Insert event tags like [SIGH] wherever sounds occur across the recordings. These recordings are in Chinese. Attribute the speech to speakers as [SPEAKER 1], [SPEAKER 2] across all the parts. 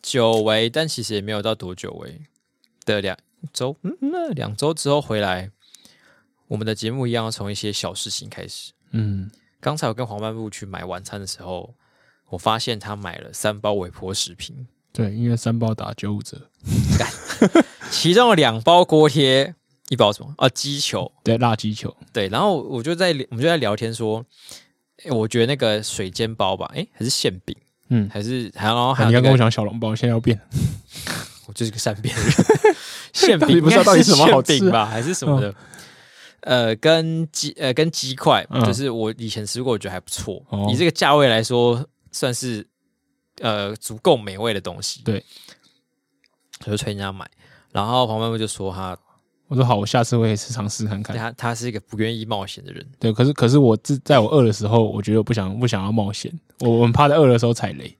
[SPEAKER 1] 久违，但其实也没有到多久违的两周，嗯，那两周之后回来，我们的节目一样要从一些小事情开始。
[SPEAKER 2] 嗯，
[SPEAKER 1] 刚才我跟黄半部去买晚餐的时候，我发现他买了三包微波食品，
[SPEAKER 2] 对，因为三包打九五折，
[SPEAKER 1] 其中有两包锅贴，一包什么啊鸡球，
[SPEAKER 2] 对，辣鸡球，
[SPEAKER 1] 对，然后我就在我们就在聊天说，诶我觉得那个水煎包吧，诶，还是馅饼，
[SPEAKER 2] 嗯，
[SPEAKER 1] 还是还然后还有、
[SPEAKER 2] 啊你
[SPEAKER 1] 那
[SPEAKER 2] 要
[SPEAKER 1] 个
[SPEAKER 2] 跟我讲小笼包，现在要变，
[SPEAKER 1] 我就是个善变的人。馅
[SPEAKER 2] [LAUGHS] 到底
[SPEAKER 1] 饼
[SPEAKER 2] 不知道
[SPEAKER 1] 应该是
[SPEAKER 2] 到底什
[SPEAKER 1] [LAUGHS]
[SPEAKER 2] 么好吃啊
[SPEAKER 1] 馅饼吧，还是什么的？呃，跟鸡呃跟鸡块，
[SPEAKER 2] 嗯
[SPEAKER 1] 就是我以前吃过，我觉得还不错。
[SPEAKER 2] 哦
[SPEAKER 1] 以这个价位来说，算是呃足够美味的东西。
[SPEAKER 2] 对，
[SPEAKER 1] 我就催人家买。然后黄曼妹就说他
[SPEAKER 2] [LAUGHS] 我说好，我下次会尝试看看。
[SPEAKER 1] 他他是一个不愿意冒险的人，
[SPEAKER 2] 对，可是可是我自在我饿的时候，我觉得我不想不想要冒险，我我很怕在饿的时候踩雷。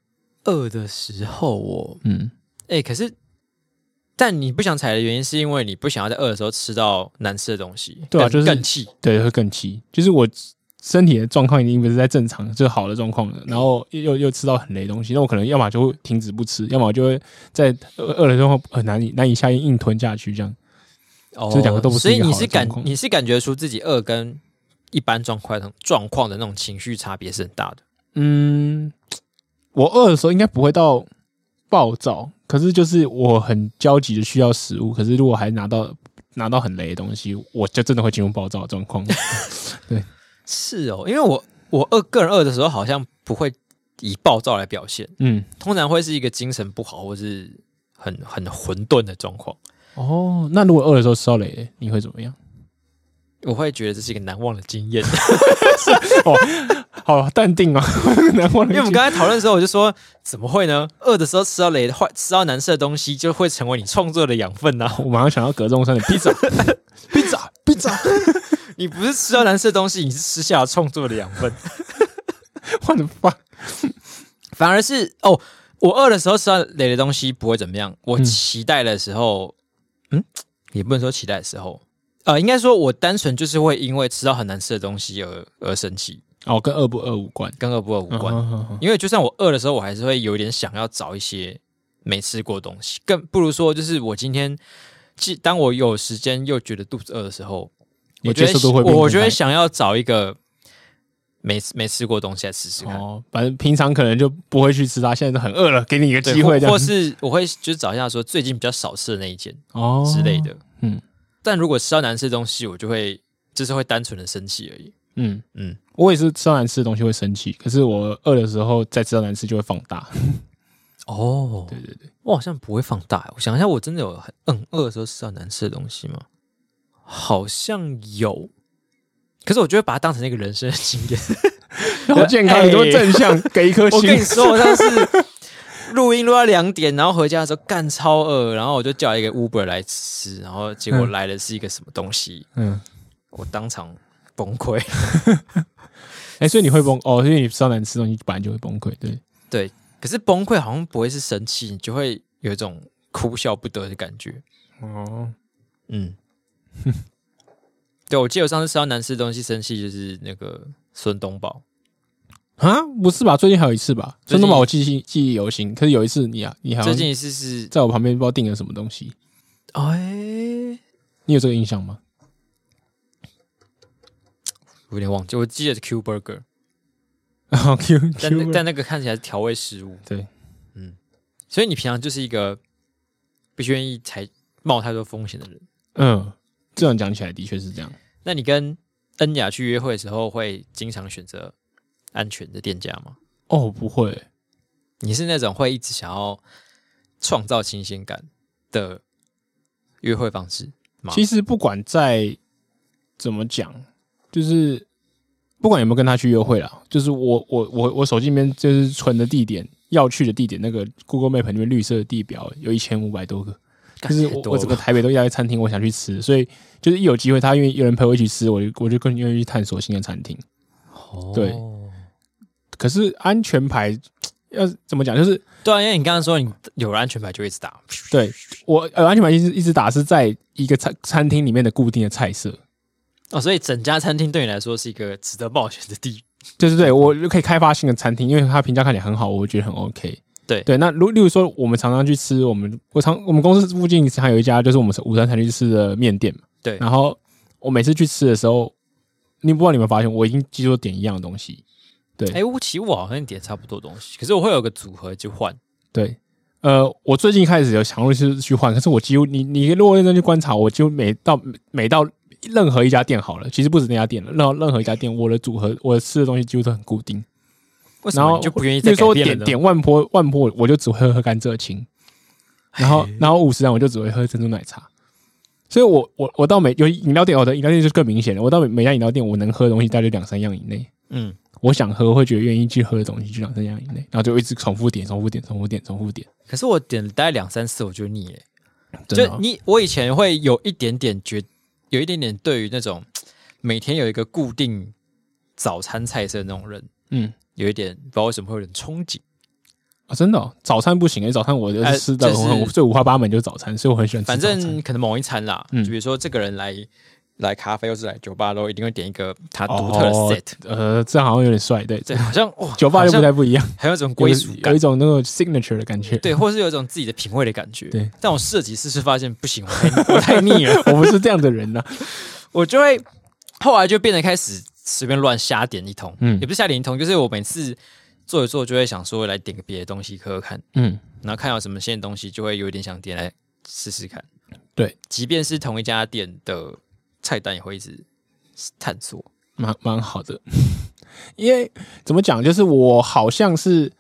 [SPEAKER 1] 饿的时候哦，
[SPEAKER 2] 嗯，
[SPEAKER 1] 哎、可是但你不想踩的原因是因为你不想要在饿的时候吃到难吃的东西，
[SPEAKER 2] 对啊
[SPEAKER 1] 更
[SPEAKER 2] 就是
[SPEAKER 1] 更气。
[SPEAKER 2] 对，会更气，就是我身体的状况已经不是在正常就好的状况了，然后又又又吃到很雷的东西，那我可能要么就会停止不吃，要么我就会在饿饿的时候很难以难以下咽硬吞下去这样。
[SPEAKER 1] 哦
[SPEAKER 2] 这两个都不是
[SPEAKER 1] 所以
[SPEAKER 2] 一个
[SPEAKER 1] 你
[SPEAKER 2] 好的
[SPEAKER 1] 是感
[SPEAKER 2] 状况
[SPEAKER 1] 你是感觉出自己饿跟一般状况的状况的那种情绪差别是很大的。
[SPEAKER 2] 嗯，我饿的时候应该不会到暴躁，可是就是我很焦急的需要食物，可是如果还拿到拿到很雷的东西，我就真的会进入暴躁的状 [LAUGHS] 况。
[SPEAKER 1] 是哦，因为我我饿个人饿的时候好像不会以暴躁来表现，
[SPEAKER 2] 嗯，
[SPEAKER 1] 通常会是一个精神不好或是很很混沌的状况。
[SPEAKER 2] 哦，那如果饿的时候吃到雷嘞，你会怎么样？
[SPEAKER 1] 我会觉得这是一个难忘的经 [LAUGHS] 验，
[SPEAKER 2] 哦 [LAUGHS] 好淡定啊， [LAUGHS] 难忘的
[SPEAKER 1] 因为我们
[SPEAKER 2] 记
[SPEAKER 1] 刚才讨论的时候，我就说怎么会呢？饿的时候吃到雷的坏，吃到难吃的东西，就会成为你创作的养分啊呐、
[SPEAKER 2] 忆我马上想到葛仲山的披 [LAUGHS] 萨，披萨，披萨， [LAUGHS]
[SPEAKER 1] 你不是吃到难吃的东西，你是吃下了创作的养分。
[SPEAKER 2] 我的妈！
[SPEAKER 1] 反而是哦，我饿的时候吃到累的东西不会怎么样，我
[SPEAKER 2] 嗯
[SPEAKER 1] 期待的时候，嗯也不能说期待的时候，呃，应该说我单纯就是会因为吃到很难吃的东西而而生气，
[SPEAKER 2] 哦，跟饿不饿无关，
[SPEAKER 1] 跟饿不饿无关。
[SPEAKER 2] 嗯哼哼
[SPEAKER 1] 因为就算我饿的时候，我还是会有点想要找一些没吃过的东西，更不如说就是我今天，既当我有时间又觉得肚子饿的时候，
[SPEAKER 2] 你
[SPEAKER 1] 我觉
[SPEAKER 2] 接受度会
[SPEAKER 1] 得
[SPEAKER 2] 变得
[SPEAKER 1] 我我就
[SPEAKER 2] 很
[SPEAKER 1] 会
[SPEAKER 2] 嗨
[SPEAKER 1] 想要找一个没没吃过的东西来试试看。
[SPEAKER 2] 哦，反正平常可能就不会去吃它，现在都很饿了，给你一个
[SPEAKER 1] 对
[SPEAKER 2] 机会这
[SPEAKER 1] 或，
[SPEAKER 2] 样
[SPEAKER 1] 或是我会就是找一下说最近比较少吃的那一间
[SPEAKER 2] 哦
[SPEAKER 1] 之类的。
[SPEAKER 2] 嗯
[SPEAKER 1] 但如果吃到难吃的东西，我就会就是会单纯的生气而已。
[SPEAKER 2] 嗯。
[SPEAKER 1] 嗯，
[SPEAKER 2] 我也是吃到难吃的东西会生气，可是我饿的时候再吃到难吃就会放
[SPEAKER 1] [LAUGHS]
[SPEAKER 2] 大。
[SPEAKER 1] 哦，
[SPEAKER 2] 对对对，
[SPEAKER 1] 我好像不会放大。欸我想一下，我真的有很嗯饿的时候吃到难吃的东西吗？好像有，可是我就会把它当成一个人生的经
[SPEAKER 2] [LAUGHS]
[SPEAKER 1] 验。
[SPEAKER 2] 好健康，
[SPEAKER 1] 哎
[SPEAKER 2] 你多正向，给一颗
[SPEAKER 1] 我 [LAUGHS]
[SPEAKER 2] 星。
[SPEAKER 1] 跟你说，我上
[SPEAKER 2] [LAUGHS]
[SPEAKER 1] 次录音录到两点，然后回家的时候干超饿，然后我就叫一个 Uber 来吃，然后结果
[SPEAKER 2] 嗯
[SPEAKER 1] 来的是一个什么东西，
[SPEAKER 2] 嗯，
[SPEAKER 1] 我当场崩溃。
[SPEAKER 2] 哎、所以你会崩哦，因为你吃到难吃的东西本来就会崩溃。对，
[SPEAKER 1] 可是崩溃好像不会是生气，你就会有一种哭笑不得的感觉。
[SPEAKER 2] 哦， [LAUGHS]
[SPEAKER 1] 嗯，对，我记得我上次吃到难吃的东西生气，就是那个孙东宝。
[SPEAKER 2] 啊，不是吧？最近还有一次吧，
[SPEAKER 1] 最近
[SPEAKER 2] 孙东宝我记忆记忆犹新。可是有一次你啊，你好
[SPEAKER 1] 最
[SPEAKER 2] 像
[SPEAKER 1] 近一次是，
[SPEAKER 2] 在我旁边不知道订了什么东西，
[SPEAKER 1] 哎，
[SPEAKER 2] 你有这个印象吗？ [LAUGHS]
[SPEAKER 1] 我有点忘记，我记得是 Q Burger，
[SPEAKER 2] 啊，Q
[SPEAKER 1] 但那
[SPEAKER 2] Q，
[SPEAKER 1] 但那个看起来是调味食物。
[SPEAKER 2] 对，
[SPEAKER 1] 所以你平常就是一个不愿意才冒太多风险的人。
[SPEAKER 2] 嗯，这样讲起来的确是这样。
[SPEAKER 1] 那你跟恩雅去约会的时候，会经常选择安全的店家吗？
[SPEAKER 2] 哦，不会，
[SPEAKER 1] 你是那种会一直想要创造新鲜感的约会方式吗？
[SPEAKER 2] 其实不管在怎么讲，就是不管有没有跟他去约会啦，就是我我我我手机里面就是存的地点要去的地点，那个 Google Map 里面绿色的地表有一千五百多个，
[SPEAKER 1] 干
[SPEAKER 2] 就是
[SPEAKER 1] 太
[SPEAKER 2] 我
[SPEAKER 1] 多
[SPEAKER 2] 我
[SPEAKER 1] 了
[SPEAKER 2] 整个台北都一大堆餐厅，我想去吃，所以就是一有机会他愿意有人陪我一起吃，我就我就更愿意去探索新的餐厅。
[SPEAKER 1] 哦
[SPEAKER 2] 对可是安全牌要怎么讲，就是
[SPEAKER 1] 对啊，因为你刚刚说你有了安全牌就一直打，
[SPEAKER 2] 对我呃安全牌一直一直打是在一个餐餐厅里面的固定的菜色。
[SPEAKER 1] 哦，所以整家餐厅对你来说是一个值得冒险的地。
[SPEAKER 2] 对对对，我就可以开发新的餐厅，因为它评价看起来很好，我觉得很 OK。
[SPEAKER 1] 对
[SPEAKER 2] 对，那如例如说，我们常常去吃我们我常我们公司附近还有一家就是我们午餐才去吃的面店嘛。
[SPEAKER 1] 对
[SPEAKER 2] 然后我每次去吃的时候，你不知道你有没有发现，我已经记住点一样的东西。
[SPEAKER 1] 哎、我其实我好像点差不多东西，可是我会有个组合就换。
[SPEAKER 2] 对，呃，我最近开始有尝试去换，可是我几乎你你如果认真去观察，我几乎每到每到任何一家店好了，其实不止那家店了，任何任何一家店，我的组合我吃的东西几乎都很固定。
[SPEAKER 1] 为什
[SPEAKER 2] 然
[SPEAKER 1] 么
[SPEAKER 2] 后
[SPEAKER 1] 你就不愿意
[SPEAKER 2] 比
[SPEAKER 1] 再
[SPEAKER 2] 如说
[SPEAKER 1] 改
[SPEAKER 2] 我
[SPEAKER 1] 变了
[SPEAKER 2] 点
[SPEAKER 1] 呢？
[SPEAKER 2] 点万坡万坡，我就只会喝甘蔗青，然后
[SPEAKER 1] 哎
[SPEAKER 2] 然后五十元我就只会喝珍珠奶茶。所以我我我到每有饮料店，哦我的饮料店就更明显了。我到每每家饮料店，我能喝的东西大概就两三样以内。
[SPEAKER 1] 嗯，
[SPEAKER 2] 我想喝，会觉得愿意去喝的东西就两三样以内，然后就一直重复点、重复点、重复点、重复点。
[SPEAKER 1] 可是我点了大概两三次我就腻了、
[SPEAKER 2] 真的
[SPEAKER 1] 就
[SPEAKER 2] 哦
[SPEAKER 1] 你，我以前会有一点点觉，有一点点对于那种每天有一个固定早餐菜色的那种人，
[SPEAKER 2] 嗯
[SPEAKER 1] 有一点不知道为什么会有点憧憬。
[SPEAKER 2] 啊，真的哦、早餐不行、欸，早餐我就是
[SPEAKER 1] 呃
[SPEAKER 2] 吃的
[SPEAKER 1] 这是
[SPEAKER 2] 很、很最五花八门，就是早餐，所以我很喜欢吃
[SPEAKER 1] 反
[SPEAKER 2] 早餐。
[SPEAKER 1] 正可能某一餐啦，
[SPEAKER 2] 嗯
[SPEAKER 1] 就比如说这个人来来咖啡或是来酒吧都一定会点一个他独特的
[SPEAKER 2] 哦
[SPEAKER 1] set，、
[SPEAKER 2] 呃，这样好像有点帅，对，
[SPEAKER 1] 对，好像哇，
[SPEAKER 2] 酒吧
[SPEAKER 1] 好
[SPEAKER 2] 就不
[SPEAKER 1] 像
[SPEAKER 2] 太不一样，
[SPEAKER 1] 很有一种
[SPEAKER 2] 有
[SPEAKER 1] 归属
[SPEAKER 2] 有
[SPEAKER 1] 感
[SPEAKER 2] 一。种那种 signature 的感觉。
[SPEAKER 1] 对，或是有一种自己的品味的感觉。
[SPEAKER 2] 对，
[SPEAKER 1] 但我试了几次是发现不行，我太我太腻啊了，
[SPEAKER 2] [LAUGHS] 我不是这样的人呐、啊
[SPEAKER 1] 我就会后来就变得开始随便乱瞎点一通，
[SPEAKER 2] 嗯
[SPEAKER 1] 也不是瞎点一通，就是我每次做一做就会想说来点个别的东西喝喝看，
[SPEAKER 2] 嗯，
[SPEAKER 1] 然后看到什么新的东西就会有点想点来试试看。
[SPEAKER 2] 对，
[SPEAKER 1] 即便是同一家店的菜单也会一直探索。
[SPEAKER 2] 蛮蛮好的。因为怎么讲，就是我好像是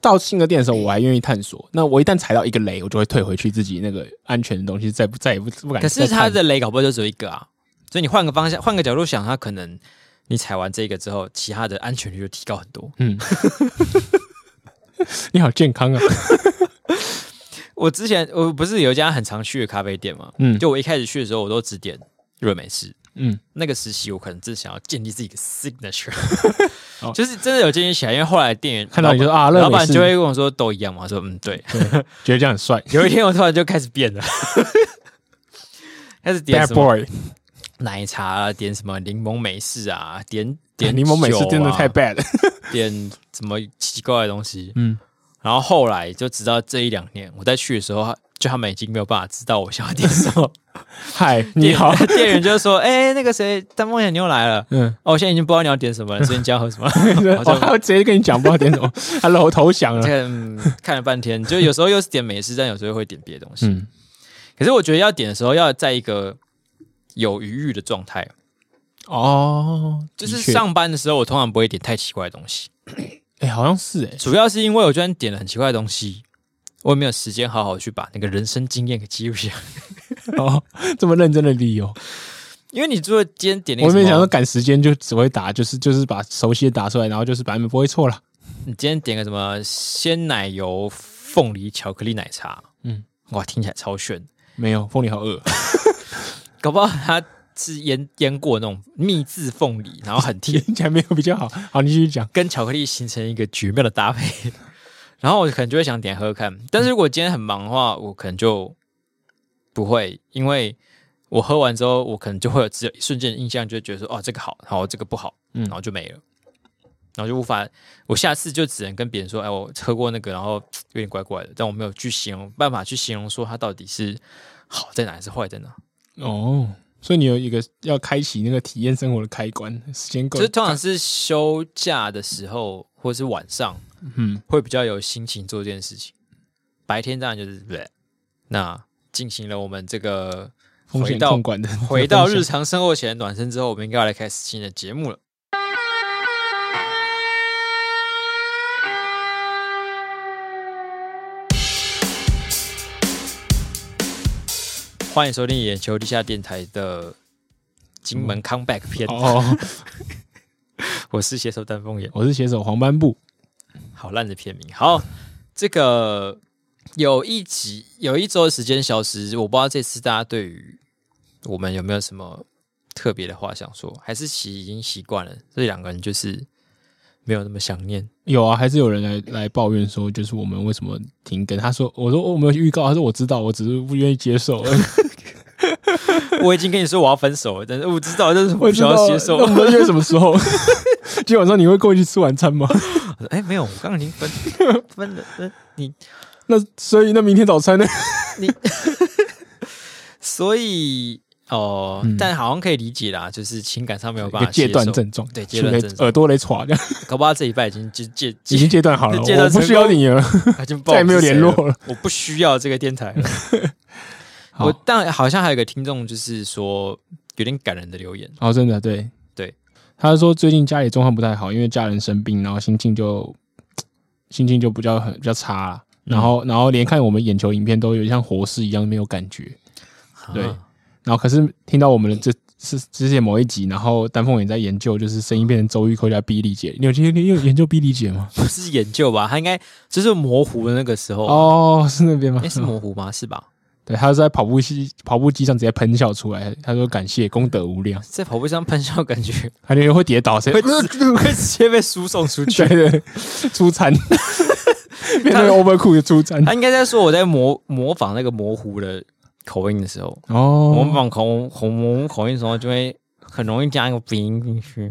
[SPEAKER 2] 到新的店的时候，我还愿意探索。那我一旦踩到一个雷，我就会退回去自己那个安全的东西，再不再也不不敢。
[SPEAKER 1] 可是
[SPEAKER 2] 哎再
[SPEAKER 1] 它
[SPEAKER 2] 探
[SPEAKER 1] 的雷搞不好就只有一个啊，所以你换个方向、换个角度想，它可能你踩完这个之后，其他的安全率就提高很多。
[SPEAKER 2] 你好健
[SPEAKER 1] [LAUGHS]
[SPEAKER 2] 康啊，
[SPEAKER 1] 我之前我不是有一家很常去的咖啡店嘛，
[SPEAKER 2] 嗯
[SPEAKER 1] 就我一开始去的时候，我都只点热美式。
[SPEAKER 2] 嗯，
[SPEAKER 1] 那个时期，我可能真的想要建立自己的 signature，、
[SPEAKER 2] [LAUGHS] 哦
[SPEAKER 1] 就是真的有建立起来。因为后来店员
[SPEAKER 2] 看到你就
[SPEAKER 1] 老
[SPEAKER 2] 说啊，
[SPEAKER 1] 板老
[SPEAKER 2] 乐美
[SPEAKER 1] 板
[SPEAKER 2] 式
[SPEAKER 1] 就会跟我说都一样嘛，我说嗯对。
[SPEAKER 2] 觉得这样很 [LAUGHS] 帅
[SPEAKER 1] 有一天我突然就开始变
[SPEAKER 2] [LAUGHS]
[SPEAKER 1] 了，开始点
[SPEAKER 2] ，bad
[SPEAKER 1] 什么
[SPEAKER 2] boy，
[SPEAKER 1] 奶茶啊，点什么柠檬美式啊，点点
[SPEAKER 2] [LAUGHS] 柠檬美式
[SPEAKER 1] 酒啊
[SPEAKER 2] 真的太 bad 了。
[SPEAKER 1] 点什么奇怪的东西，
[SPEAKER 2] 嗯
[SPEAKER 1] 嗯，然后后来就直到这一两年，我再去的时候，就他们已经没有办法知道我想要点什么。
[SPEAKER 2] [LAUGHS] 嗨， [LAUGHS] 你好，
[SPEAKER 1] 店店员就说：“哎、那个谁，丹凤眼妞来了，
[SPEAKER 2] 嗯，
[SPEAKER 1] 哦，我现在已经不知道你要点什么了，所以你今天要喝什么？”
[SPEAKER 2] [LAUGHS] 我
[SPEAKER 1] 像
[SPEAKER 2] 还要哦直接跟你讲，不知道点什
[SPEAKER 1] [LAUGHS]
[SPEAKER 2] 么，他楼头啊响了
[SPEAKER 1] 这。个嗯，看了半天，就有时候又是点美食，但有时候又会点别的东西。
[SPEAKER 2] 嗯
[SPEAKER 1] 可是我觉得要点的时候，要在一个有余裕的状态。
[SPEAKER 2] 哦，
[SPEAKER 1] 就是
[SPEAKER 2] 的确，
[SPEAKER 1] 上班的时候，我通常不会点太奇怪的东西，
[SPEAKER 2] 哎，好像是哎，
[SPEAKER 1] 主要是因为我居然点了很奇怪的东西，我也没有时间好好去把那个人生经验给记录下来。
[SPEAKER 2] 哦，这么认真的理由。
[SPEAKER 1] 因为你如果今天点那
[SPEAKER 2] 我
[SPEAKER 1] 个
[SPEAKER 2] 也
[SPEAKER 1] 什
[SPEAKER 2] 没想说
[SPEAKER 1] 么，
[SPEAKER 2] 赶时间就只会打，就是就是把熟悉的打出来，然后就是版本不会错了。
[SPEAKER 1] 你今天点个什么鲜奶油凤梨巧克力奶茶，
[SPEAKER 2] 嗯
[SPEAKER 1] 嗯，哇，听起来超炫，
[SPEAKER 2] 没有，凤梨好饿， [LAUGHS]
[SPEAKER 1] 搞不好它是腌腌过那种秘制凤梨，然后很甜，
[SPEAKER 2] 听起来没有比较好。好，你继续讲。
[SPEAKER 1] 跟巧克力形成一个绝妙的搭配。然后我可能就会想点喝喝看，但是如果今天很忙的话，我可能就不会，因为我喝完之后，我可能就会有只有一瞬间的印象，就会觉得说哦这个好，然后这个不好，
[SPEAKER 2] 嗯
[SPEAKER 1] 然后就没了，然后就无法，我下次就只能跟别人说，哎，我喝过那个，然后嘖有点怪怪的，但我没有去形容办法去形容说它到底是好在哪还是坏在哪，
[SPEAKER 2] 哦，所以你有一个要开启那个体验生活的开关，时间够
[SPEAKER 1] 就是。通常是休假的时候或是晚上，
[SPEAKER 2] 嗯，
[SPEAKER 1] 会比较有心情做这件事情。白天当然就是对，那进行了我们这个
[SPEAKER 2] 风
[SPEAKER 1] 回
[SPEAKER 2] 险
[SPEAKER 1] 到
[SPEAKER 2] 控管的
[SPEAKER 1] [LAUGHS] 回到日
[SPEAKER 2] 风险
[SPEAKER 1] 常生活前的暖身之后，我们应该要来开始新的节目了。欢迎收听眼球地下电台的金门 comeback 篇，
[SPEAKER 2] [LAUGHS] 嗯哦，
[SPEAKER 1] 我是携手丹凤眼。
[SPEAKER 2] 我是写手黄斑布。
[SPEAKER 1] 好烂的片名。好，这个有一集有一周的时间消失，我不知道这次大家对于我们有没有什么特别的话想说，还是其实已经习惯了，这两个人就是没有那么想
[SPEAKER 2] [LAUGHS]
[SPEAKER 1] 念。
[SPEAKER 2] 有啊，还是有人来来抱怨说，就是我们为什么停更？他说，我说哦我没有预告，他说我知道，我只是不愿意
[SPEAKER 1] [LAUGHS]
[SPEAKER 2] 接受而已。
[SPEAKER 1] 我已经跟你说我要分手了，但是我知道，但是我
[SPEAKER 2] 我
[SPEAKER 1] 不
[SPEAKER 2] 知
[SPEAKER 1] 想要
[SPEAKER 2] 道
[SPEAKER 1] 接受
[SPEAKER 2] [LAUGHS] 那我。们约什么时候？今天晚上你会过去吃晚餐吗？ [LAUGHS]
[SPEAKER 1] 我说哎、没有，我刚刚已经分 [LAUGHS] 分了，分 [LAUGHS] 你
[SPEAKER 2] 那所以那明天早餐呢？
[SPEAKER 1] 所以哦、
[SPEAKER 2] 嗯
[SPEAKER 1] 但好像可以理解啦，就是情感上没有
[SPEAKER 2] 一
[SPEAKER 1] 办
[SPEAKER 2] 个
[SPEAKER 1] 法
[SPEAKER 2] 戒断
[SPEAKER 1] 接受，
[SPEAKER 2] 症状，
[SPEAKER 1] 对戒断症状
[SPEAKER 2] 所以耳朵雷垮，这
[SPEAKER 1] [LAUGHS]
[SPEAKER 2] 样
[SPEAKER 1] 搞不好这一拜已经就戒
[SPEAKER 2] 已经戒断好了，
[SPEAKER 1] 戒断
[SPEAKER 2] 我不需要
[SPEAKER 1] [LAUGHS]
[SPEAKER 2] 你了，
[SPEAKER 1] 已经不知道
[SPEAKER 2] 再也没有
[SPEAKER 1] 我是谁
[SPEAKER 2] 联
[SPEAKER 1] 了
[SPEAKER 2] 络了。 [LAUGHS]
[SPEAKER 1] 我不需要这个电台了。
[SPEAKER 2] 好
[SPEAKER 1] 我但好像还有一个听众就是说有点感人的留言， [LAUGHS]
[SPEAKER 2] 哦，真的对
[SPEAKER 1] 对，
[SPEAKER 2] 他说最近家里状况不太好，因为家人生病，然后心情就心情就比较很比较差啦
[SPEAKER 1] 嗯
[SPEAKER 2] 然后，然后连看我们眼球影片都有像活尸一样没有感觉。对
[SPEAKER 1] 啊
[SPEAKER 2] 然后可是听到我们的这是之前某一集，然后丹凤也在研究，就是声音变成周玉蔻加 B 理解。你有今天你有研究 B 理解吗？
[SPEAKER 1] 不是研究吧？他应该就是模糊的那个时候，
[SPEAKER 2] 哦，是那边吗
[SPEAKER 1] 哎，？是模糊吗？是吧？
[SPEAKER 2] 对，他是在跑步机跑步机上直接喷笑出来。他说感谢功德无量，
[SPEAKER 1] 在跑步上喷笑，感
[SPEAKER 2] [LAUGHS]
[SPEAKER 1] 觉
[SPEAKER 2] 他就会跌倒，谁
[SPEAKER 1] 会 [LAUGHS] 会直接被输送出去
[SPEAKER 2] [LAUGHS] 对。对，
[SPEAKER 1] [LAUGHS]
[SPEAKER 2] 出餐，变成 overcook 出餐。
[SPEAKER 1] 他应该在说我在模模仿那个模糊的口音的时候，模
[SPEAKER 2] 哦，
[SPEAKER 1] 仿口红模糊口音的时候，就会很容易加一个鼻音进去。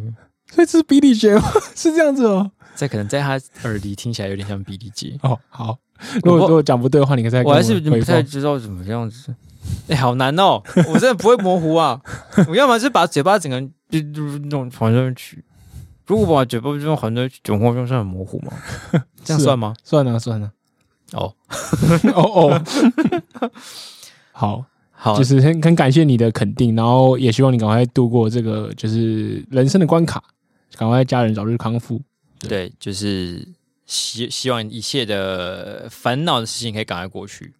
[SPEAKER 2] 所以这是比利姐吗？
[SPEAKER 1] [LAUGHS]
[SPEAKER 2] 是这样子哦。
[SPEAKER 1] 这可能在他耳里听起来有点像比利姐。
[SPEAKER 2] 哦，好，如果
[SPEAKER 1] 我不
[SPEAKER 2] 如果讲不对的话，你可以再跟
[SPEAKER 1] 我还是
[SPEAKER 2] 们回
[SPEAKER 1] 不太
[SPEAKER 2] 复。
[SPEAKER 1] 知道怎么样子。哎、好难哦！我真的不会模糊啊。我要么是把嘴巴整个就就弄环上去，如果把嘴巴这样环上去，总共就算很模糊吗？这样
[SPEAKER 2] 是啊
[SPEAKER 1] 算吗？
[SPEAKER 2] 算了算了，
[SPEAKER 1] 哦，
[SPEAKER 2] [LAUGHS] 哦哦， [LAUGHS] 好，
[SPEAKER 1] 好，
[SPEAKER 2] 就是很很感谢你的肯定，然后也希望你赶快度过这个就是人生的关卡，赶快家人早日康复。
[SPEAKER 1] 对，就是希希望一切的烦恼的事情可以赶快过去。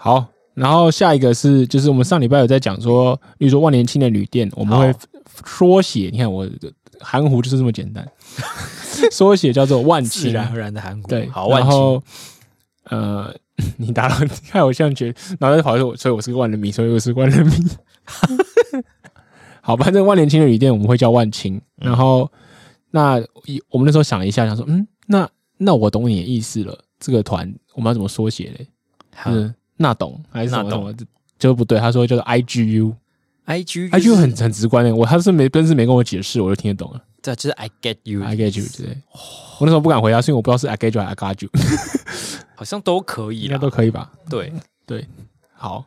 [SPEAKER 2] 好，然后下一个是就是我们上礼拜有在讲说，例如说万年青年旅店，我们会
[SPEAKER 1] 好
[SPEAKER 2] 缩写，你看我含糊就是这么简单， [LAUGHS] 缩写叫做万
[SPEAKER 1] 自
[SPEAKER 2] 青，
[SPEAKER 1] 然而然的韩国，
[SPEAKER 2] 嗯对，
[SPEAKER 1] 好，
[SPEAKER 2] 然
[SPEAKER 1] 万幸
[SPEAKER 2] 后呃， [LAUGHS] 你打扰，看我像觉得，然后就跑来说我，所以我是个万人迷，所以我是个万人迷。 [LAUGHS] 好，反正万年青的旅店我们会叫万青，
[SPEAKER 1] 嗯
[SPEAKER 2] 然后那一我们那时候想了一下，想说，嗯，那那我懂你的意思了，这个团我们要怎么缩写嘞？
[SPEAKER 1] 好
[SPEAKER 2] 嗯，那懂还是什
[SPEAKER 1] 啊
[SPEAKER 2] 么
[SPEAKER 1] 那
[SPEAKER 2] 什
[SPEAKER 1] 懂
[SPEAKER 2] 么？就不对，他说叫做 I G
[SPEAKER 1] [LAUGHS]
[SPEAKER 2] U，I
[SPEAKER 1] ，I G
[SPEAKER 2] G U 很很直观的，我他是没真是没跟我解释，我就听得懂了。
[SPEAKER 1] 对，就是 I get you，
[SPEAKER 2] [LAUGHS] I get you，对，我那时候不敢回答，是因为我不知道是 I get you 还是 I
[SPEAKER 1] [LAUGHS]
[SPEAKER 2] got you，
[SPEAKER 1] 好像都可以
[SPEAKER 2] 应
[SPEAKER 1] 啦
[SPEAKER 2] 该。都可以吧？
[SPEAKER 1] 对，
[SPEAKER 2] 好，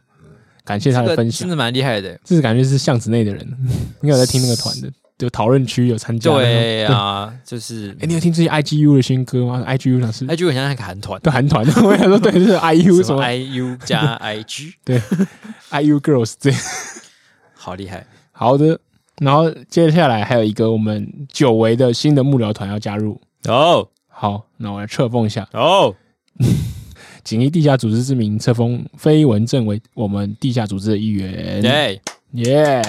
[SPEAKER 2] 感谢他
[SPEAKER 1] 这
[SPEAKER 2] 的
[SPEAKER 1] 个
[SPEAKER 2] 分
[SPEAKER 1] 真
[SPEAKER 2] 享。
[SPEAKER 1] 的蛮厉害的。
[SPEAKER 2] 这是感觉是巷子内的人， [LAUGHS] 应该有在听那个团的，就讨论区有参加。哦
[SPEAKER 1] 对呀、就是
[SPEAKER 2] 哎，你有听最近 IGU 的新歌吗？IGU 那是
[SPEAKER 1] IG 很像那个韩团，
[SPEAKER 2] 对韩团， [LAUGHS] 我想说对，就是
[SPEAKER 1] [LAUGHS]
[SPEAKER 2] IU 什
[SPEAKER 1] 什么
[SPEAKER 2] 么
[SPEAKER 1] IU 加
[SPEAKER 2] [LAUGHS]
[SPEAKER 1] IG，
[SPEAKER 2] IU Girls 这样。
[SPEAKER 1] 好厉害！
[SPEAKER 2] 好的，然后接下来还有一个我们久违的新的幕僚团要加入。
[SPEAKER 1] 哦
[SPEAKER 2] 好，那我来册封一下，
[SPEAKER 1] 哦，
[SPEAKER 2] 谨以地下组织之名册封非文正为我们地下组织的一员。
[SPEAKER 1] 对，
[SPEAKER 2] 耶，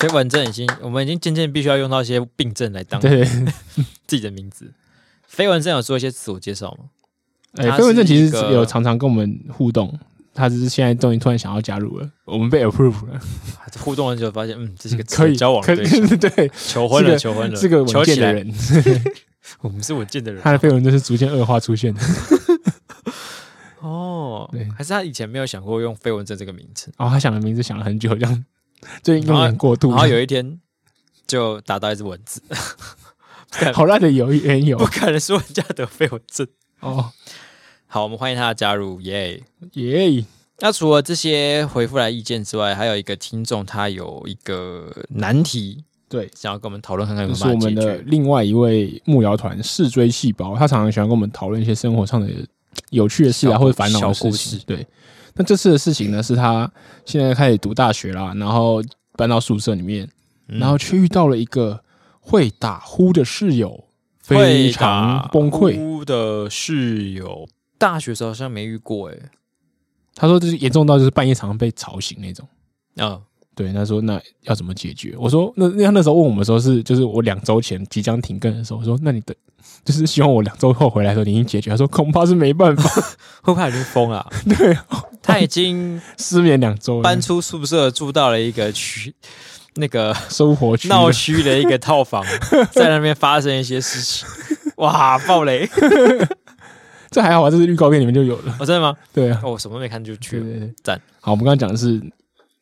[SPEAKER 1] 所以文正已经，我们已经渐渐必须要用到一些病症来当
[SPEAKER 2] 对，
[SPEAKER 1] 自己的名字。非文正有做一些自我介绍吗？
[SPEAKER 2] 哎、
[SPEAKER 1] 他
[SPEAKER 2] 飞文正
[SPEAKER 1] 是
[SPEAKER 2] 其
[SPEAKER 1] 一
[SPEAKER 2] 实
[SPEAKER 1] 个
[SPEAKER 2] 有常常跟我们互动，他只是现在终于突然想要加入了，我们被 approve 了，
[SPEAKER 1] 互动很久，发现嗯，这是个值
[SPEAKER 2] [LAUGHS] 可
[SPEAKER 1] 得
[SPEAKER 2] 以
[SPEAKER 1] 交往
[SPEAKER 2] 可
[SPEAKER 1] 的
[SPEAKER 2] 以
[SPEAKER 1] 对象，
[SPEAKER 2] [LAUGHS] 对，
[SPEAKER 1] 求婚了，
[SPEAKER 2] 是
[SPEAKER 1] 求婚了，
[SPEAKER 2] 是个
[SPEAKER 1] 求
[SPEAKER 2] 稳健
[SPEAKER 1] 起
[SPEAKER 2] 的
[SPEAKER 1] 来，
[SPEAKER 2] 人， [LAUGHS]
[SPEAKER 1] 我们是稳健的人
[SPEAKER 2] 他的绯闻正是逐渐恶化出现的。
[SPEAKER 1] 哦
[SPEAKER 2] 对。
[SPEAKER 1] 还是他以前没有想过用非文正这个名称，
[SPEAKER 2] 然后哦他想的名字想了很久，这样最近用的很过度
[SPEAKER 1] 然，后有一天就打到一只蚊
[SPEAKER 2] [LAUGHS]
[SPEAKER 1] 子，
[SPEAKER 2] 好烂的有缘由
[SPEAKER 1] 不可能说人家得非文正。
[SPEAKER 2] 哦
[SPEAKER 1] 好，我们欢迎他的加入，耶、
[SPEAKER 2] 耶，
[SPEAKER 1] 那除了这些回复来意见之外，还有一个听众他有一个难题，
[SPEAKER 2] 对，
[SPEAKER 1] 想要跟我们讨论看看有
[SPEAKER 2] 就
[SPEAKER 1] 没有
[SPEAKER 2] 是我
[SPEAKER 1] 办法
[SPEAKER 2] 们
[SPEAKER 1] 解
[SPEAKER 2] 的
[SPEAKER 1] 决。
[SPEAKER 2] 另外一位幕僚团视锥细胞，他常常喜欢跟我们讨论一些生活上的有趣的事啊，
[SPEAKER 1] 小
[SPEAKER 2] 或者烦恼的
[SPEAKER 1] 小
[SPEAKER 2] 事
[SPEAKER 1] 故
[SPEAKER 2] 情
[SPEAKER 1] 事。
[SPEAKER 2] 对，那这次的事情呢，是他现在开始读大学啦，然后搬到宿舍里面，
[SPEAKER 1] 嗯
[SPEAKER 2] 然后却遇到了一个会打呼的室友，非
[SPEAKER 1] 会
[SPEAKER 2] 常
[SPEAKER 1] 打
[SPEAKER 2] 崩溃。
[SPEAKER 1] 呼的室友，大学时候好像没遇过哎、
[SPEAKER 2] 他说就是严重到就是半夜常常被吵醒那种。
[SPEAKER 1] 啊、
[SPEAKER 2] 对，他说那要怎么解决？我说那那他那时候问我们的时候是就是我两周前即将停更的时候，我说那你的就是希望我两周后回来的时候你已经解决。他说恐怕是没办法，
[SPEAKER 1] 会不会已经疯了啊、
[SPEAKER 2] [LAUGHS] 对啊，
[SPEAKER 1] 他已经
[SPEAKER 2] 失眠两周了，
[SPEAKER 1] 搬出宿舍，住到了一个区那个
[SPEAKER 2] 生活区
[SPEAKER 1] 闹区的一个套房，
[SPEAKER 2] [LAUGHS]
[SPEAKER 1] 在那边发生一些事情。哇，暴雷！
[SPEAKER 2] 这还好啊吧？这是预告片里面就有了。
[SPEAKER 1] 我、真的吗？
[SPEAKER 2] 对啊，
[SPEAKER 1] 哦我什么都没看就去
[SPEAKER 2] 对
[SPEAKER 1] 了。
[SPEAKER 2] 对对，
[SPEAKER 1] [LAUGHS] 赞。
[SPEAKER 2] 好，我们刚刚讲的是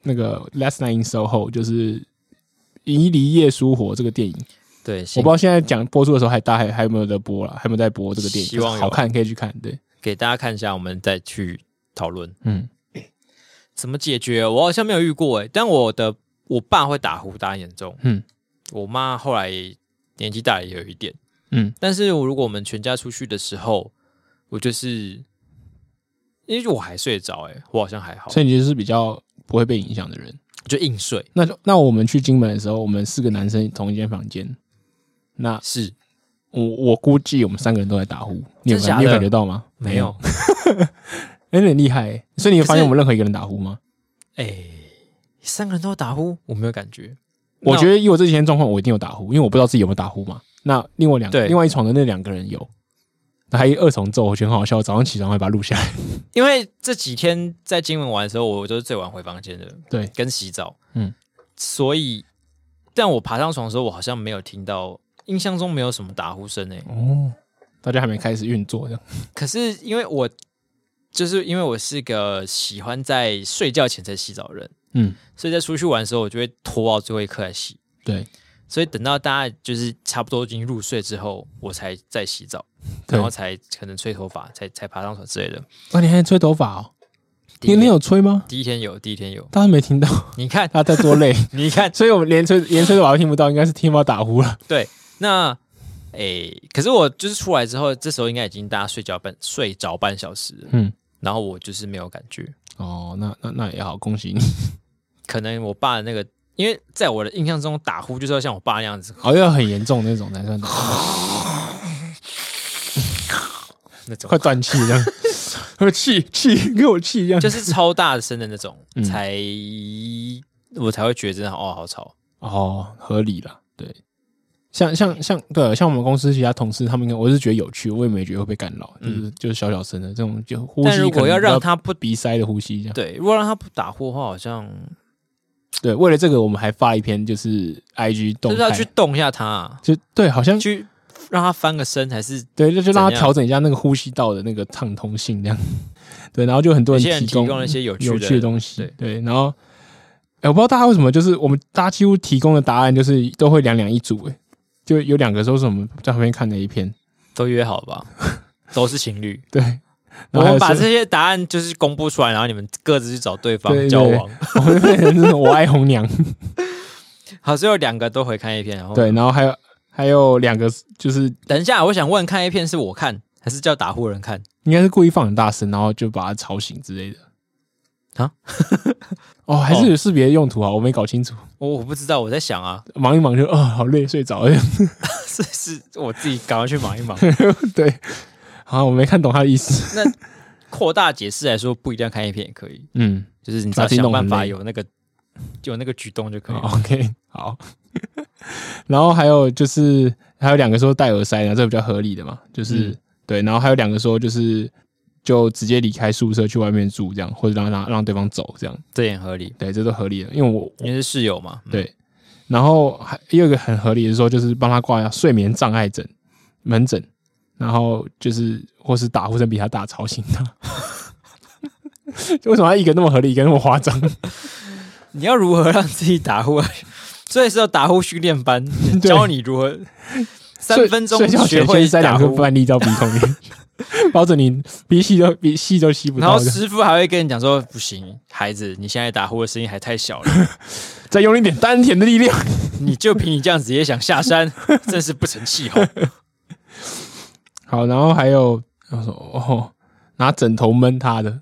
[SPEAKER 2] 那个《Last Night in Soho》，就是《移离夜书活》这个电影。
[SPEAKER 1] 对，
[SPEAKER 2] 我
[SPEAKER 1] 先
[SPEAKER 2] 不知道现在讲播出的时候还大还还有没有在播了，还有没有在播这个电影？
[SPEAKER 1] 希望有
[SPEAKER 2] 好看可以去看。对，
[SPEAKER 1] 给大家看一下，我们再去讨论
[SPEAKER 2] 嗯，
[SPEAKER 1] 怎么解决。我好像没有遇过诶、但我的我爸会打呼打很严重，
[SPEAKER 2] 嗯，
[SPEAKER 1] 我妈后来年纪大了也有一点，
[SPEAKER 2] 嗯，
[SPEAKER 1] 但是我如果我们全家出去的时候，我就是因为我还睡着诶、我好像还好，
[SPEAKER 2] 所以你就是比较不会被影响的人。
[SPEAKER 1] 我就硬睡。
[SPEAKER 2] 那就那我们去金门的时候，我们四个男生同一间房间，那
[SPEAKER 1] 是
[SPEAKER 2] 我我估计我们三个人都在打呼，你有
[SPEAKER 1] 真假的
[SPEAKER 2] 你有感觉到吗？
[SPEAKER 1] 没有，
[SPEAKER 2] 嗯哎、你很厉害、欸。所以你有发
[SPEAKER 1] 可
[SPEAKER 2] 现
[SPEAKER 1] 是
[SPEAKER 2] 我们任何一个人打呼吗？
[SPEAKER 1] 哎、三个人都打呼，我没有感觉。
[SPEAKER 2] 我
[SPEAKER 1] 那
[SPEAKER 2] 觉得以我这几天状况，我一定有打呼，因为我不知道自己有没有打呼嘛。那另外两
[SPEAKER 1] 对
[SPEAKER 2] 另外一床的那两个人有，那还有一二重奏，我觉得很好笑。早上起床还把它录下来。 [LAUGHS]
[SPEAKER 1] 因为这几天在金门玩的时候，我都是最晚回房间的，
[SPEAKER 2] 对，
[SPEAKER 1] 跟洗澡，
[SPEAKER 2] 嗯，
[SPEAKER 1] 所以，但我爬上床的时候，我好像没有听到，印象中没有什么打呼声诶、欸
[SPEAKER 2] 哦，大家还没开始运作这样。
[SPEAKER 1] 可是因为我就是因为我是个喜欢在睡觉前才洗澡的人，
[SPEAKER 2] 嗯，
[SPEAKER 1] 所以在出去玩的时候，我就会拖到最后一刻来洗，
[SPEAKER 2] 对
[SPEAKER 1] 所以等到大家就是差不多已经入睡之后，我才在洗澡，
[SPEAKER 2] 对
[SPEAKER 1] 然后。才可能吹头发，才才爬上床之类的。
[SPEAKER 2] 哇，你还吹头发哦？
[SPEAKER 1] 第
[SPEAKER 2] 你
[SPEAKER 1] 一
[SPEAKER 2] 你
[SPEAKER 1] 天
[SPEAKER 2] 有吹吗？
[SPEAKER 1] 第一天有，第一天有，
[SPEAKER 2] 大家没听到， [LAUGHS]
[SPEAKER 1] 你看， [LAUGHS]
[SPEAKER 2] 大家在多累，
[SPEAKER 1] 你看，
[SPEAKER 2] [LAUGHS] 所以我们连吹连吹头发都听不到，应该是听不到打呼了。
[SPEAKER 1] 对，那诶、可是我就是出来之后，这时候应该已经大家睡觉半睡着半小时了，
[SPEAKER 2] 嗯，
[SPEAKER 1] 然后我就是没有感觉，
[SPEAKER 2] 哦，那那那也好，恭喜你。 [LAUGHS]
[SPEAKER 1] 可能我爸的那个，因为在我的印象中，打呼就是要像我爸那样子
[SPEAKER 2] 哦，要很严重那种才算打呼，
[SPEAKER 1] 那种
[SPEAKER 2] 快，断气这样， [LAUGHS] 我气气给我气这样。
[SPEAKER 1] 就是超大声的那种，
[SPEAKER 2] 嗯
[SPEAKER 1] 才我才会觉得真的哦好吵，
[SPEAKER 2] 哦，合理了，对。像像像对，像我们公司其他同事，他们应该我是觉得有趣，我也没觉得会被干扰，就是、就是小小声的这种，就呼
[SPEAKER 1] 嗯
[SPEAKER 2] 吸。
[SPEAKER 1] 但如果要让他不
[SPEAKER 2] 鼻塞的呼吸这样，
[SPEAKER 1] 对，如果让他不打呼的话，好像
[SPEAKER 2] 对，为了这个我们还发一篇就是 I G
[SPEAKER 1] 就
[SPEAKER 2] 动
[SPEAKER 1] 是要
[SPEAKER 2] 态，
[SPEAKER 1] 去动一下他、
[SPEAKER 2] 就对，好像
[SPEAKER 1] 去让他翻个身，还是
[SPEAKER 2] 对，就就
[SPEAKER 1] 怎
[SPEAKER 2] 让他
[SPEAKER 1] 样
[SPEAKER 2] 调整一下那个呼吸道的那个畅通性这样。 [LAUGHS] 对，然后就很
[SPEAKER 1] 有
[SPEAKER 2] 多人
[SPEAKER 1] 些人
[SPEAKER 2] 提
[SPEAKER 1] 提供
[SPEAKER 2] 供
[SPEAKER 1] 了一些有趣
[SPEAKER 2] 有
[SPEAKER 1] 的
[SPEAKER 2] 趣的东西
[SPEAKER 1] 对，
[SPEAKER 2] 对，然后。哎、我不知道大家为什么，就是我们大家几乎提供的答案就是都会两两一组、哎，就有两个说是我们在旁边看的一篇，
[SPEAKER 1] 都约好吧，都是情侣。
[SPEAKER 2] 对，
[SPEAKER 1] 我
[SPEAKER 2] 然后还
[SPEAKER 1] 们
[SPEAKER 2] 有
[SPEAKER 1] 把
[SPEAKER 2] 说
[SPEAKER 1] 这些答案就是公布出来，然后你们各自去找对方
[SPEAKER 2] 对对
[SPEAKER 1] 交往。
[SPEAKER 2] 我们变成这种我爱
[SPEAKER 1] [LAUGHS]
[SPEAKER 2] 红娘，
[SPEAKER 1] 好，所以有两个都回看 A 片，然后
[SPEAKER 2] 对，然后还有还有两个就是
[SPEAKER 1] 等一下，我想问，看 A 片是我看还是叫打呼人看？
[SPEAKER 2] 应该是故意放很大声，然后就把他吵醒之类的
[SPEAKER 1] 啊。
[SPEAKER 2] 哦，还是有识别用途啊，我没搞清楚，
[SPEAKER 1] 我我不知道，我在想啊，
[SPEAKER 2] 忙一忙就啊、好累，睡着了。 [LAUGHS]
[SPEAKER 1] 是是我自己赶快去忙一忙。
[SPEAKER 2] 对，好，我没看懂他的意思。
[SPEAKER 1] 扩大解释来说，不一定要看 A 片也可以，
[SPEAKER 2] 嗯，
[SPEAKER 1] 就是你只要
[SPEAKER 2] 把自己
[SPEAKER 1] 想
[SPEAKER 2] 弄
[SPEAKER 1] 办
[SPEAKER 2] 很
[SPEAKER 1] 法
[SPEAKER 2] 累哦
[SPEAKER 1] 有那个有那个举动就可以了。
[SPEAKER 2] 好，OK，好。 [LAUGHS] 然后还有就是还有两个说戴耳塞，然后这比较合理的嘛，就是、
[SPEAKER 1] 嗯
[SPEAKER 2] 对。然后还有两个说就是就直接离开宿舍去外面住这样，或者让让让对方走这样，
[SPEAKER 1] 这也很合理，
[SPEAKER 2] 对，这都合理的，因为我
[SPEAKER 1] 因为是室友嘛。嗯
[SPEAKER 2] 对，然后还也有一个很合理的说，就是帮他挂睡眠障碍诊门诊，然后就是或是打呼声比他大吵醒他。 [LAUGHS] 为什么他一个那么合理，一个那么夸张？
[SPEAKER 1] 你要如何让自己打呼？啊 [LAUGHS] 所以是要打呼训练班
[SPEAKER 2] [LAUGHS] 对
[SPEAKER 1] 教你如何三
[SPEAKER 2] 睡
[SPEAKER 1] 分钟
[SPEAKER 2] 睡觉
[SPEAKER 1] 学
[SPEAKER 2] 前
[SPEAKER 1] 会
[SPEAKER 2] 先塞
[SPEAKER 1] 打
[SPEAKER 2] 两颗
[SPEAKER 1] 呼。
[SPEAKER 2] 饭粒到鼻孔
[SPEAKER 1] [LAUGHS]
[SPEAKER 2] 里，保准你鼻吸都鼻吸都吸不
[SPEAKER 1] 然
[SPEAKER 2] 到
[SPEAKER 1] 后
[SPEAKER 2] 的。 [LAUGHS]
[SPEAKER 1] 师傅还会跟你讲说：“不行，孩子，你现在打呼的声音还太小了， [LAUGHS]
[SPEAKER 2] 再用一点丹田的力量。
[SPEAKER 1] 你就凭你这样子也想下山， [LAUGHS] 真是不成气候。
[SPEAKER 2] 好，然后还有他说哦，拿枕头闷他的，”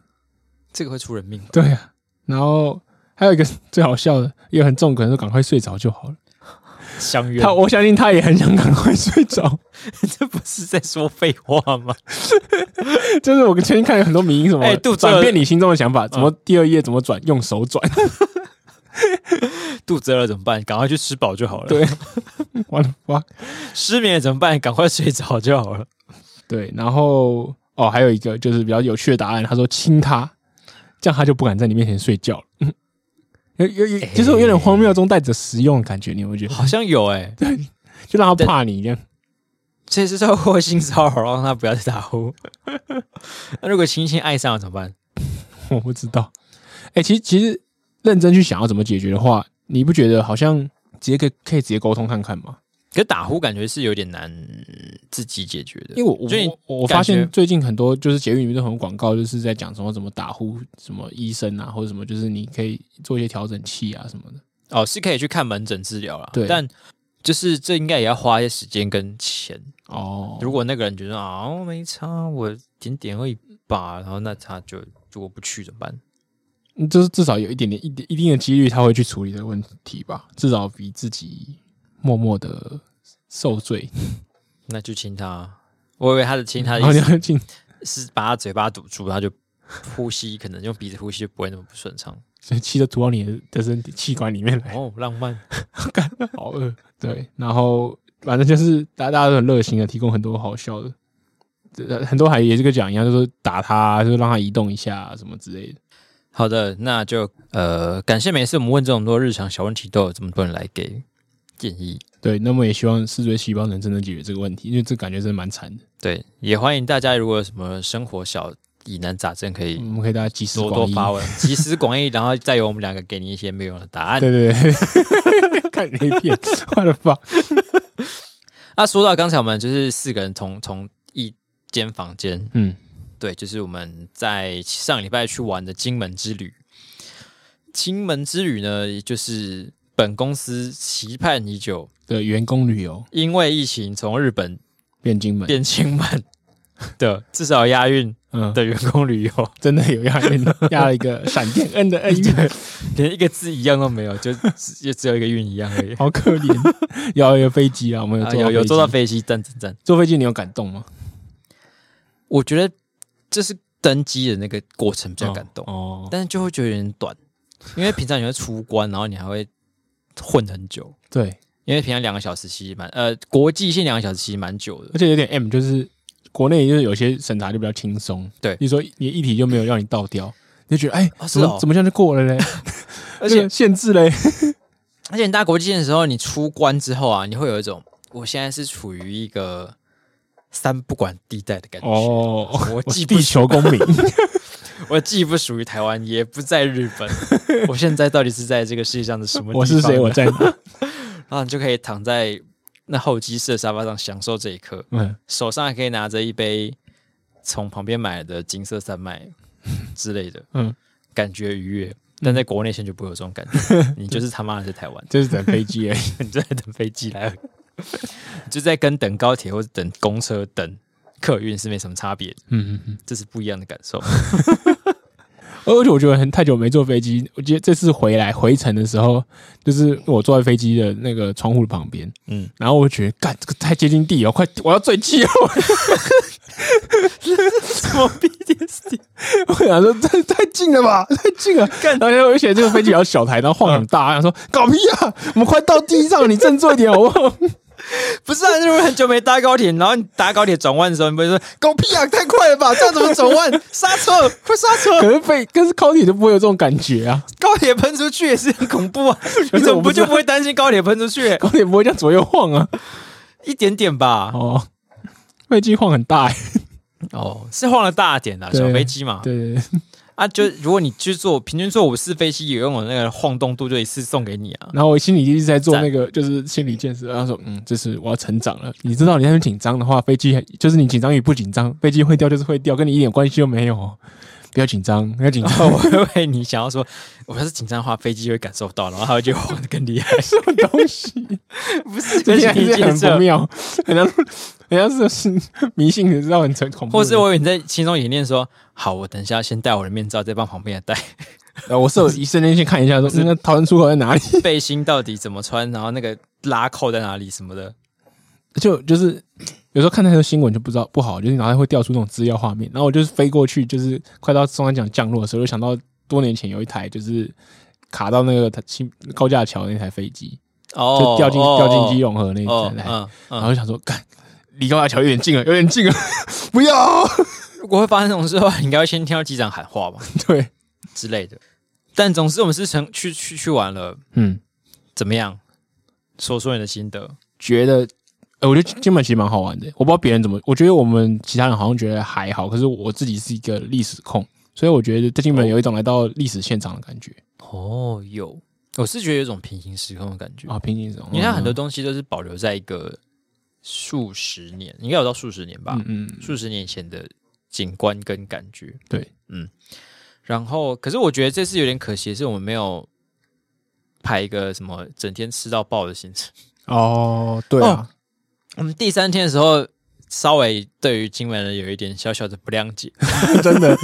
[SPEAKER 1] 这个会出人命吧。
[SPEAKER 2] 对啊。然后还有一个最好笑的，也很重，可能说赶快睡着就好了。
[SPEAKER 1] 相约，
[SPEAKER 2] 他我相信他也很想赶快睡着，
[SPEAKER 1] [LAUGHS]
[SPEAKER 2] [LAUGHS]
[SPEAKER 1] 这不是在说废话吗？ [LAUGHS]
[SPEAKER 2] 就是我最近看了很多迷因什么，
[SPEAKER 1] 哎肚子饿嗯
[SPEAKER 2] 转变你心中的想法，怎么第二页怎么转，用手
[SPEAKER 1] [LAUGHS]
[SPEAKER 2] 转，
[SPEAKER 1] 肚子饿了怎么办？赶快去吃饱就好了。
[SPEAKER 2] 对，我的妈，
[SPEAKER 1] 失眠了怎么办？赶快睡着就好了。
[SPEAKER 2] 对，然后哦，还有一个就是比较有趣的答案，他说亲他，这样他就不敢在你面前睡觉了， [LAUGHS] 嗯有有有，就是有点荒谬中带着实用的感觉，你有没有觉得？
[SPEAKER 1] 好像有哎、
[SPEAKER 2] 就让他怕你这样， [LAUGHS]
[SPEAKER 1] 这是透过性骚扰让他不要再打呼。 [LAUGHS] 那如果轻轻爱上了怎么办？
[SPEAKER 2] 我不知道。哎、其实其实认真去想要怎么解决的话，你不觉得好像直接可以可以直接沟通看看吗？
[SPEAKER 1] 可打呼感觉是有点难自己解决的
[SPEAKER 2] 因为，我我
[SPEAKER 1] 所以
[SPEAKER 2] 我我
[SPEAKER 1] 感
[SPEAKER 2] 发现
[SPEAKER 1] 觉
[SPEAKER 2] 最近很多就是节目里面都很多广告，就是在讲什么怎么打呼，什么医生啊或者什么，就是你可以做一些调整器啊什么的。
[SPEAKER 1] 哦，是可以去看门诊治疗啦。
[SPEAKER 2] 对
[SPEAKER 1] 但就是这应该也要花一些时间跟钱。
[SPEAKER 2] 哦，
[SPEAKER 1] 如果那个人觉得啊、我没差，我点点而已吧，然后那他就如果不去怎么办？
[SPEAKER 2] 嗯就是至少有一点点一定一定的几率他会去处理的问题吧，至少比自己默默的受罪。
[SPEAKER 1] 那就亲他。我以为他的亲他的
[SPEAKER 2] 然后
[SPEAKER 1] 意
[SPEAKER 2] 哦你
[SPEAKER 1] 思
[SPEAKER 2] 要进，
[SPEAKER 1] 是把他嘴巴堵住，他就呼吸可能用鼻子呼吸就不会那么不顺畅。
[SPEAKER 2] 所以气都吐到你的的身体气管里面来，
[SPEAKER 1] 哦，浪漫。
[SPEAKER 2] 好饿。对，然后反正就是大大家都很热心的提供很多好笑的。呃很多还也这个讲一样，就是打他，就是让他移动一下、啊什么之类的。
[SPEAKER 1] 好的，那就呃，感谢每次我们问这种多日常小问题，都有这么多人来给建议。
[SPEAKER 2] 对，那么也希望视觉细胞能真正解决这个问题，因为这感觉真的蛮惨的。
[SPEAKER 1] 对，也欢迎大家如果有什么生活小疑难杂症，可
[SPEAKER 2] 我
[SPEAKER 1] 以
[SPEAKER 2] 们可以大家集思
[SPEAKER 1] 多多
[SPEAKER 2] 广益。
[SPEAKER 1] 发
[SPEAKER 2] [LAUGHS]
[SPEAKER 1] 问，集思广益，然后再由我们两个给你一些没有用的答案。
[SPEAKER 2] 对对对， [LAUGHS] 看你那片，我的妈！
[SPEAKER 1] 那说到刚才我们就是四个人同同一间房间，
[SPEAKER 2] 嗯，
[SPEAKER 1] 对，就是我们在上礼拜去玩的金门之旅。金门之旅呢，也就是本公司期盼已久，
[SPEAKER 2] 的员工旅游
[SPEAKER 1] 因为疫情从日本
[SPEAKER 2] 变金门，
[SPEAKER 1] 变金门的至少押韵
[SPEAKER 2] 嗯，
[SPEAKER 1] 的员工旅游， [LAUGHS]
[SPEAKER 2] 真的有押 [LAUGHS] 韵，押了一个闪电 N 的 N 韵，
[SPEAKER 1] 连一个字一样都没有，就只也只有一个韵一样
[SPEAKER 2] [LAUGHS]
[SPEAKER 1] 而已。
[SPEAKER 2] 好可
[SPEAKER 1] [LAUGHS]
[SPEAKER 2] 怜。要一个飞机啊，我们有
[SPEAKER 1] 啊、
[SPEAKER 2] 坐
[SPEAKER 1] 有有坐到
[SPEAKER 2] 飞机
[SPEAKER 1] 飞机，赞赞赞！
[SPEAKER 2] 坐飞机，你有感动吗？
[SPEAKER 1] 我觉得这是登机的那个过程比较感动，
[SPEAKER 2] 哦，哦
[SPEAKER 1] 但是就会觉得有点短，因为平常你会出关，然后你还会混很久，
[SPEAKER 2] 对，
[SPEAKER 1] 因为平常两个小时其实蛮呃国际线两个小时其实蛮久
[SPEAKER 2] [LAUGHS]
[SPEAKER 1] 的
[SPEAKER 2] 而，且有点 M，就是国内就是有些审查就比较轻松，
[SPEAKER 1] 对
[SPEAKER 2] 你说你一题就没有让你倒掉，你就觉得哎，
[SPEAKER 1] 哦
[SPEAKER 2] 怎么
[SPEAKER 1] 是哦
[SPEAKER 2] 怎么这样就过了嘞？
[SPEAKER 1] [LAUGHS] 而且
[SPEAKER 2] 这个限制嘞，
[SPEAKER 1] 而且你搭国际线的时候，你出关之后啊，你会有一种我现在是处于一个三不管地带的感觉，
[SPEAKER 2] 哦，
[SPEAKER 1] [LAUGHS] 我
[SPEAKER 2] 我
[SPEAKER 1] 既
[SPEAKER 2] 是
[SPEAKER 1] 不 [LAUGHS]
[SPEAKER 2] 地球公民，
[SPEAKER 1] 我既不属于台湾，也不在日
[SPEAKER 2] [LAUGHS]
[SPEAKER 1] 本，我现在到底是在这个世界上的什么地方呢？
[SPEAKER 2] 我是谁？我在哪？
[SPEAKER 1] 然后你就可以躺在那候机室的沙发上享受这一刻，
[SPEAKER 2] 嗯，
[SPEAKER 1] 手上还可以拿着一杯从旁边买的金色山脉之类的，
[SPEAKER 2] 嗯，
[SPEAKER 1] 感觉愉悦。但在国内现在就不会有这种感
[SPEAKER 2] 嗯 [LAUGHS]
[SPEAKER 1] 觉，你就是他妈的在台湾， [LAUGHS]
[SPEAKER 2] 就是等飞机而已。
[SPEAKER 1] 你就在等飞机来，你 [LAUGHS] 就在跟等高铁或者等公车、等客运是没什么差别的，
[SPEAKER 2] 嗯嗯嗯。
[SPEAKER 1] 这是不一样的感受。 [LAUGHS]
[SPEAKER 2] 而且我觉得很太久没坐飞机，我觉得这次回来回程的时候，就是我坐在飞机的那个窗户的旁边，
[SPEAKER 1] 嗯，
[SPEAKER 2] 然后我觉得干这个太接近地了，快我要哦坠机了！
[SPEAKER 1] 什么 BTS？
[SPEAKER 2] 我想说太太近了吧， [LAUGHS] 太近了。
[SPEAKER 1] 干
[SPEAKER 2] 然后而且这个飞机比较小台，然后晃很大，我 [LAUGHS] 想说搞屁啊！我们快到地上了，你振作一点 [LAUGHS] 好不好？
[SPEAKER 1] 不是啊，如果很久没搭高铁，然后你搭高铁转弯的时候，你不会说“狗屁啊，太快了吧，这样怎么转弯？
[SPEAKER 2] [LAUGHS]
[SPEAKER 1] 刹车，快刹车
[SPEAKER 2] 可是飞，可是高铁就不会有这种感觉啊，！”
[SPEAKER 1] [LAUGHS] 高铁喷出去也是很恐
[SPEAKER 2] [LAUGHS]
[SPEAKER 1] 怖啊，你怎么不就不会担心高铁喷出去？
[SPEAKER 2] 高铁不会这样左右晃啊。
[SPEAKER 1] 一点点吧，
[SPEAKER 2] 哦，飞机晃很大、欸，
[SPEAKER 1] 哦，是晃了大点的
[SPEAKER 2] 对
[SPEAKER 1] 小飞机嘛，
[SPEAKER 2] 对对对。
[SPEAKER 1] 啊，就如果你去坐平均坐五次飞机，也用我那个晃动度就一次送给你
[SPEAKER 2] [LAUGHS]
[SPEAKER 1] 啊。
[SPEAKER 2] 然后我心里一直在做那个，就是心理建设。然后说，嗯，这是我要成长了。你知道，你那边紧张的话，飞机就是你紧张与不紧张，飞机会掉就是会掉，跟你一点关系都没有哦。不要紧张，不要紧张。
[SPEAKER 1] 哦，我以为你想要说，我要是紧张的话，飞机就会感受到，然后它会就晃得更厉
[SPEAKER 2] [LAUGHS]
[SPEAKER 1] 害。
[SPEAKER 2] 什么东西？
[SPEAKER 1] [LAUGHS] 不是，跟
[SPEAKER 2] 这件
[SPEAKER 1] 你
[SPEAKER 2] 事情
[SPEAKER 1] 建
[SPEAKER 2] 很
[SPEAKER 1] 设
[SPEAKER 2] 不，妙，很像，很像是迷信，你知道很恐怖。
[SPEAKER 1] 或是我以为你在心中演练说，好，我等一下先戴我的面罩，再帮旁边
[SPEAKER 2] [LAUGHS]
[SPEAKER 1] 的戴。
[SPEAKER 2] 呃，我是有一瞬间去看一下，说嗯那个逃生出口在哪里？
[SPEAKER 1] 背心到底怎么穿，然后那个拉扣在哪里什么的。
[SPEAKER 2] 就就是有时候看太多新闻就不知道不好，就是脑袋会掉出那种资料画面。然后我就是飞过去，就是快到中山奖降落的时候，就想到多年前有一台就是卡到那个台新高架桥那台飞机，
[SPEAKER 1] 哦
[SPEAKER 2] 就掉进、
[SPEAKER 1] 哦
[SPEAKER 2] 掉进基隆河那一
[SPEAKER 1] 哦，
[SPEAKER 2] 台，
[SPEAKER 1] 嗯
[SPEAKER 2] 然后
[SPEAKER 1] 嗯，
[SPEAKER 2] 就想说，干离高架桥有点近了，有点近了， [LAUGHS] 不要。 [LAUGHS]
[SPEAKER 1] 如果会发生这种事的话，你应该会先听到机长喊话吧
[SPEAKER 2] 对，
[SPEAKER 1] 之类的。但总之，我们是成去去去玩了，
[SPEAKER 2] 嗯，
[SPEAKER 1] 怎么样？说说你的心得。
[SPEAKER 2] 觉得。呃，我觉得金门其实蛮好玩的，我不知道别人怎么，我觉得我们其他人好像觉得还好，可是我自己是一个
[SPEAKER 1] 哦
[SPEAKER 2] 历史控，所以我觉得在金门有一种来到历史现场的感觉。
[SPEAKER 1] 哦，有我是觉得有一种平行时空的感觉，
[SPEAKER 2] 啊，平行时空，
[SPEAKER 1] 因为它很多东西都是保留在一个数十年，应该有到数十年吧，
[SPEAKER 2] 嗯嗯，嗯
[SPEAKER 1] 数十年前的景观跟感觉。
[SPEAKER 2] 对，
[SPEAKER 1] 嗯。然后，可是我觉得这次有点可惜，是我们没有排一个什么整天吃到爆的行程。
[SPEAKER 2] 哦，对啊，
[SPEAKER 1] 我们第三天的时候，稍微对于金门人有一点小小的不谅解， [LAUGHS]
[SPEAKER 2] [LAUGHS] 真的，哦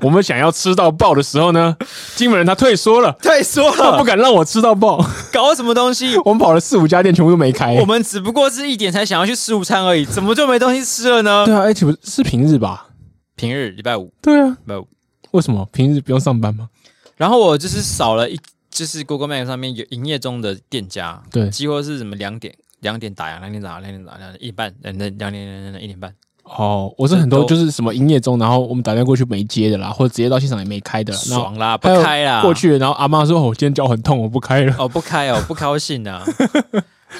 [SPEAKER 2] 我们想要吃到爆的时候呢，金门人他退缩了，
[SPEAKER 1] 退缩
[SPEAKER 2] 他不
[SPEAKER 1] 了，
[SPEAKER 2] 敢让我吃到爆， [LAUGHS]
[SPEAKER 1] 搞什么东 [LAUGHS] 西？
[SPEAKER 2] 我们跑了四五家店，全部都没开。
[SPEAKER 1] 我们只不过是一点才想要去吃午餐而已，怎么就没东西吃了呢？
[SPEAKER 2] 对啊，哎，岂不是是平日吧？
[SPEAKER 1] 平日礼拜五，
[SPEAKER 2] 对啊，
[SPEAKER 1] 礼拜五。
[SPEAKER 2] 为什么平日不用上班吗？
[SPEAKER 1] 然后我就是少了一，就是 Google Map 上面有营业中的店家，
[SPEAKER 2] 对，
[SPEAKER 1] 几乎是什么两点两点打烊，两点打烊，两点打烊，两点一点半，两点两点两点一点半，
[SPEAKER 2] 哦，我是很多
[SPEAKER 1] 都
[SPEAKER 2] 就是什么营业中，然后我们打电话过去没接的啦，或者直接到现场也没开
[SPEAKER 1] 啊
[SPEAKER 2] 的啦，然后
[SPEAKER 1] 爽啦，不
[SPEAKER 2] 还有
[SPEAKER 1] 开啦，
[SPEAKER 2] 过去了，然后阿妈说：“哦，我今天脚很痛，我不开了，
[SPEAKER 1] 哦，不开哦，不高兴 [LAUGHS] 啊，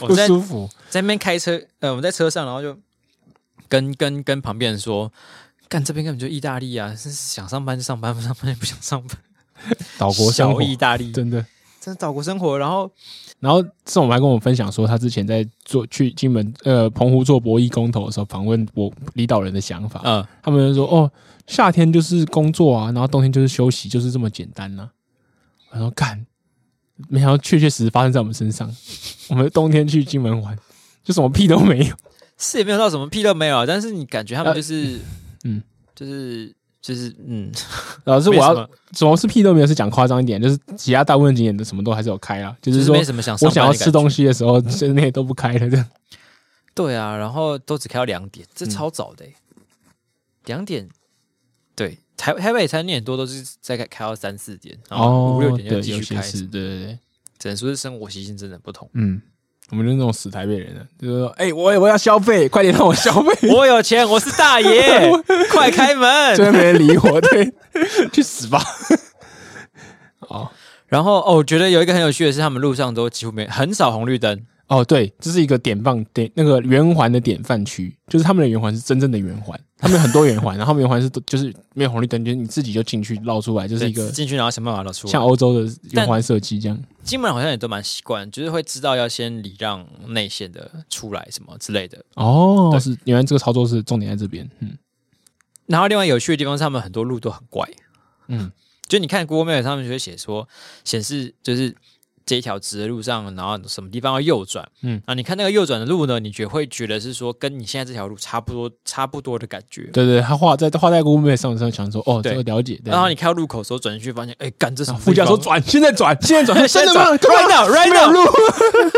[SPEAKER 1] 我
[SPEAKER 2] 不
[SPEAKER 1] 在
[SPEAKER 2] 舒服。
[SPEAKER 1] 在那边开车，呃，我们在车上，然后就跟跟跟旁边人说。干这边根本就意大利啊！真是想上班就上班，不上班就不想上班。”
[SPEAKER 2] 岛国生
[SPEAKER 1] 小
[SPEAKER 2] 活，
[SPEAKER 1] 意大利，
[SPEAKER 2] 真的。
[SPEAKER 1] 真的岛国生活。然后
[SPEAKER 2] 然后这种还跟我们分享说，他之前在做去金门呃澎湖做博弈公投的时候，访问我离岛人的想法，
[SPEAKER 1] 嗯，
[SPEAKER 2] 他们就说：“哦，夏天就是工作啊，然后冬天就是休息，就是这么简单呐、我说：“干，没想到确确实实发生在我们身上。 [LAUGHS] 我们冬天去金门玩，就什么屁都没有。
[SPEAKER 1] 是也没有到什么屁都没有啊，但是你感觉他们
[SPEAKER 2] 呃
[SPEAKER 1] 就是，
[SPEAKER 2] 嗯，
[SPEAKER 1] 就是就是嗯，
[SPEAKER 2] 老师，我
[SPEAKER 1] 没什
[SPEAKER 2] 要
[SPEAKER 1] 么
[SPEAKER 2] 什么是屁都没有是讲夸张一点，就是其他大部分景点的什么都还是有开啊，就
[SPEAKER 1] 就是是
[SPEAKER 2] 说
[SPEAKER 1] 没什么想上班
[SPEAKER 2] 我
[SPEAKER 1] 的
[SPEAKER 2] 想要吃东
[SPEAKER 1] 感觉。
[SPEAKER 2] 西的时候，就是那些都不开了，这样
[SPEAKER 1] 对啊，然后都只开到两点，这
[SPEAKER 2] 嗯
[SPEAKER 1] 超早的欸、两、点。对，台台北餐点多都是在开开到三四点，然哦后五六点就
[SPEAKER 2] 哦对，
[SPEAKER 1] 继
[SPEAKER 2] 有
[SPEAKER 1] 续
[SPEAKER 2] 些
[SPEAKER 1] 开。
[SPEAKER 2] 是，对对对，
[SPEAKER 1] 只能说是生活习性真的不同。
[SPEAKER 2] 嗯，我们就是那种死台北人啊，就是说，哎、我我要消费，快点让我消 [LAUGHS] 费，
[SPEAKER 1] [LAUGHS] 我有钱，我是大
[SPEAKER 2] [LAUGHS]
[SPEAKER 1] 爷，快开门
[SPEAKER 2] 这！边没人理我，对， [LAUGHS] 去死吧！哦
[SPEAKER 1] 然后哦，我觉得有一个很有趣的是，他们路上都几乎没很少红绿灯，
[SPEAKER 2] 哦，对，这是一个典范典那个圆环的典范区，就是他们的圆环是真正的圆环，他们有很多圆 [LAUGHS] 环，然后他们圆环是都就是没有红绿灯，就是你自己就进去绕出来，就是一
[SPEAKER 1] 对
[SPEAKER 2] [LAUGHS] 个
[SPEAKER 1] 进去然后想办法绕出来。
[SPEAKER 2] 像欧洲的圆环设计这样。
[SPEAKER 1] 金门好像也都蛮习惯，就是会知道要先礼让内线的出来什么之类的。
[SPEAKER 2] 哦，是原来这个操作是重点在这边，嗯
[SPEAKER 1] 然后另外有趣的地方是，他们很多路都很怪，
[SPEAKER 2] 嗯，
[SPEAKER 1] 就你看 Google Map 上面就会写说显示就是这一条直的路上，然后什么地方要右转，
[SPEAKER 2] 嗯
[SPEAKER 1] 啊，你看那个右转的路呢，你觉会觉得是说跟你现在这条路差不多差不多的感觉。
[SPEAKER 2] 对对，他画在画在 Google Map 上上想说，哦，
[SPEAKER 1] 对
[SPEAKER 2] 这个了解，对
[SPEAKER 1] 然后你开到路口的时候转进去，发现哎，干这什么地
[SPEAKER 2] 副驾
[SPEAKER 1] 方
[SPEAKER 2] 说转，现在转，现在
[SPEAKER 1] [LAUGHS]
[SPEAKER 2] 转，
[SPEAKER 1] 现
[SPEAKER 2] 真
[SPEAKER 1] 在
[SPEAKER 2] 的
[SPEAKER 1] 转
[SPEAKER 2] 吗
[SPEAKER 1] right now [LAUGHS] right
[SPEAKER 2] [LAUGHS] 没有
[SPEAKER 1] now
[SPEAKER 2] 路，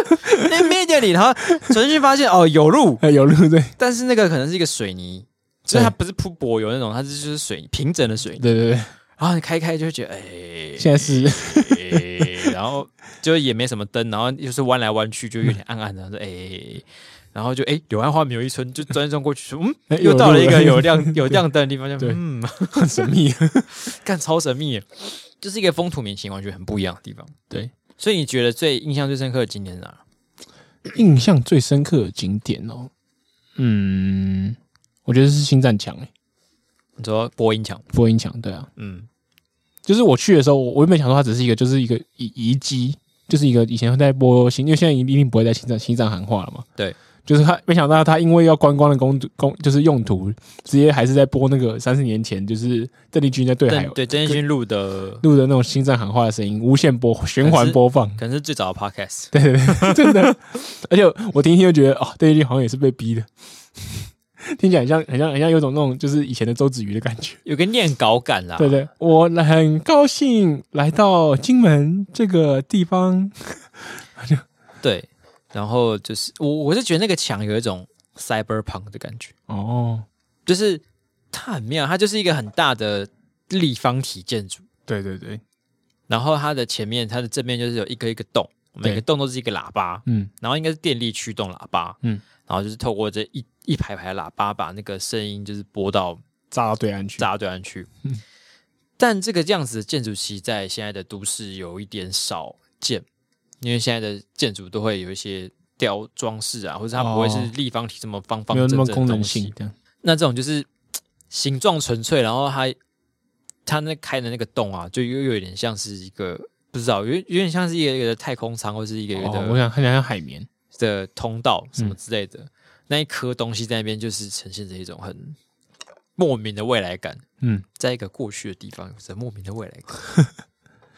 [SPEAKER 1] immediately，然后转进去发现哦有路，
[SPEAKER 2] [LAUGHS] 哎有路，对
[SPEAKER 1] 但是那个可能是一个水泥，就是它不是铺柏油那种，它是就是水泥平整的水泥。
[SPEAKER 2] 对对对，
[SPEAKER 1] 然后你开开就会觉得，哎、
[SPEAKER 2] 现在是 [LAUGHS]
[SPEAKER 1] 哎 [LAUGHS] 然后就也没什么灯，然后又是弯来弯去，就有点暗暗的，然后说哎、然后就哎、柳暗花明又一村，就钻钻过去， [LAUGHS] 说
[SPEAKER 2] 哎
[SPEAKER 1] 嗯，又到了一个有
[SPEAKER 2] 有路了
[SPEAKER 1] [LAUGHS] 亮有亮灯的地方，就
[SPEAKER 2] 对
[SPEAKER 1] 嗯， [LAUGHS]
[SPEAKER 2] 很神秘，
[SPEAKER 1] 干超神秘耶，就是一个风土民情完全很不一样的地方。
[SPEAKER 2] 对，
[SPEAKER 1] 所以你觉得最印象最深刻的景点是哪？
[SPEAKER 2] 印象最深刻的景点哦，嗯，我觉得是新站墙，哎，
[SPEAKER 1] 你说播音墙，
[SPEAKER 2] 播音墙，对啊，
[SPEAKER 1] 嗯，
[SPEAKER 2] 就是我去的时候，我我原本想说它只是一个，就是一个遗遗迹，就是一个以前在播新，因为现在一定不会在新藏新藏喊话了嘛。
[SPEAKER 1] 对，
[SPEAKER 2] 就是他没想到他因为要观光的公公就是用途，直接还是在播那个三十年前就是邓丽君在对海
[SPEAKER 1] 邓对曾建军录的
[SPEAKER 2] 录的那种新藏喊话的声音，无限播循环播放。
[SPEAKER 1] 可能是最早的 podcast，
[SPEAKER 2] [LAUGHS] 对对对，真的。而且我听一听就觉得，哦，邓丽君好像也是被逼的， [LAUGHS] 听起来很像很像很像有种那种就是以前的周子瑜的感觉。
[SPEAKER 1] 有个念稿感啦，
[SPEAKER 2] 对对，我很高兴来到金门这个地方。
[SPEAKER 1] 对，然后就是我我是觉得那个墙有一种 cyberpunk 的感觉，
[SPEAKER 2] 哦，
[SPEAKER 1] 就是它很妙，它就是一个很大的立方体建筑，
[SPEAKER 2] 对对对，
[SPEAKER 1] 然后它的前面它的正面就是有一个一个洞，每个洞都是一个喇叭，
[SPEAKER 2] 嗯，
[SPEAKER 1] 然后应该是电力驱动喇叭，
[SPEAKER 2] 嗯，
[SPEAKER 1] 然后就是透过这一一排排喇叭把那个声音就是播到
[SPEAKER 2] 炸到对岸去。
[SPEAKER 1] 大家对岸去，
[SPEAKER 2] 嗯
[SPEAKER 1] 但这个这样子的建筑其实在现在的都市有一点少见，因为现在的建筑都会有一些雕装饰啊，或者它不会是
[SPEAKER 2] 哦
[SPEAKER 1] 立方体这么方方
[SPEAKER 2] 没有
[SPEAKER 1] 正
[SPEAKER 2] 那
[SPEAKER 1] 正
[SPEAKER 2] 么
[SPEAKER 1] 的
[SPEAKER 2] 功能
[SPEAKER 1] 东西
[SPEAKER 2] 性，这样
[SPEAKER 1] 那这种就是嘖形状纯粹，然后它它那开的那个洞啊，就又又有点像是一个不知道，有点有点像是一个一个的太空舱，或是一个一个
[SPEAKER 2] 哦，我
[SPEAKER 1] 的、
[SPEAKER 2] 想看嗯起来像海绵，
[SPEAKER 1] 的通道什么之类的。那一颗东西在那边就是呈现着一种很莫名的未来感，
[SPEAKER 2] 嗯
[SPEAKER 1] 在一个过去的地方有着莫名的未来感，
[SPEAKER 2] [LAUGHS]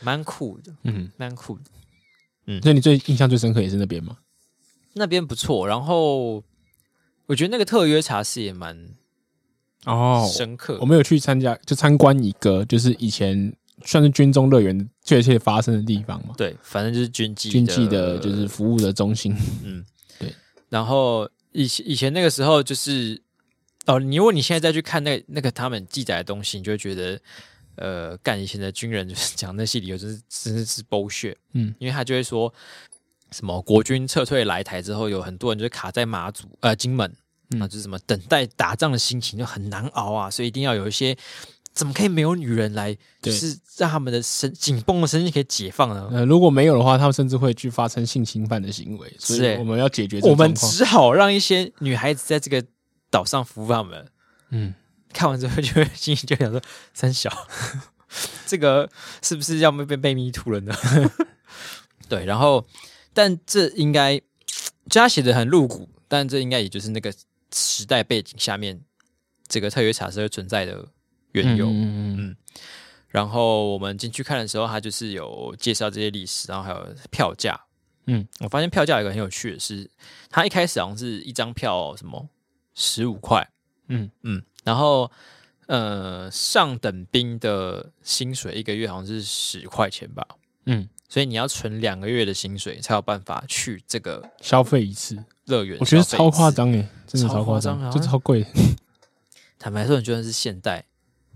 [SPEAKER 1] 蛮酷的，
[SPEAKER 2] 嗯，
[SPEAKER 1] 蛮酷的。
[SPEAKER 2] 所以你最印象最深刻也是那边吗？
[SPEAKER 1] 那边不错，然后我觉得那个特约茶室也蛮
[SPEAKER 2] 哦
[SPEAKER 1] 深刻的。
[SPEAKER 2] 我们有去参加，就参观一个，就是以前算是军中乐园确切发生的地方嘛，
[SPEAKER 1] 对，反正就是军纪
[SPEAKER 2] 军纪的就是服务的中心，
[SPEAKER 1] 然后以前以前那个时候就是，哦，你如果你现在再去看那那个他们记载的东西，你就会觉得，呃，干以前的军人就是讲那些理由，真是真是是 bullshit。
[SPEAKER 2] 嗯，
[SPEAKER 1] 因为他就会说什么国军撤退来台之后，有很多人就是卡在马祖呃金门，
[SPEAKER 2] 嗯
[SPEAKER 1] 啊，就是什么等待打仗的心情就很难熬啊，所以一定要有一些。怎么可以没有女人来？就
[SPEAKER 2] 对
[SPEAKER 1] 是让他们的身紧绷的身体可以解放呢？
[SPEAKER 2] 呃，如果没有的话，他们甚至会去发生性侵犯的行为，所
[SPEAKER 1] 是欸
[SPEAKER 2] 以我们要解决这
[SPEAKER 1] 我
[SPEAKER 2] 个
[SPEAKER 1] 们
[SPEAKER 2] 状况。
[SPEAKER 1] 只好让一些女孩子在这个岛上服务他们。
[SPEAKER 2] 嗯，
[SPEAKER 1] 看完之后就会心里就想说： [LAUGHS] 三小，这个是不是要被被被迷吐了呢？ [LAUGHS] 对，然后但这应该就他写的很露骨，但这应该也就是那个时代背景下面这个特约茶社会存在的缘由。
[SPEAKER 2] 嗯嗯嗯
[SPEAKER 1] 然后我们进去看的时候，他就是有介绍这些历史，然后还有票价。
[SPEAKER 2] 嗯，
[SPEAKER 1] 我发现票价有一个很有趣的是，它一开始好像是一张票什么十五块，
[SPEAKER 2] 嗯
[SPEAKER 1] 嗯，然后呃上等兵的薪水一个月好像是十块钱吧，
[SPEAKER 2] 嗯，
[SPEAKER 1] 所以你要存两个月的薪水才有办法去这个
[SPEAKER 2] 消费一次，
[SPEAKER 1] 乐园。
[SPEAKER 2] 我觉得超夸。张诶，真的
[SPEAKER 1] 超
[SPEAKER 2] 超
[SPEAKER 1] 夸
[SPEAKER 2] 夸
[SPEAKER 1] 张啊
[SPEAKER 2] 张，这超贵，
[SPEAKER 1] 坦白说，你就算是现代，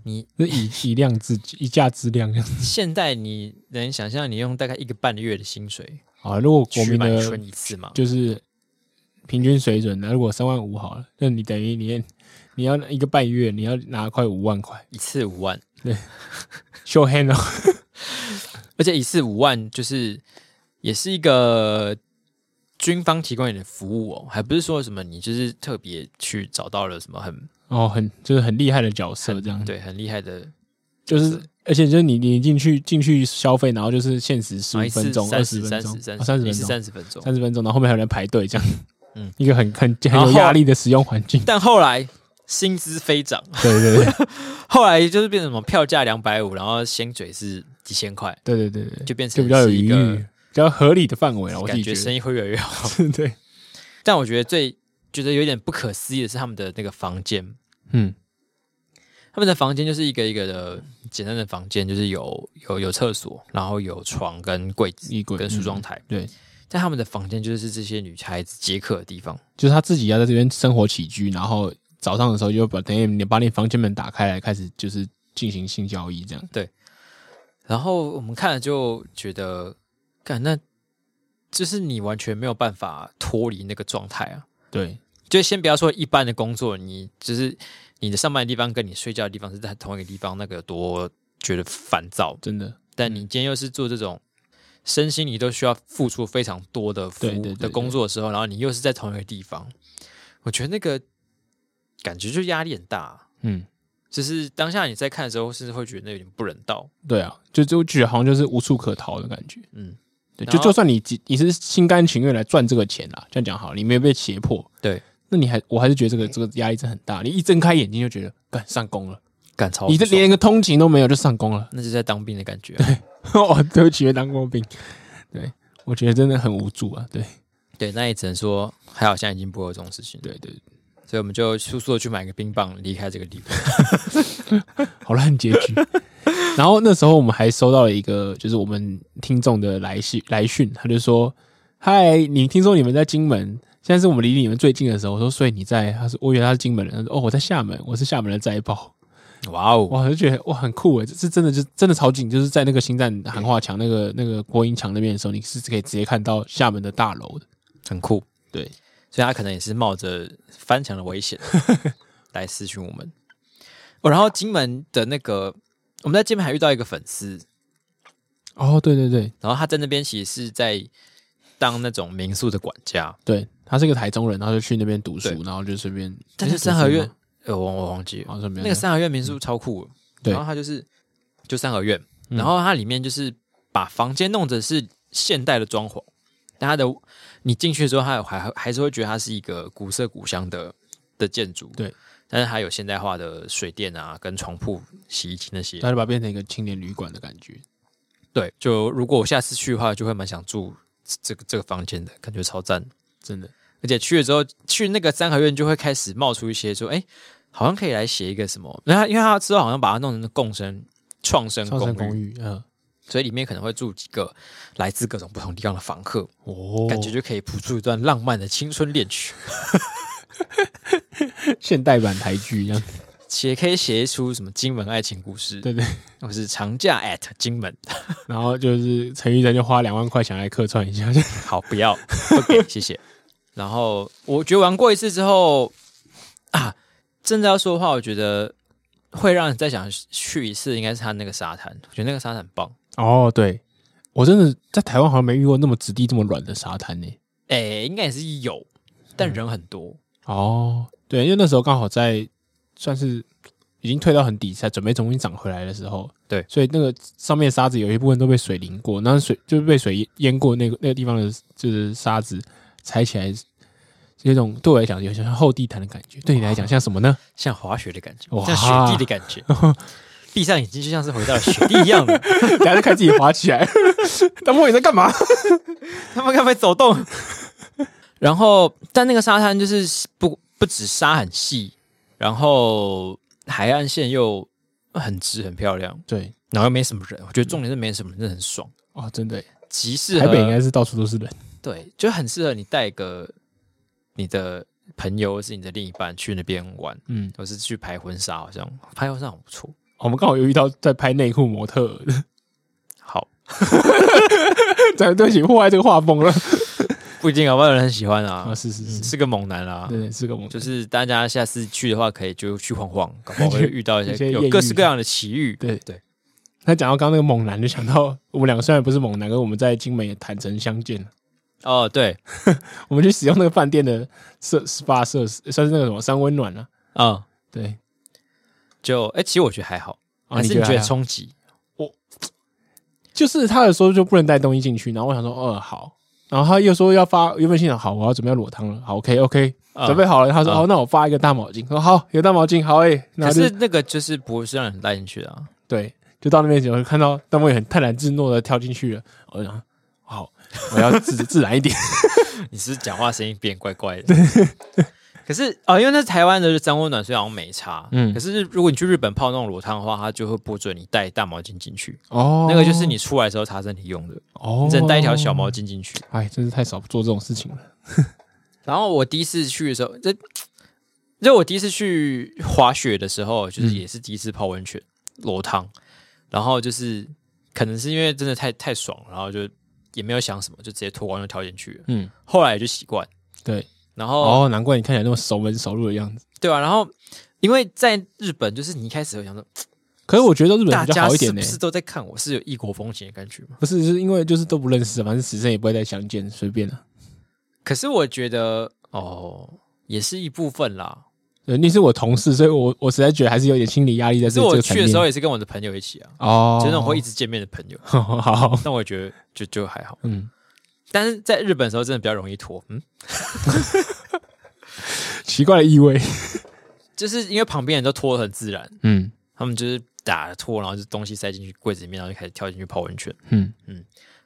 [SPEAKER 1] 你
[SPEAKER 2] [LAUGHS] 就以以量制以价质量这样子
[SPEAKER 1] 现代你能想象你用大概一个半月的薪水
[SPEAKER 2] 啊。如果国
[SPEAKER 1] 去
[SPEAKER 2] 民
[SPEAKER 1] 买
[SPEAKER 2] 的
[SPEAKER 1] 春一次嘛？
[SPEAKER 2] 就是平均水准，那如果三万五好了，那你等于你你要一个半月，你要拿快五万块 [LAUGHS]
[SPEAKER 1] 一次五万，
[SPEAKER 2] ，show hand 哦，
[SPEAKER 1] 而且一次五万就是也是一个军方提供你的服务哦，还不是说什么你就是特别去找到了什么很
[SPEAKER 2] 哦，很就是很厉害的角色这样，
[SPEAKER 1] 对很厉害的，
[SPEAKER 2] 就是。而且就是你，你进去进去消费，然后就是限时十五
[SPEAKER 1] 哦啊然后一
[SPEAKER 2] 分
[SPEAKER 1] 次
[SPEAKER 2] 钟、二
[SPEAKER 1] 三
[SPEAKER 2] 十
[SPEAKER 1] 十
[SPEAKER 2] 分
[SPEAKER 1] 三
[SPEAKER 2] 钟啊哦
[SPEAKER 1] 十、三
[SPEAKER 2] 三十
[SPEAKER 1] 一
[SPEAKER 2] 分
[SPEAKER 1] 次
[SPEAKER 2] 钟、
[SPEAKER 1] 三十分钟。
[SPEAKER 2] 三十分钟，然后后面还有人排队这样，
[SPEAKER 1] 嗯
[SPEAKER 2] 嗯， [LAUGHS] 一个很很很
[SPEAKER 1] 然后
[SPEAKER 2] 有压力的使用环境，
[SPEAKER 1] 但后来薪资飞涨， [LAUGHS]
[SPEAKER 2] 对对对
[SPEAKER 1] 后来就是变成什么票价两百五，然后薪水是几千块，
[SPEAKER 2] 对对对对，
[SPEAKER 1] 就变
[SPEAKER 2] 就
[SPEAKER 1] 成
[SPEAKER 2] 比较有
[SPEAKER 1] 是一
[SPEAKER 2] 余裕，
[SPEAKER 1] 个
[SPEAKER 2] 比较合理的范围了，我自
[SPEAKER 1] 感
[SPEAKER 2] 己
[SPEAKER 1] 觉
[SPEAKER 2] 觉
[SPEAKER 1] 生
[SPEAKER 2] 得，
[SPEAKER 1] 意会越来越好。 [LAUGHS]
[SPEAKER 2] [LAUGHS] 对，
[SPEAKER 1] 但我觉得最觉得有点不可思议的是他们的那个房间，
[SPEAKER 2] 嗯
[SPEAKER 1] 他们的房间就是一个一个的简单的房间，就是有有有厕所，然后有床跟柜子
[SPEAKER 2] 衣柜嗯
[SPEAKER 1] 跟梳妆台。
[SPEAKER 2] 对，
[SPEAKER 1] 但他们的房间就是这些女孩子接客的地方，
[SPEAKER 2] 就是他自己要在这边生活起居，然后早上的时候就把等于你把你房间门打开来，开始就是进行性交易这样。
[SPEAKER 1] 然后我们看了就觉得，干那就是你完全没有办法脱离那个状态啊！
[SPEAKER 2] 对，
[SPEAKER 1] 就先不要说一般的工作，你就是你的上班的地方跟你睡觉的地方是在同一个地方，那个有多觉得烦躁。
[SPEAKER 2] 真的，
[SPEAKER 1] 但你今天又是做这种身心你都需要付出非常多的服务
[SPEAKER 2] 对对对
[SPEAKER 1] 的工作的时候，然后你又是在同一个地方，我觉得那个感觉就压力很大。啊
[SPEAKER 2] 嗯，
[SPEAKER 1] 就是当下你在看的时候，甚至会觉得那有点不人道。
[SPEAKER 2] 对啊，就就觉得好像就是无处可逃的感觉。
[SPEAKER 1] 嗯，
[SPEAKER 2] 对，
[SPEAKER 1] 然
[SPEAKER 2] 就
[SPEAKER 1] 后
[SPEAKER 2] 就算你几你是心甘情愿来赚这个钱啦，这样讲好了，你没有被胁迫，
[SPEAKER 1] 对，
[SPEAKER 2] 那你还我还是觉得这个这个压力真的很大。你一睁开眼睛就觉得，干上工了，
[SPEAKER 1] 赶超
[SPEAKER 2] 你
[SPEAKER 1] 这
[SPEAKER 2] 这连一个通勤都没有就上工了。 [LAUGHS]
[SPEAKER 1] 那就在当兵的感觉啊、
[SPEAKER 2] 哦，对不起，当过兵。对，我觉得真的很无助啊。对，
[SPEAKER 1] 对，那也只能说还好，现在已经不会有这种事情了。
[SPEAKER 2] 对对，
[SPEAKER 1] 所以我们就速速的去买个冰棒，离开这个地方。
[SPEAKER 2] 好烂结局。 [LAUGHS] 然后那时候我们还收到了一个，就是我们听众的来信来讯，他就说：“嗨，你听说你们在金门，现在是我们离你们最近的时候。”我说：“所以你在？”他说：“我以为他是金门人。”他说：“哦，我在厦门，我是厦门的斋报。
[SPEAKER 1] 哇”哦，
[SPEAKER 2] 哇，我就觉得哇很酷欸诶，这是真的就真的超近，就是在那个星战喊话墙那个那个播音墙那边的时候，你是可以直接看到厦门的大楼的。
[SPEAKER 1] 很酷。
[SPEAKER 2] 对，
[SPEAKER 1] 所以他可能也是冒着翻墙的危
[SPEAKER 2] [LAUGHS]
[SPEAKER 1] 险来私讯我们。哦，然后金门的那个，我们在金门还遇到一个粉丝，
[SPEAKER 2] 哦，对对对
[SPEAKER 1] 然后他在那边其实是在当那种民宿的管家，
[SPEAKER 2] 对，他是一个台中人，然后就去那边读书
[SPEAKER 1] 对，
[SPEAKER 2] 然后就随便。
[SPEAKER 1] 但
[SPEAKER 2] 诶
[SPEAKER 1] 是三合，
[SPEAKER 2] 读
[SPEAKER 1] 院
[SPEAKER 2] 书吗，
[SPEAKER 1] 呃，我我忘记了，
[SPEAKER 2] 好像没有嗯
[SPEAKER 1] 那个三合院民宿超酷的，
[SPEAKER 2] 对
[SPEAKER 1] 然后它就是就三合院，
[SPEAKER 2] 嗯
[SPEAKER 1] 然后它里面就是把房间弄的是现代的装潢，但它的你进去之后，它有还还是会觉得它是一个古色古香的的建筑，
[SPEAKER 2] 对，
[SPEAKER 1] 但是它有现代化的水电啊、跟床铺、洗衣机那些，
[SPEAKER 2] 他就把它变成一个青年旅馆的感觉。
[SPEAKER 1] 对，就如果我下次去的话，就会蛮想住这这个这个房间的，感觉超赞。
[SPEAKER 2] 真的，
[SPEAKER 1] 而且去了之后，去那个三合院就会开始冒出一些说，哎、好像可以来写一个什么。然后，因为他之后好像把它弄成共生创生
[SPEAKER 2] 超
[SPEAKER 1] 公
[SPEAKER 2] 生
[SPEAKER 1] 寓，
[SPEAKER 2] 公寓，嗯，
[SPEAKER 1] 所以里面可能会住几个来自各种不同地方的房客，
[SPEAKER 2] 哦，
[SPEAKER 1] 感觉就可以谱出一段浪漫的青春恋曲。
[SPEAKER 2] [LAUGHS] 现代版台剧一 [LAUGHS] 样。
[SPEAKER 1] 也可以写出什么金门爱情故事，
[SPEAKER 2] 对对，
[SPEAKER 1] 或是长假 at 金门。
[SPEAKER 2] 然后就是陈玉珍就花两万块想来客串一下，
[SPEAKER 1] 好，不要，不给， [LAUGHS] 谢谢。然后我觉得玩过一次之后啊，真的要说的话，我觉得会让你再想去一次，应该是他那个沙滩，我觉得那个沙滩很棒。
[SPEAKER 2] [LAUGHS] 哦，对，我真的在台湾好像没遇过那么质地这么软的沙滩呢、
[SPEAKER 1] 哎、应该也是有，但人很多。
[SPEAKER 2] 哦，对，因为那时候刚好在算是已经退到很底下，准备重新长回来的时候，
[SPEAKER 1] 对
[SPEAKER 2] 所以那个上面的沙子有一部分都被水淋过，那水就是被水淹过那个 [LAUGHS] 那个地方的，就是沙子踩起来。有一种对我来讲，有些像厚地毯的感觉；对你来讲，像什么呢？
[SPEAKER 1] 像滑雪的感觉，
[SPEAKER 2] 哇
[SPEAKER 1] 像雪地的感 [LAUGHS] 觉。闭上眼睛，就像是回到了雪地一样的。
[SPEAKER 2] 等下就看自己滑起来。 [LAUGHS] 大漠你在干嘛？
[SPEAKER 1] [LAUGHS] 他们该不会走动？ [LAUGHS] 然后，但那个沙滩就是不不止沙很细，然后海岸线又很直很漂亮，
[SPEAKER 2] 对，
[SPEAKER 1] 然后又没什么人。我觉得重点是没什么人，真的很爽，
[SPEAKER 2] 哦，真的耶，
[SPEAKER 1] 极适合
[SPEAKER 2] 嗯台北应该是呃到处都是人。
[SPEAKER 1] 对，就很适合你带个你的朋友或是你的另一半去那边玩，
[SPEAKER 2] 嗯，
[SPEAKER 1] 或是去拍婚纱，好像拍婚纱很不错。
[SPEAKER 2] 我们刚好有遇到在拍内裤模特儿的，
[SPEAKER 1] 好，
[SPEAKER 2] 咱 [LAUGHS] 对不起，户外这个画风了。
[SPEAKER 1] 不一定搞不好有人很喜欢
[SPEAKER 2] 啊， [LAUGHS]
[SPEAKER 1] 啊，
[SPEAKER 2] 是是是，
[SPEAKER 1] 是个猛男啦。
[SPEAKER 2] 对对，嗯是个模
[SPEAKER 1] 就
[SPEAKER 2] 特儿，
[SPEAKER 1] 是大家下次去的话，可以就去晃晃，搞
[SPEAKER 2] [LAUGHS]
[SPEAKER 1] 不好会遇到一
[SPEAKER 2] 一些
[SPEAKER 1] 些有
[SPEAKER 2] 艳
[SPEAKER 1] 各
[SPEAKER 2] 遇
[SPEAKER 1] 式各样的奇遇。
[SPEAKER 2] 对
[SPEAKER 1] 对。
[SPEAKER 2] 那讲到刚刚那个猛男，就想到我们两个虽然不是猛男，可是我们在金门也坦诚相见了。
[SPEAKER 1] 哦，对，
[SPEAKER 2] 我们去使用那个饭店的设 SPA 设施，算是那个什么三温暖啊。
[SPEAKER 1] 嗯，
[SPEAKER 2] 对，
[SPEAKER 1] 就哎、其实我觉得还好，
[SPEAKER 2] 哦
[SPEAKER 1] 还是你觉
[SPEAKER 2] 还
[SPEAKER 1] 得
[SPEAKER 2] 好
[SPEAKER 1] 冲击？
[SPEAKER 2] 就是他的说就不能带东西进去，然后我想说，哦好，然后他又说要发，原本心想好，我要准备要裸汤了，好 OK OK，
[SPEAKER 1] 啊
[SPEAKER 2] 准备好了。他说
[SPEAKER 1] 啊
[SPEAKER 2] 哦，那我发一个大毛巾，说好有大毛巾，好哎诶、然
[SPEAKER 1] 可
[SPEAKER 2] 后就是
[SPEAKER 1] 那个 [LAUGHS] 就是不是让人带进去的、啊，
[SPEAKER 2] 对，就到那边我就看到弹幕也很泰然自若的跳进去了，我就想好，我要自自然一
[SPEAKER 1] [LAUGHS]
[SPEAKER 2] 点。
[SPEAKER 1] 你是不是讲话声音变怪怪的。可是哦，因为那是台湾的三温暖，虽然好像没差，嗯，
[SPEAKER 2] 嗯
[SPEAKER 1] 可是如果你去日本泡那种裸汤的话，它就会不准你带大毛巾进去，
[SPEAKER 2] 哦
[SPEAKER 1] 那个就是你出来的时候擦身体用的，
[SPEAKER 2] 哦
[SPEAKER 1] 你只能带一条小毛。巾进去。
[SPEAKER 2] 哎，真是太少做这种事情了。
[SPEAKER 1] 然后我第一次去的时候，这就我第一次去滑雪的时候，
[SPEAKER 2] 嗯
[SPEAKER 1] 就是也是第一次泡温泉裸汤，然后就是可能是因为真的太太爽，然后就也没有想什么，就直接脱光就跳进去了。
[SPEAKER 2] 嗯，
[SPEAKER 1] 后来也就习惯，
[SPEAKER 2] 对。
[SPEAKER 1] 然后、
[SPEAKER 2] 哦，难怪你看起来那么熟门熟路的样子。
[SPEAKER 1] 对啊，然后因为在日本，就是你一开始会想说，
[SPEAKER 2] 可是我觉得日本
[SPEAKER 1] 大
[SPEAKER 2] 人比较
[SPEAKER 1] 家
[SPEAKER 2] 好一
[SPEAKER 1] 是
[SPEAKER 2] 点欸
[SPEAKER 1] 不
[SPEAKER 2] 呢、
[SPEAKER 1] 是啊都在看我是有异国风情的感觉吗？
[SPEAKER 2] 不是，是因为就是都不认识，反正死生也不会再相见，随便啊了、
[SPEAKER 1] 可是我觉得哦，也是一部分啦。
[SPEAKER 2] 对，你是我同事，所以我我实在觉得还是有点心理压力在
[SPEAKER 1] 可是
[SPEAKER 2] 这这
[SPEAKER 1] 我
[SPEAKER 2] 个
[SPEAKER 1] 去
[SPEAKER 2] 层
[SPEAKER 1] 的
[SPEAKER 2] 面。
[SPEAKER 1] 时候也是跟我的朋友一起啊，
[SPEAKER 2] 哦，
[SPEAKER 1] 就是那种会一直见面的朋友。
[SPEAKER 2] [LAUGHS] 好好，
[SPEAKER 1] 但我也觉得就就还好。
[SPEAKER 2] 嗯，
[SPEAKER 1] 但是在日本的时候，真的比较容易脱，嗯，
[SPEAKER 2] 奇怪的意味。
[SPEAKER 1] 就是因为旁边人都脱得很自然，
[SPEAKER 2] 嗯
[SPEAKER 1] 他们就是打了脱，然后就东西塞进去柜子里面，然后就开始跳进去泡温泉。
[SPEAKER 2] 嗯，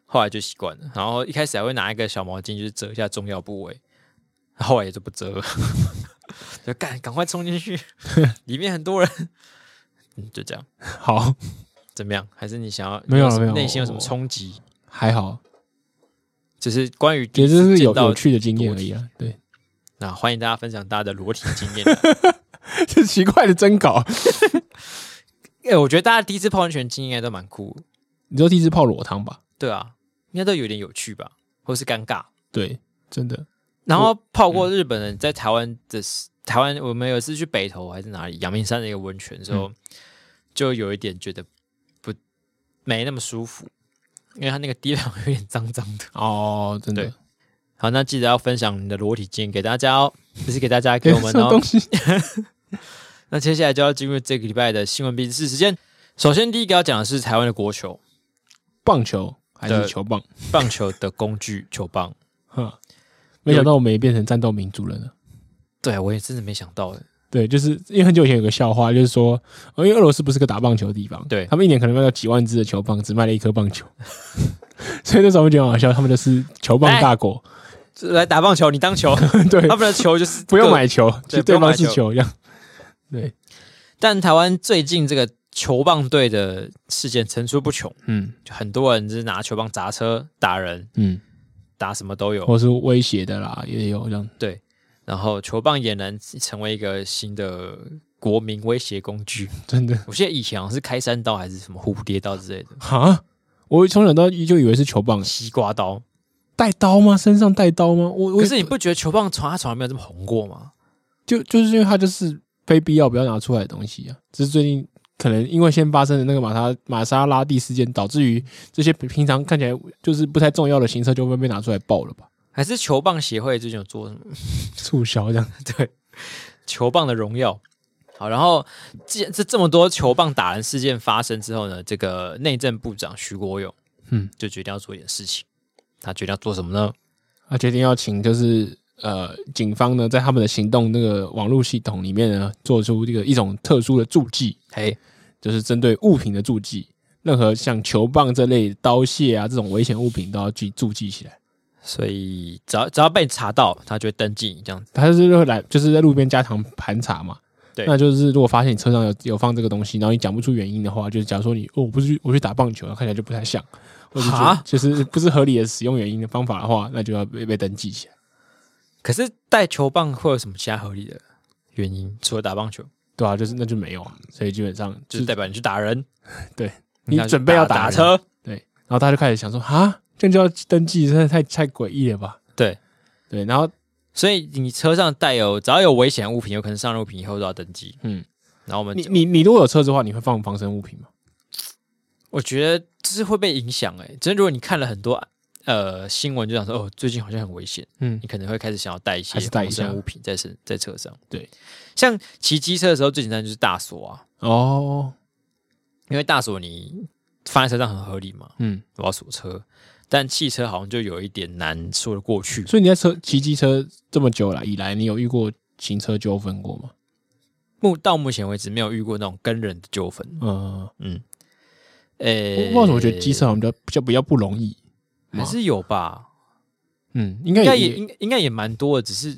[SPEAKER 1] 后来就习惯了，然后一开始还会拿一个小毛巾，就是遮一下重要部位，后来也就不遮了， [LAUGHS] 就赶赶快冲进
[SPEAKER 2] [LAUGHS]
[SPEAKER 1] 去，里面很多人，嗯，就这样。
[SPEAKER 2] 好，
[SPEAKER 1] 怎么样？还是你想要
[SPEAKER 2] 没有
[SPEAKER 1] 什么
[SPEAKER 2] 没有啊
[SPEAKER 1] 内心有什么
[SPEAKER 2] 我
[SPEAKER 1] 冲击？
[SPEAKER 2] 还好，
[SPEAKER 1] 就是关于第一
[SPEAKER 2] 觉得这
[SPEAKER 1] 次
[SPEAKER 2] 是
[SPEAKER 1] 见
[SPEAKER 2] 有
[SPEAKER 1] 到
[SPEAKER 2] 有趣的经验
[SPEAKER 1] 裸
[SPEAKER 2] 而
[SPEAKER 1] 体
[SPEAKER 2] 已啊。对，
[SPEAKER 1] 那欢迎大家分享大家的裸体经验。啊
[SPEAKER 2] [LAUGHS] 这奇怪的征稿。
[SPEAKER 1] 哎、我觉得大家第一次泡温泉经验应该都蛮酷的，
[SPEAKER 2] 你说第一次泡裸汤吧？
[SPEAKER 1] 对啊，应该都有点有趣吧，或是尴尬。
[SPEAKER 2] 对，真的。
[SPEAKER 1] 然后泡过日本人在台湾的时台湾，我们有一次去北投还是哪里阳明山的一个温泉的时
[SPEAKER 2] 嗯
[SPEAKER 1] 候，就有一点觉得不没那么舒服，因为它那个地方有点脏脏的。 [LAUGHS]
[SPEAKER 2] 哦，真
[SPEAKER 1] 对
[SPEAKER 2] 的。
[SPEAKER 1] 好，那记得要分享你的裸体经验给大家
[SPEAKER 2] [LAUGHS]
[SPEAKER 1] 哦，不是给大家给
[SPEAKER 2] 给
[SPEAKER 1] 我们
[SPEAKER 2] 什么
[SPEAKER 1] 哦
[SPEAKER 2] 东。西？
[SPEAKER 1] 那接下来就要进入
[SPEAKER 2] [LAUGHS]
[SPEAKER 1] 这个礼拜的新闻必知识时间。首先，第一个要讲的是台湾的国球，
[SPEAKER 2] 棒球还
[SPEAKER 1] 的
[SPEAKER 2] 是球棒？
[SPEAKER 1] 棒球的工具球棒。
[SPEAKER 2] 哈，没想到我们也变成战斗民族了呢。
[SPEAKER 1] 对我也真的没想
[SPEAKER 2] [LAUGHS]
[SPEAKER 1] 到哎，
[SPEAKER 2] 对，就是因为很久以前有个笑话，就是说，呃因为俄罗斯不是个打棒球的地方，
[SPEAKER 1] 对
[SPEAKER 2] 他们一年可能卖到几万只的球棒，只卖了一颗棒球， [LAUGHS] 所以那时候我们觉得很好笑，他们就是球棒大国，
[SPEAKER 1] 这来打棒球，你当
[SPEAKER 2] [LAUGHS]
[SPEAKER 1] 球，
[SPEAKER 2] 对，
[SPEAKER 1] 他们的球就是
[SPEAKER 2] 哎不用
[SPEAKER 1] 各
[SPEAKER 2] 买球，
[SPEAKER 1] 对
[SPEAKER 2] 去
[SPEAKER 1] 不用
[SPEAKER 2] 方
[SPEAKER 1] 买
[SPEAKER 2] 是
[SPEAKER 1] 球
[SPEAKER 2] 球一样。对，
[SPEAKER 1] 但台湾最近这个球棒队的事件层出不穷，
[SPEAKER 2] 嗯
[SPEAKER 1] 就很多人就是拿球棒砸车、打人、
[SPEAKER 2] 嗯，
[SPEAKER 1] 打什么都有。
[SPEAKER 2] 或是威胁的啦，也有这样。
[SPEAKER 1] 对，然后球棒也能成为一个新的国民威胁工具。 [LAUGHS]
[SPEAKER 2] 真的
[SPEAKER 1] 我记得以前好像是开山刀还是什么蝴蝶刀之类的，
[SPEAKER 2] 哈，我从小到就以为是球棒，
[SPEAKER 1] 西瓜刀。
[SPEAKER 2] 带刀吗？身上带刀吗？我我
[SPEAKER 1] 可是你不觉得球棒从它从来没有这么红过吗？
[SPEAKER 2] 就就是因为它就是非必要不要拿出来的东西啊。只是最近可能因为先发生的那个马莎玛莎拉蒂事件，导致于这些平常看起来就是不太重要的行车就纷被拿出来爆了吧？
[SPEAKER 1] 还是球棒协会最近有做什么？
[SPEAKER 2] 促销这样，
[SPEAKER 1] [LAUGHS] 对，球棒的荣耀。好，然后既这这么多球棒打人事件发生之后呢，这个内政部长徐国勇，
[SPEAKER 2] 嗯，
[SPEAKER 1] 就决定要做一点事情。他决定要做什么呢？
[SPEAKER 2] 他决定要请就是。呃，警方呢，在他们的行动那个网络系统里面呢，做出这个一种特殊的注记，
[SPEAKER 1] 嘿，
[SPEAKER 2] 就是针对物品的注记，任何像球棒这类刀械啊这种危险物品都要记注记起来。
[SPEAKER 1] 所以只要只要被查到，他就会登记你这样子。
[SPEAKER 2] 他就是会来，就是在路边加强盘查嘛。
[SPEAKER 1] 对
[SPEAKER 2] 那就是如果发现你车上有有放这个东西，然后你讲不出原因的话，就是假如说你哦，我不是去我去打棒球，看起来就不太像，或者
[SPEAKER 1] 哈
[SPEAKER 2] 就就是不是合理的使用原因的方法的话，那就要被被登记起来，
[SPEAKER 1] 可是带球棒会有什么其他合理的原因？除了打棒球，
[SPEAKER 2] 对啊，就是那就没有啊，所以基本上
[SPEAKER 1] 就
[SPEAKER 2] 就是
[SPEAKER 1] 代表你去打人，
[SPEAKER 2] [LAUGHS] 对
[SPEAKER 1] 你
[SPEAKER 2] 你
[SPEAKER 1] 要去
[SPEAKER 2] 准备要
[SPEAKER 1] 打
[SPEAKER 2] 打人
[SPEAKER 1] 车，
[SPEAKER 2] 对，然后他就开始想说啊，这样就要登记，真的太太诡异了吧？
[SPEAKER 1] 对。
[SPEAKER 2] 对，然后
[SPEAKER 1] 所以你车上带有只要有危险物品，有可能上路品以后都要登记。
[SPEAKER 2] 嗯，
[SPEAKER 1] 然后我们
[SPEAKER 2] 你你你如果有车子的话，你会放防身物品吗？
[SPEAKER 1] 我觉得就是会被影响哎、欸，真的如果你看了很多呃新闻，就想说哦，最近好像很危险，
[SPEAKER 2] 嗯
[SPEAKER 1] 你可能会开始想要带一些
[SPEAKER 2] 还是带一
[SPEAKER 1] 防身
[SPEAKER 2] 下
[SPEAKER 1] 物品在身在车上。
[SPEAKER 2] 对，
[SPEAKER 1] 像骑机车的时候最简单就是大锁啊，
[SPEAKER 2] 哦，
[SPEAKER 1] 因为大锁你放在车上很合理嘛，
[SPEAKER 2] 嗯，
[SPEAKER 1] 我要锁车。但汽车好像就有一点难说得过去，
[SPEAKER 2] 所以你在车骑机车这么久了以来，你有遇过行车纠纷过吗？
[SPEAKER 1] 目到目前为止没有遇过那种跟人的纠纷。
[SPEAKER 2] 嗯，
[SPEAKER 1] 嗯，
[SPEAKER 2] 我
[SPEAKER 1] 诶、
[SPEAKER 2] 不知道为什么我觉得机车好像比较比较比较不容易，
[SPEAKER 1] 还是有吧，
[SPEAKER 2] 嗯，应该
[SPEAKER 1] 应该也
[SPEAKER 2] 也
[SPEAKER 1] 应应该也蛮多的，只是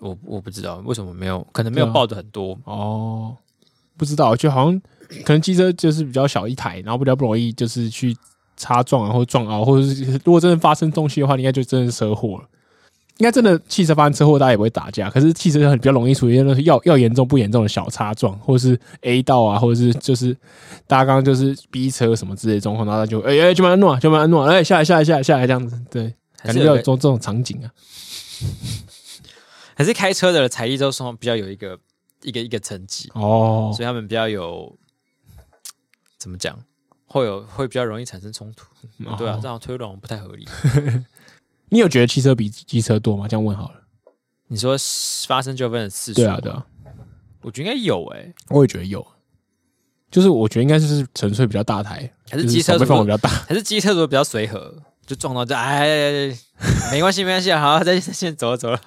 [SPEAKER 1] 我我不知道为什么没有，可能没有
[SPEAKER 2] 对啊
[SPEAKER 1] 报的很多。
[SPEAKER 2] 哦，不知道，就好像可能机车就是比较小一台，然后比较不容易就是去擦撞啊，或撞凹，或者是如果真的发生东西的话，你应该就真的车祸了。应该真的汽车发生车祸，大家也不会打架，可是汽车很比较容易出现那种要要严重不严重的小擦撞， [LAUGHS] 或者是 A 道啊，或者是就是大家刚刚就是 B 车什么之类的状况，然后他就哎哎就慢弄啊，就慢弄啊，哎、下来下来下来下来这样子，对，
[SPEAKER 1] 还
[SPEAKER 2] 感
[SPEAKER 1] 是有
[SPEAKER 2] 觉比较有
[SPEAKER 1] 个
[SPEAKER 2] 这种这种场景啊，
[SPEAKER 1] 还是开车的财力都算比较有一个一个一个层级，
[SPEAKER 2] 哦
[SPEAKER 1] 所以他们比较有怎么讲，会有会比较容易产生冲突。
[SPEAKER 2] 哦
[SPEAKER 1] 对啊，这样推论不太合理。
[SPEAKER 2] 你有觉得汽车比机车多吗？这样问好了，
[SPEAKER 1] 你说是发生纠纷的次数，
[SPEAKER 2] 对啊对啊。
[SPEAKER 1] 我觉得应该有诶、欸
[SPEAKER 2] 我也觉得有，就是我觉得应该就是纯粹比较大台，
[SPEAKER 1] 还是
[SPEAKER 2] 就
[SPEAKER 1] 机车
[SPEAKER 2] 手背
[SPEAKER 1] 如果
[SPEAKER 2] 范围比较大，
[SPEAKER 1] 还是机车如果比较随和，就撞到就哎，没关系没关系，好，再再先走了
[SPEAKER 2] [LAUGHS]
[SPEAKER 1] 走了，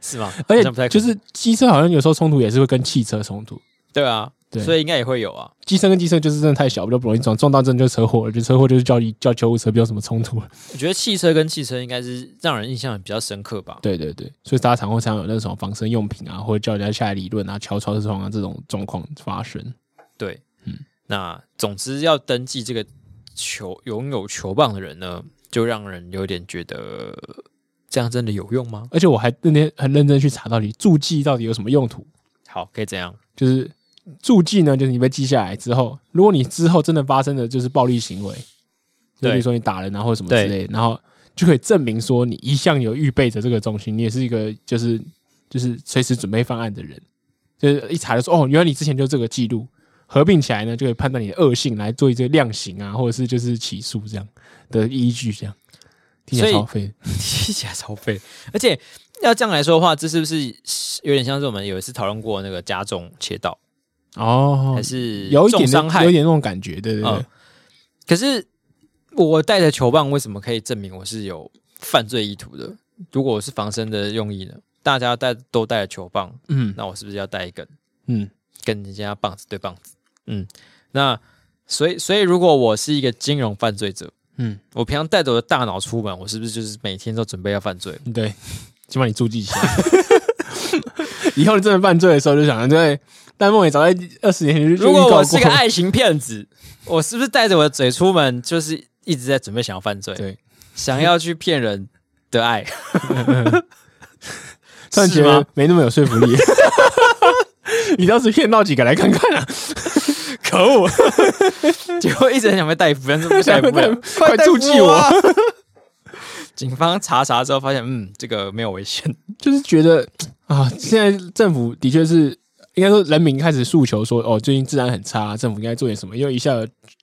[SPEAKER 1] 是吗？
[SPEAKER 2] 而
[SPEAKER 1] 好像不太可
[SPEAKER 2] 且就
[SPEAKER 1] 能
[SPEAKER 2] 是机车好像有时候冲突也是会跟汽车冲突，
[SPEAKER 1] 对啊，
[SPEAKER 2] 对
[SPEAKER 1] 所以应该也会有啊。
[SPEAKER 2] 机车跟机车就是真的太小，比较不容易撞，撞到真的就车祸了，就车祸就是叫一叫救护车，没有什么冲突了。
[SPEAKER 1] 我觉得汽车跟汽车应该是让人印象比较深刻吧。
[SPEAKER 2] 对对对，所以大家常会常有那种防身用品啊，或者叫人家下来理论啊、敲超车窗啊这种状况发生。
[SPEAKER 1] 对，
[SPEAKER 2] 嗯
[SPEAKER 1] 那总之要登记这个球拥有球棒的人呢，就让人有点觉得这样真的有用吗？
[SPEAKER 2] 而且我还那天很认真去查到底注记到底有什么用途，
[SPEAKER 1] 好，可以
[SPEAKER 2] [LAUGHS]
[SPEAKER 1] 这样，
[SPEAKER 2] 就是注记呢，就是你被记下来之后，如果你之后真的发生的就是暴力行为，就
[SPEAKER 1] 对
[SPEAKER 2] 比如说你打人啊或者什么之类的，然后就可以证明说你一向有预备着这个东西，你也是一个就是就是随时准备犯案的人，就是一查就说哦，原来你之前就这个记录。合并起来呢，就可以判断你的恶性来做一些量刑啊，或者是就是起诉这样的依据，这样听起来
[SPEAKER 1] 所以
[SPEAKER 2] 超费。
[SPEAKER 1] 听起来超废。而且要这样来说的话，这是不是有点像是我们有一次讨论过那个加重切到，
[SPEAKER 2] 哦
[SPEAKER 1] 还，是
[SPEAKER 2] 有一点
[SPEAKER 1] 重
[SPEAKER 2] 那
[SPEAKER 1] 伤害嗯
[SPEAKER 2] 有一？点那种感觉，对对对，
[SPEAKER 1] 嗯可是我带着球棒为什么可以证明我是有犯罪意图的？如果我是防身的用意呢？大家带都带着球棒，
[SPEAKER 2] 嗯
[SPEAKER 1] 那我是不是要带一根
[SPEAKER 2] 嗯
[SPEAKER 1] 跟人家棒子对棒子？嗯，那所以所以如果我是一个金融犯罪者，
[SPEAKER 2] 嗯，
[SPEAKER 1] 我平常带着我的大脑出门，我是不是就是每天都准备要犯罪？
[SPEAKER 2] 对， [LAUGHS] 先把你注记起来。 [LAUGHS] 以后你真的犯罪的时候，就想对，但梦也早在二十年前就
[SPEAKER 1] 如果
[SPEAKER 2] 就预告
[SPEAKER 1] 我是
[SPEAKER 2] 过
[SPEAKER 1] 个爱情骗子，我是不是带着我的嘴出门，就是一直在准备想要犯罪，
[SPEAKER 2] 对，
[SPEAKER 1] 想要去骗人的爱？
[SPEAKER 2] [LAUGHS] 突然觉
[SPEAKER 1] 是吗
[SPEAKER 2] 得没那么有说服
[SPEAKER 1] [LAUGHS]
[SPEAKER 2] 力。你倒是骗到几个来看看啊！
[SPEAKER 1] [LAUGHS] 可恶！结果一直很想被逮捕，但是不逮捕
[SPEAKER 2] [LAUGHS] 想被逮
[SPEAKER 1] [LAUGHS] 了
[SPEAKER 2] 捕，快注记
[SPEAKER 1] 逮
[SPEAKER 2] 我
[SPEAKER 1] 捕啊！ [LAUGHS] 警方查查之后发现，嗯，这个没有危险。
[SPEAKER 2] 就是觉得啊，现在政府的确是应该说人民开始诉求说，哦，最近治安很差，政府应该做点什么，因为一下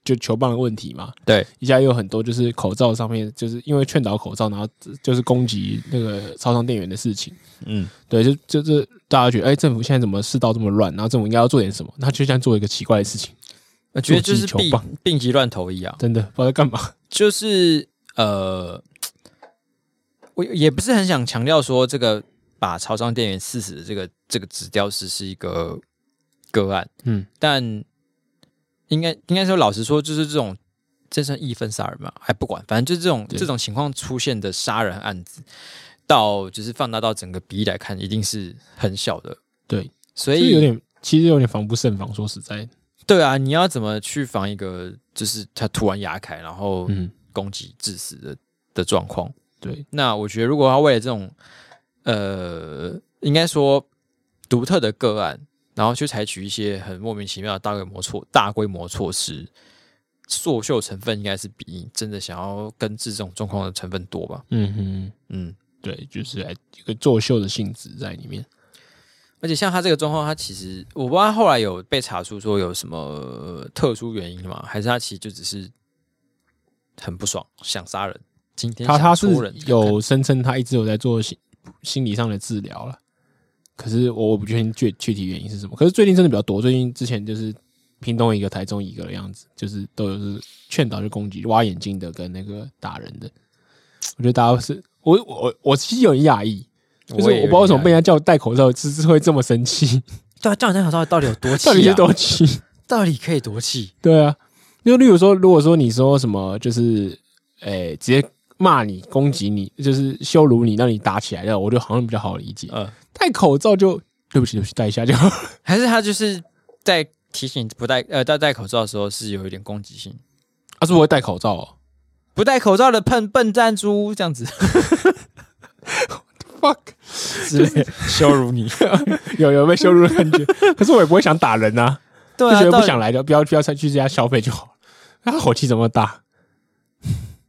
[SPEAKER 2] 就球棒的问题嘛，
[SPEAKER 1] 对，
[SPEAKER 2] 一下又有很多就是口罩上面就是因为劝导口罩，然后就是攻击那个超商店员的事情，
[SPEAKER 1] 嗯，
[SPEAKER 2] 对，就就是大家觉得，哎、政府现在怎么世道这么乱，然后政府应该要做点什么，那就像做一个奇怪的事情，
[SPEAKER 1] 我觉得就是
[SPEAKER 2] 球
[SPEAKER 1] 病
[SPEAKER 2] 棒
[SPEAKER 1] 病急乱投医啊，
[SPEAKER 2] 真的不知道在干嘛，
[SPEAKER 1] 就是呃，我也不是很想强调说这个把超商店员刺死的这个这个指标是是一个个案，
[SPEAKER 2] 嗯，
[SPEAKER 1] 但应该应该说老实说，就是这种这算义愤杀人嘛？还不管，反正就是这种
[SPEAKER 2] 对
[SPEAKER 1] 这种情况出现的杀人案子，到就是放大到整个比例来看，一定是很小的，
[SPEAKER 2] 对，
[SPEAKER 1] 所
[SPEAKER 2] 所以
[SPEAKER 1] 以
[SPEAKER 2] 有点其实有点防不胜防，说实在，
[SPEAKER 1] 对啊，你要怎么去防一个就是他突然牙开，然后
[SPEAKER 2] 嗯，
[SPEAKER 1] 攻击致死的的状况？
[SPEAKER 2] 对，
[SPEAKER 1] 那我觉得，如果他为了这种呃，应该说独特的个案，然后去采取一些很莫名其妙的大规模措大规模措施，作秀成分应该是比你真的想要根治这种状况的成分多吧？
[SPEAKER 2] 嗯哼，
[SPEAKER 1] 嗯，
[SPEAKER 2] 对，就是来一个作秀的性质在里面，
[SPEAKER 1] 而且像他这个状况，他其实我不知道他后来有被查出说有什么呃特殊原因吗？还是他其实就只是很不爽，想杀人。今天
[SPEAKER 2] 他他
[SPEAKER 1] 想
[SPEAKER 2] 是
[SPEAKER 1] 戳人看看
[SPEAKER 2] 有声称他一直有在做心心理上的治疗了，可是我我不确定具具体原因是什么。可是最近真的比较多，最近之前就是屏东一个、台中一个的样子，就是都有是劝导就攻击、挖眼睛的跟那个打人的。我觉得大家是我我我我其实有点讶异，就是
[SPEAKER 1] 也
[SPEAKER 2] 我不知道为什么被
[SPEAKER 1] 有点
[SPEAKER 2] 人家叫戴口罩是是会这么
[SPEAKER 1] [LAUGHS]
[SPEAKER 2] 生气，
[SPEAKER 1] 对啊，叫人家到底到底有多气、啊？
[SPEAKER 2] [LAUGHS] 到底是多气？
[SPEAKER 1] [LAUGHS] 到底可以多气？
[SPEAKER 2] 对啊，就例如说，如果说你说什么，就是诶、直接骂你、攻击你，就是羞辱你，让你打起来的，我就好像比较好理解。
[SPEAKER 1] 呃，
[SPEAKER 2] 戴口罩就对不起，对不起，戴一 [LAUGHS] 下就好。
[SPEAKER 1] 还是他就是在提醒不戴呃戴戴口罩的时候是有一点攻击性，
[SPEAKER 2] 他是不会戴口罩、哦、
[SPEAKER 1] 不戴口罩的笨笨蛋猪这样
[SPEAKER 2] [LAUGHS]
[SPEAKER 1] 子
[SPEAKER 2] ，fuck，
[SPEAKER 1] 之类的羞辱你，
[SPEAKER 2] [LAUGHS]
[SPEAKER 1] [LAUGHS]
[SPEAKER 2] 有有被羞辱的感 [LAUGHS] 觉。可是我也不会想打人啊，
[SPEAKER 1] 对
[SPEAKER 2] 就
[SPEAKER 1] 啊，
[SPEAKER 2] 觉得
[SPEAKER 1] 到
[SPEAKER 2] 不
[SPEAKER 1] 底
[SPEAKER 2] 想来就不要不要再去这家消费就好了。他火气这么大，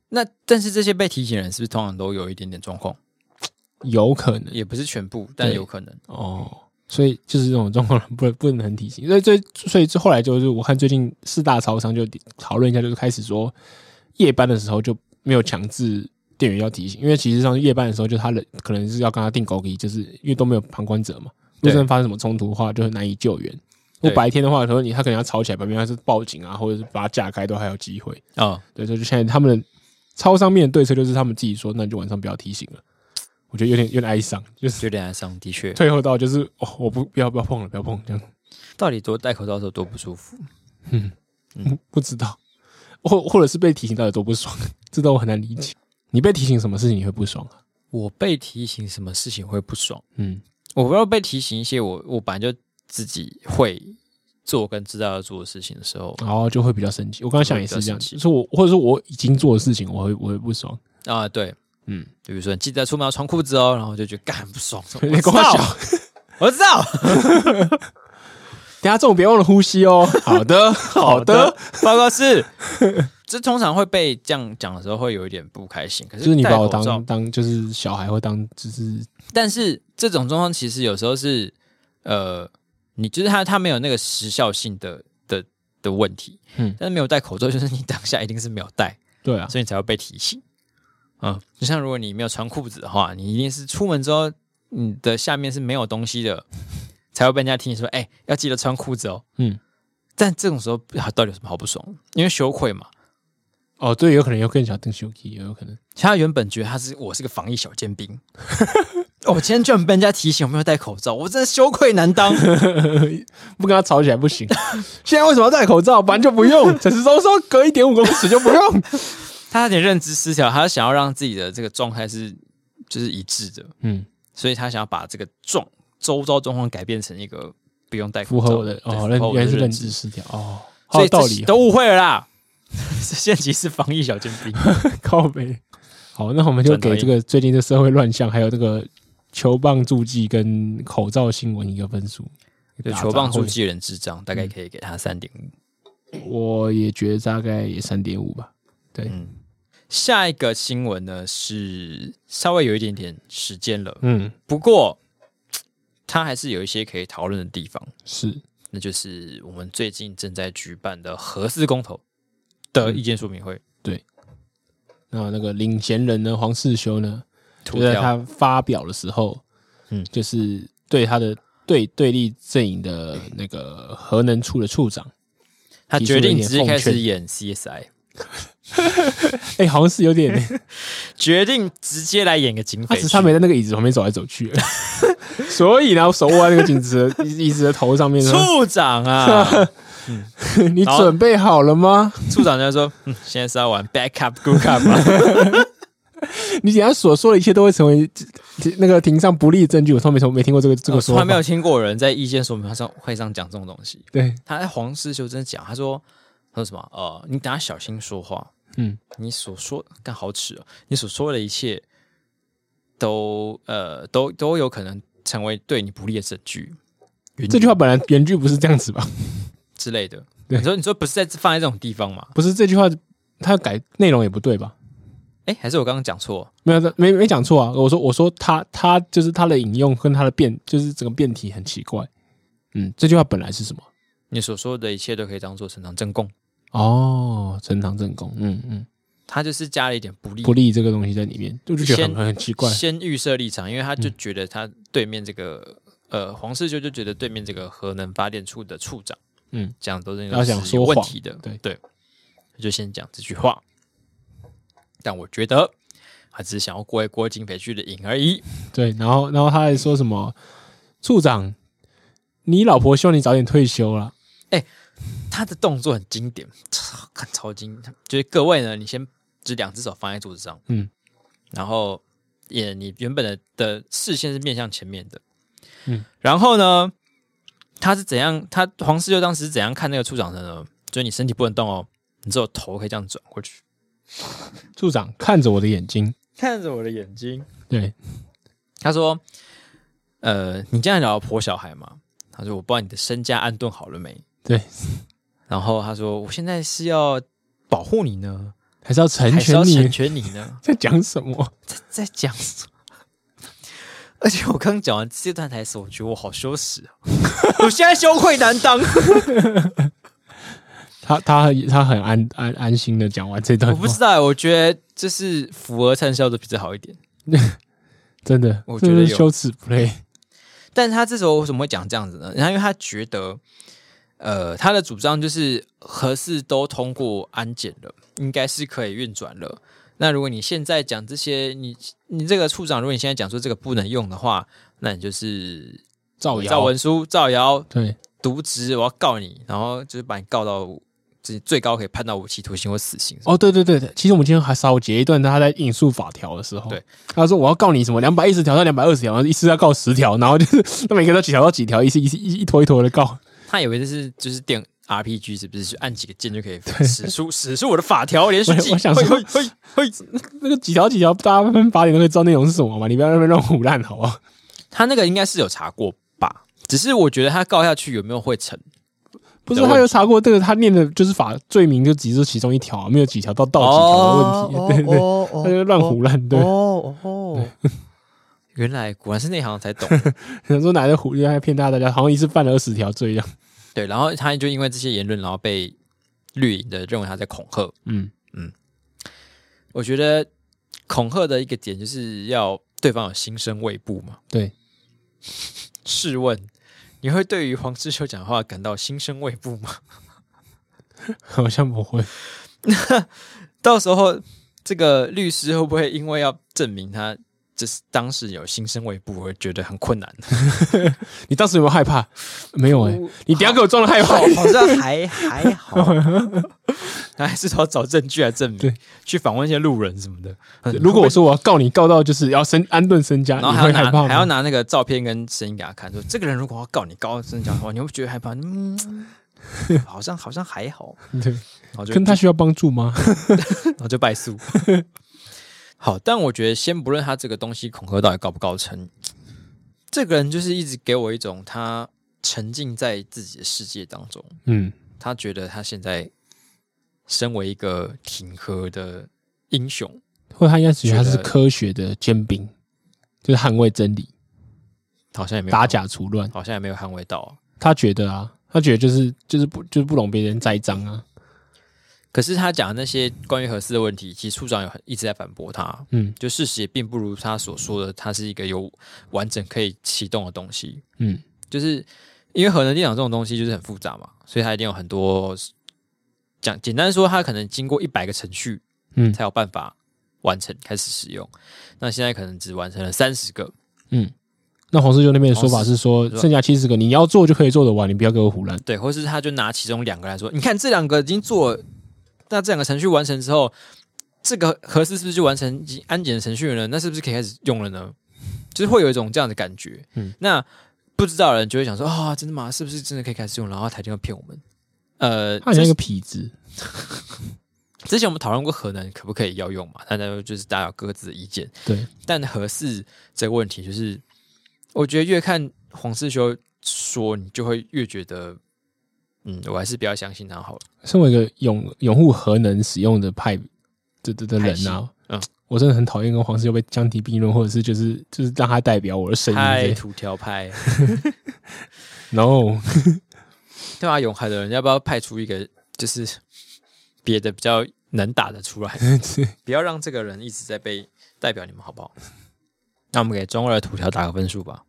[SPEAKER 1] 那但是这些被提醒的人是不是通常都有一点点状况？
[SPEAKER 2] 有可能
[SPEAKER 1] 也不是全部，但
[SPEAKER 2] 对
[SPEAKER 1] 有可能。
[SPEAKER 2] 哦。所以就是这种状况不不能很提醒，所以 [LAUGHS] 最所以后来就是我看最近四大超商就讨论一下，就是开始说夜班的时候就没有强制店员要提醒，因为其实上夜班的时候就他人可能是要跟他定狗给，就是因为都没有旁观者嘛，如果
[SPEAKER 1] 对
[SPEAKER 2] 真的发生什么冲突的话，就很难以救援。我
[SPEAKER 1] 对
[SPEAKER 2] 白天的话，可能你他可能要吵起来，旁边他是报警啊，或者是把他架开都还有机会。
[SPEAKER 1] 哦，
[SPEAKER 2] 对，所以就现在他们的超商面的对策就是他们自己说，那你就晚上不要提醒了。我觉得有点有点哀伤，就是
[SPEAKER 1] 有点哀伤，的确，
[SPEAKER 2] 退后到就是哦，我不不要不要碰了，不要碰这样，
[SPEAKER 1] 到底多戴口罩的时候多不舒服？
[SPEAKER 2] 不知道，或或者是被提醒到底多不爽，这都我很难理解。你被提醒什么事情你会不爽啊？
[SPEAKER 1] 我被提醒什么事情会不爽？
[SPEAKER 2] 嗯
[SPEAKER 1] 我不知道被提醒一些我我本来就自己会做跟知道要做的事情的时候
[SPEAKER 2] 然后就会比较生气。我刚刚想也是这样，
[SPEAKER 1] 会比较生气
[SPEAKER 2] 就是我或者说我已经做的事情，我会我会不爽。 [LAUGHS]
[SPEAKER 1] 啊，对，
[SPEAKER 2] 嗯，
[SPEAKER 1] 比如说你记得出门要穿裤子哦，然后我就觉得干不爽，我
[SPEAKER 2] [LAUGHS] 你
[SPEAKER 1] 知
[SPEAKER 2] 跟我讲
[SPEAKER 1] 道，，我知道，
[SPEAKER 2] 等下中午别忘了呼吸
[SPEAKER 1] [LAUGHS]
[SPEAKER 2] 哦。好的，好的，，
[SPEAKER 1] 报告是， [LAUGHS] 这通常会被这样讲的时候会有一点不开心，可
[SPEAKER 2] 就是你
[SPEAKER 1] 戴
[SPEAKER 2] 把我
[SPEAKER 1] 口罩
[SPEAKER 2] 当当就是小孩，或当就是
[SPEAKER 1] 但是这种状况其实有时候是，呃，你就是他他没有那个时效性的的的问题，
[SPEAKER 2] 嗯
[SPEAKER 1] 但是没有戴口罩，就是你当下一定是没有戴，
[SPEAKER 2] 对啊，
[SPEAKER 1] 所以你才会被提醒。嗯，就像如果你没有穿裤子的话，你一定是出门之后，你的下面是没有东西
[SPEAKER 2] [LAUGHS]
[SPEAKER 1] 的，才会被人家提醒说：“哎、要记得穿裤子哦。”
[SPEAKER 2] 嗯，
[SPEAKER 1] 但这种时候啊到底有什么好不爽的？因为羞愧嘛，
[SPEAKER 2] 哦，对，有可能有更小邓秀基，也有可能。 [LAUGHS]
[SPEAKER 1] 其实他原本觉得他是我是个防疫小尖兵， [LAUGHS] 哦我今天居然被人家提醒我没有戴口罩，我真的羞愧难当。
[SPEAKER 2] 不跟他吵起来不行。 [LAUGHS] 现在为什么要戴口罩？不然就不用。 [LAUGHS] 陈时中说隔一点五公尺就不用。
[SPEAKER 1] [LAUGHS] 他有点认知失调，他想要让自己的这个状态是就是一致的，
[SPEAKER 2] 嗯，
[SPEAKER 1] 所以他想要把这个状周遭状况改变成一个不用戴口罩，
[SPEAKER 2] 符合我的
[SPEAKER 1] 对
[SPEAKER 2] 哦，
[SPEAKER 1] 符
[SPEAKER 2] 认
[SPEAKER 1] 合我
[SPEAKER 2] 原来是认
[SPEAKER 1] 认
[SPEAKER 2] 知，失调哦，好
[SPEAKER 1] 所
[SPEAKER 2] 有
[SPEAKER 1] 以这
[SPEAKER 2] 道理哦，
[SPEAKER 1] 都误会了啦。 [LAUGHS] 这现集是防疫小尖 [LAUGHS] 兵，
[SPEAKER 2] 靠背。好，那我们就
[SPEAKER 1] 转到
[SPEAKER 2] 给
[SPEAKER 1] 一
[SPEAKER 2] 这个最近的社会乱象，还有这个球棒助记跟口罩新闻一个分数。
[SPEAKER 1] 对
[SPEAKER 2] 打
[SPEAKER 1] 球棒
[SPEAKER 2] 杂烩
[SPEAKER 1] 助，记人智障，大概可以给他三点五。
[SPEAKER 2] 我也觉得大概也三点五吧。对
[SPEAKER 1] 嗯，下一个新闻呢是稍微有一点点时间了，
[SPEAKER 2] 嗯，
[SPEAKER 1] 不过它还是有一些可以讨论的地方，
[SPEAKER 2] 是
[SPEAKER 1] 那就是我们最近正在举办的核四公投的
[SPEAKER 2] 嗯
[SPEAKER 1] 意见说明会，
[SPEAKER 2] 那那个领衔人呢，黄世修呢，
[SPEAKER 1] 涂
[SPEAKER 2] 就在
[SPEAKER 1] 掉
[SPEAKER 2] 他发表的时候，
[SPEAKER 1] 嗯
[SPEAKER 2] 就是对他的对对立阵营的那个核能处的处长，
[SPEAKER 1] 他决定直接开
[SPEAKER 2] 提出了
[SPEAKER 1] 始
[SPEAKER 2] 一
[SPEAKER 1] 演 CSI，
[SPEAKER 2] 哎、好像是有
[SPEAKER 1] [LAUGHS]
[SPEAKER 2] 点，
[SPEAKER 1] 决定直接来演个警
[SPEAKER 2] 他
[SPEAKER 1] 匪
[SPEAKER 2] 只
[SPEAKER 1] 剧，
[SPEAKER 2] 是他没在那个椅子旁边走来走去， [LAUGHS] 所以呢，我手握在那个椅子的椅子的头上面说
[SPEAKER 1] 处长
[SPEAKER 2] [LAUGHS]
[SPEAKER 1] 啊，
[SPEAKER 2] 你准备好了吗？
[SPEAKER 1] 处长就说，嗯现在是要玩啊 backup good cup 吗？
[SPEAKER 2] 你等一下所说的一切都会成为那个庭上不利的证据。我从来没从没听过这 [LAUGHS] 个这个
[SPEAKER 1] 我
[SPEAKER 2] 说
[SPEAKER 1] 从哦
[SPEAKER 2] 法，
[SPEAKER 1] 来没有听过有人在意见说明会上会上讲这种东西。
[SPEAKER 2] 对，
[SPEAKER 1] 他在黄世修真的讲，他说他说什么？呃，你等下小心说话。
[SPEAKER 2] 嗯，
[SPEAKER 1] 你所说干好耻哦，你所说的一切都呃都都有可能成为对你不利的证据
[SPEAKER 2] 这句话本来原句不是这样子吧？
[SPEAKER 1] 之类的。
[SPEAKER 2] 对
[SPEAKER 1] 你说你说不是在放在这种地方吗？
[SPEAKER 2] 不是这句话，他改内容也不对吧？
[SPEAKER 1] 哎，还是我刚刚讲错？
[SPEAKER 2] 没有，没没讲错啊！我说我说他他就是他的引用跟他的辩，就是整个辩题很奇怪。嗯，这句话本来是什么？
[SPEAKER 1] 你所说的一切都可以当做呈堂证供，
[SPEAKER 2] 哦，呈堂证供，嗯嗯，
[SPEAKER 1] 他就是加了一点不利
[SPEAKER 2] 不利这个东西在里面，我就觉得很
[SPEAKER 1] 先
[SPEAKER 2] 很很奇怪。嗯
[SPEAKER 1] 先预设立场，因为他就觉得他对面这个、呃黄世修就觉得对面这个核能发电处的处长，
[SPEAKER 2] 嗯，
[SPEAKER 1] 讲都是那
[SPEAKER 2] 他
[SPEAKER 1] 种
[SPEAKER 2] 想
[SPEAKER 1] 是
[SPEAKER 2] 说
[SPEAKER 1] 有问
[SPEAKER 2] 谎
[SPEAKER 1] 题的，
[SPEAKER 2] 对
[SPEAKER 1] 对，就先讲这句话。但我觉得他只是想要过一过警匪剧的瘾而已。
[SPEAKER 2] 对，然后然后他还说什么处长，你老婆希望你早点退休了。
[SPEAKER 1] 他的动作很经典，超看超经典，就是各位呢，你先只两只手放在桌子上，
[SPEAKER 2] 嗯，
[SPEAKER 1] 然后也你原本的的视线是面向前面的，
[SPEAKER 2] 嗯，
[SPEAKER 1] 然后呢，他是怎样？他黄世修当时是怎样看那个处长的呢？就是你身体不能动哦，你只有头可以这样转过去，
[SPEAKER 2] 处长看着我的眼睛，
[SPEAKER 1] 看着我的眼睛。
[SPEAKER 2] 对，
[SPEAKER 1] 他说：“呃，你这样老婆小孩嘛？”他说：“我不知道你的身家安顿好了没。”
[SPEAKER 2] 对，
[SPEAKER 1] 然后他说：“我现在是要保护你呢，
[SPEAKER 2] 还是要成
[SPEAKER 1] 还是
[SPEAKER 2] 全
[SPEAKER 1] 要
[SPEAKER 2] 你？
[SPEAKER 1] 成。全你呢
[SPEAKER 2] [LAUGHS] 在讲什么？
[SPEAKER 1] 在 [LAUGHS] 在讲什么？而且我刚讲完这段台词，我觉得我好羞耻、啊， [LAUGHS] 我现在羞愧难 [LAUGHS] 当。
[SPEAKER 2] 他他他很安安安心的讲完这段
[SPEAKER 1] 我
[SPEAKER 2] 话，
[SPEAKER 1] 不知道，我觉得就是符合畅销的比较好一点。
[SPEAKER 2] 真的，
[SPEAKER 1] 我
[SPEAKER 2] 这
[SPEAKER 1] 觉得
[SPEAKER 2] 是
[SPEAKER 1] 有
[SPEAKER 2] 羞耻 play。
[SPEAKER 1] 但他这时候为什么会讲这样子呢？然后因为他觉得，呃，他的主张就是核四都通过安检了，应该是可以运转了。那如果你现在讲这些，你你这个处长，如果你现在讲说这个不能用的话，那你就是
[SPEAKER 2] 造谣，
[SPEAKER 1] 造文书、造谣、
[SPEAKER 2] 对，
[SPEAKER 1] 渎职，我要告你，然后就是把你告到最最高可以判到无期徒刑或死刑。
[SPEAKER 2] 哦，对对对对，其实我们今天还少截一段他在引述法条的时候，
[SPEAKER 1] 对，
[SPEAKER 2] 他说我要告你什么两百一十条到两百二十条，然后一次要告十条，然后就是 [LAUGHS] 那每个都几条到几条，一次一次一一坨一坨的告，
[SPEAKER 1] 他以为这是就是电 RPG 是不是？就按几个键就可以使出使出我的法条连续
[SPEAKER 2] 我
[SPEAKER 1] 技。
[SPEAKER 2] [LAUGHS] 我想说
[SPEAKER 1] 嘿嘿嘿嘿
[SPEAKER 2] 那个几条几条，大家分法典都会知道内容是什么嘛，你不要在那边乱胡乱
[SPEAKER 1] [LAUGHS]
[SPEAKER 2] 好不好？
[SPEAKER 1] 他那个应该是有查过吧，只是我觉得他告下去有没有会成，
[SPEAKER 2] 不是，他有查过这个，他念的就是法罪名就只是其中一条、啊，没有几条到到几条的问 [LAUGHS] 题，对对，
[SPEAKER 1] 哦
[SPEAKER 2] 他就乱胡乱对，
[SPEAKER 1] 哦哦，原来果然是内行才
[SPEAKER 2] [LAUGHS]
[SPEAKER 1] 懂。
[SPEAKER 2] 想说哪来的胡，原来骗大家，好像一次犯了二十条罪一样，
[SPEAKER 1] 对，然后他就因为这些言论，然后被绿营的认为他在恐吓。
[SPEAKER 2] 嗯，
[SPEAKER 1] 我觉得恐吓的一个点就是要对方有心生畏怖嘛。
[SPEAKER 2] 对，
[SPEAKER 1] 试问你会对于黄志修讲话感到心生畏怖吗？
[SPEAKER 2] 好像不会，
[SPEAKER 1] [LAUGHS] 到时候这个律师会不会因为要证明他就是当时有心生畏怖，而觉得很困难？
[SPEAKER 2] 你当时有没有害怕？没有哎、你等一下给我装的害
[SPEAKER 1] [LAUGHS]
[SPEAKER 2] 怕
[SPEAKER 1] 好。好像还还好， [LAUGHS] 那还是要找证据来证明
[SPEAKER 2] 对，
[SPEAKER 1] 去访问一些路人什么的。
[SPEAKER 2] [LAUGHS] 如果我说我要告你，告到就是要身安顿身家，
[SPEAKER 1] 然后
[SPEAKER 2] 你
[SPEAKER 1] 还要
[SPEAKER 2] 会害怕
[SPEAKER 1] 拿
[SPEAKER 2] 吗？
[SPEAKER 1] 还要拿那个照片跟声音给他看，说这个人如果要告你告真的假的话，你会不会觉得害怕？嗯， [LAUGHS] 好像好像还好，
[SPEAKER 2] 对，
[SPEAKER 1] 然后就
[SPEAKER 2] 跟他需要帮助吗？
[SPEAKER 1] 然后就败诉。 [LAUGHS] 好，但我觉得先不论他这个东西恐吓到底高不高成，这个人就是一直给我一种他沉浸在自己的世界当中，
[SPEAKER 2] 嗯，
[SPEAKER 1] 他觉得他现在身为一个挺和的英雄，
[SPEAKER 2] [LAUGHS] 或者他应该只觉得他
[SPEAKER 1] 觉
[SPEAKER 2] 是
[SPEAKER 1] 得
[SPEAKER 2] 科学的尖兵，就是捍卫真理、
[SPEAKER 1] 好像也没有
[SPEAKER 2] 打
[SPEAKER 1] 捍，
[SPEAKER 2] 假除乱。
[SPEAKER 1] 好像也没有捍卫到啊、
[SPEAKER 2] 他觉得啊，他觉得就是就是不就是不容别人栽赃啊。
[SPEAKER 1] 可是他讲的那些关于核四的问题，其实处长有很一直在反驳他，
[SPEAKER 2] 嗯
[SPEAKER 1] 就事实也并不如他所说的，它是一个有完整可以启动的东西。
[SPEAKER 2] 嗯，
[SPEAKER 1] 就是因为核能电厂这种东西就是很复杂嘛，所以它一定有很多讲简单说，它可能经过一百个程序，
[SPEAKER 2] 嗯
[SPEAKER 1] 才有办法完成开始使用。那现在可能只完成了三十个，
[SPEAKER 2] 那黄世修那边的说法是说，
[SPEAKER 1] 哦是吧
[SPEAKER 2] 剩下七十个你要做就可以做得完，你不要给我胡乱。
[SPEAKER 1] 对，或是他就拿其中两个来说，你看这两个已经做了，那这两个程序完成之后，这个核四是不是就完成已经安检的程序了呢？那是不是可以开始用了呢？就是会有一种这样的感觉。嗯
[SPEAKER 2] 嗯，
[SPEAKER 1] 那不知道的人就会想说啊、真的吗？是不是真的可以开始用？然后台电要骗我们？呃，
[SPEAKER 2] 他很像一
[SPEAKER 1] 之
[SPEAKER 2] 个痞子。
[SPEAKER 1] 之前我们讨论过核能可不可以要用嘛？大家就是大家有各自的意见，
[SPEAKER 2] 对，
[SPEAKER 1] 但核四这个问题，就是我觉得越看黄世修说，你就会越觉得，嗯，我还是不要相信他好了。
[SPEAKER 2] 身为一个拥拥护核能使用的派的的的人啊，
[SPEAKER 1] 派系嗯
[SPEAKER 2] 我真的很讨厌跟黄世修被相提并论，或者是就是就是让他代表我的声音
[SPEAKER 1] 拍
[SPEAKER 2] 这。
[SPEAKER 1] 土条拍，
[SPEAKER 2] No，
[SPEAKER 1] 对啊，永海的人要不要派出一个就是别的比较能打得出
[SPEAKER 2] [LAUGHS]
[SPEAKER 1] 来，不要让这个人一直在被代表你们好不好？那我们给中二的土条打个分数吧。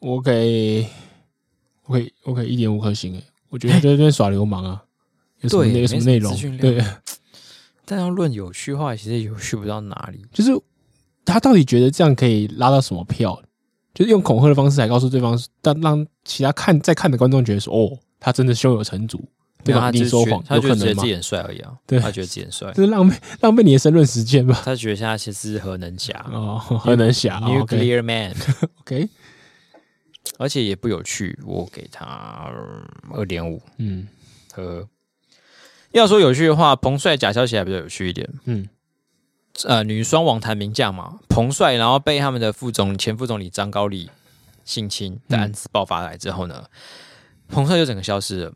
[SPEAKER 2] 我给我给我给一点五颗星诶，我觉得他就在那边耍流氓啊，有什么
[SPEAKER 1] 对
[SPEAKER 2] 内有什
[SPEAKER 1] 没
[SPEAKER 2] 么
[SPEAKER 1] 什么
[SPEAKER 2] 内容
[SPEAKER 1] 资讯？量
[SPEAKER 2] 对，
[SPEAKER 1] 但要论有趣化，其实有趣不到哪里。
[SPEAKER 2] 就是他到底觉得这样可以拉到什么票？就是用恐吓的方式来告诉对方，但让其他看在看的观众觉得说，哦，他真的胸有成竹，
[SPEAKER 1] 没
[SPEAKER 2] 对
[SPEAKER 1] 有他
[SPEAKER 2] 方一定
[SPEAKER 1] 就是
[SPEAKER 2] 说
[SPEAKER 1] 觉
[SPEAKER 2] 谎，
[SPEAKER 1] 他
[SPEAKER 2] 有
[SPEAKER 1] 就
[SPEAKER 2] 可
[SPEAKER 1] 觉得
[SPEAKER 2] 能
[SPEAKER 1] 自
[SPEAKER 2] 吗？
[SPEAKER 1] 己很帅而已啊。
[SPEAKER 2] 对
[SPEAKER 1] 他觉得自己很帅，
[SPEAKER 2] 这是浪费浪费你的申论时间吧？
[SPEAKER 1] 他觉得现在其实是核能侠
[SPEAKER 2] 哦，很能想
[SPEAKER 1] n u c l e a r Man，
[SPEAKER 2] OK，
[SPEAKER 1] 而且也不有趣。我给他二点五。
[SPEAKER 2] 嗯
[SPEAKER 1] 呃，要说有趣的话，彭帅假消息还比较有趣一点。
[SPEAKER 2] 嗯，
[SPEAKER 1] 呃女双网坛名将嘛，彭帅，然后被他们的副总前副总理张高丽性侵的案
[SPEAKER 2] 嗯
[SPEAKER 1] 子爆发来之后呢，彭帅就整个消失了，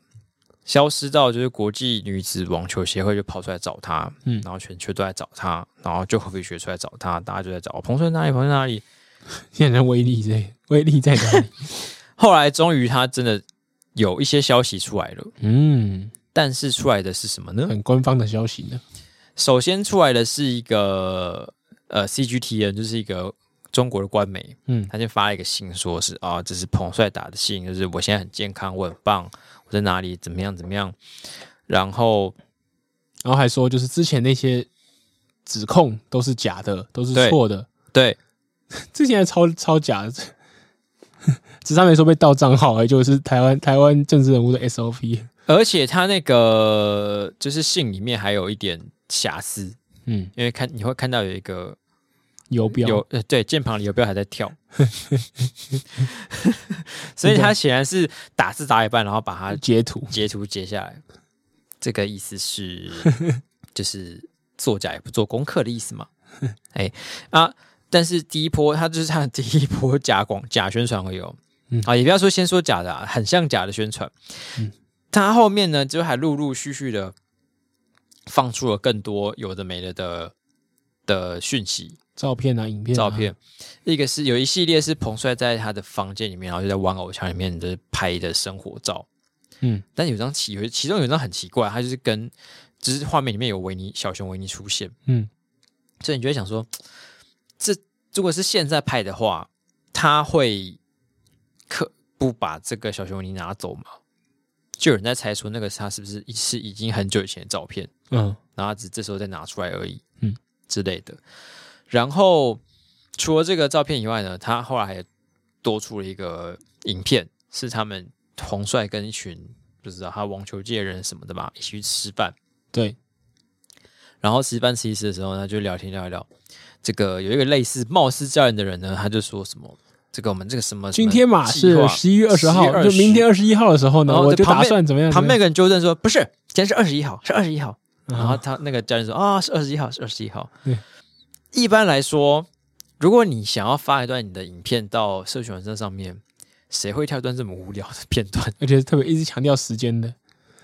[SPEAKER 1] 消失到就是国际女子网球协会就跑出来找他，嗯
[SPEAKER 2] 嗯，
[SPEAKER 1] 然后全球都在找他，然后就河北学出来找他，大家就在找哦彭帅哪里，彭帅哪里，
[SPEAKER 2] 现在威力在威力
[SPEAKER 1] [LAUGHS]
[SPEAKER 2] 在哪里？
[SPEAKER 1] 后来终于他真的有一些消息出来了，
[SPEAKER 2] 嗯，
[SPEAKER 1] 但是出来的是什么呢？
[SPEAKER 2] 很官方的消息呢。
[SPEAKER 1] 首先出来的是一个呃 CGTN，就是一个中国的官媒，
[SPEAKER 2] 嗯
[SPEAKER 1] 他先发了一个信，说是啊、这是彭帅打的信，就是我现在很健康，我很棒，我在哪里，怎么样怎么样。然后
[SPEAKER 2] 然后还说就是之前那些指控都是假的，都是
[SPEAKER 1] 对
[SPEAKER 2] 错的，
[SPEAKER 1] 对
[SPEAKER 2] 之前还超超假的。 [LAUGHS] 只差没说被盗账号，而已就是台湾台湾政治人物的 SOP。
[SPEAKER 1] 而且他那个就是信里面还有一点瑕疵，
[SPEAKER 2] 嗯，
[SPEAKER 1] 因为看你会看到有一个
[SPEAKER 2] 游标
[SPEAKER 1] 有呃对键盘里有标还在跳， [LAUGHS] 所以他显然是打字打一半，然后把它
[SPEAKER 2] 截图，
[SPEAKER 1] 截图截下来，这个意思是就是作假也不做功课的意思嘛？ [LAUGHS] 哎啊，但是第一波他就是他的第一波假广假宣传会有，
[SPEAKER 2] 嗯
[SPEAKER 1] 啊，也不要说先说假的、啊，很像假的宣传。他后面呢，就还陆陆续续的放出了更多有的没的的的讯息，
[SPEAKER 2] 照片啊，影片、
[SPEAKER 1] 照，片，一个是有一系列是彭帅在他的房间里面，然后就在玩偶墙里面的拍的生活照。
[SPEAKER 2] 嗯，
[SPEAKER 1] 但有一张奇有其中有一张很奇怪，它就是跟只是画面里面有维尼小熊维尼出现，
[SPEAKER 2] 嗯，
[SPEAKER 1] 所以你就会想说，这如果是现在拍的话，他会可不把这个小熊维尼拿走吗？就有人在猜说那个是他是不是是已经很久以前的照片，
[SPEAKER 2] 嗯
[SPEAKER 1] 然后他只这时候再拿出来而已，
[SPEAKER 2] 嗯
[SPEAKER 1] 之类的。然后除了这个照片以外呢，他后来还多出了一个影片，是他们红帅跟一群不知道他网球界人什么的吧，一起去吃饭。
[SPEAKER 2] 对，
[SPEAKER 1] 然后吃饭吃一吃的时候呢，就聊天聊一聊。这个有一个类似貌似教练的人呢，他就说什么：“这个我们这个什么
[SPEAKER 2] 今天嘛
[SPEAKER 1] 什么
[SPEAKER 2] 是
[SPEAKER 1] 计划
[SPEAKER 2] 十一月二十号，
[SPEAKER 1] 11
[SPEAKER 2] 就明天二十一号的时候呢，
[SPEAKER 1] 然后
[SPEAKER 2] 我就
[SPEAKER 1] 旁
[SPEAKER 2] 打
[SPEAKER 1] 边
[SPEAKER 2] 算怎么样？
[SPEAKER 1] 旁边有个人纠正说：“不是，今天是二十一号，是二十一号。”
[SPEAKER 2] 怎么
[SPEAKER 1] 然
[SPEAKER 2] 样
[SPEAKER 1] 后他那个教练说：“啊，是二十一号，是二十一号。
[SPEAKER 2] 啊对”
[SPEAKER 1] 一般来说，如果你想要发一段你的影片到社群网站上面，谁会跳一段这么无聊的片段？
[SPEAKER 2] 而且特别一直强调时间的，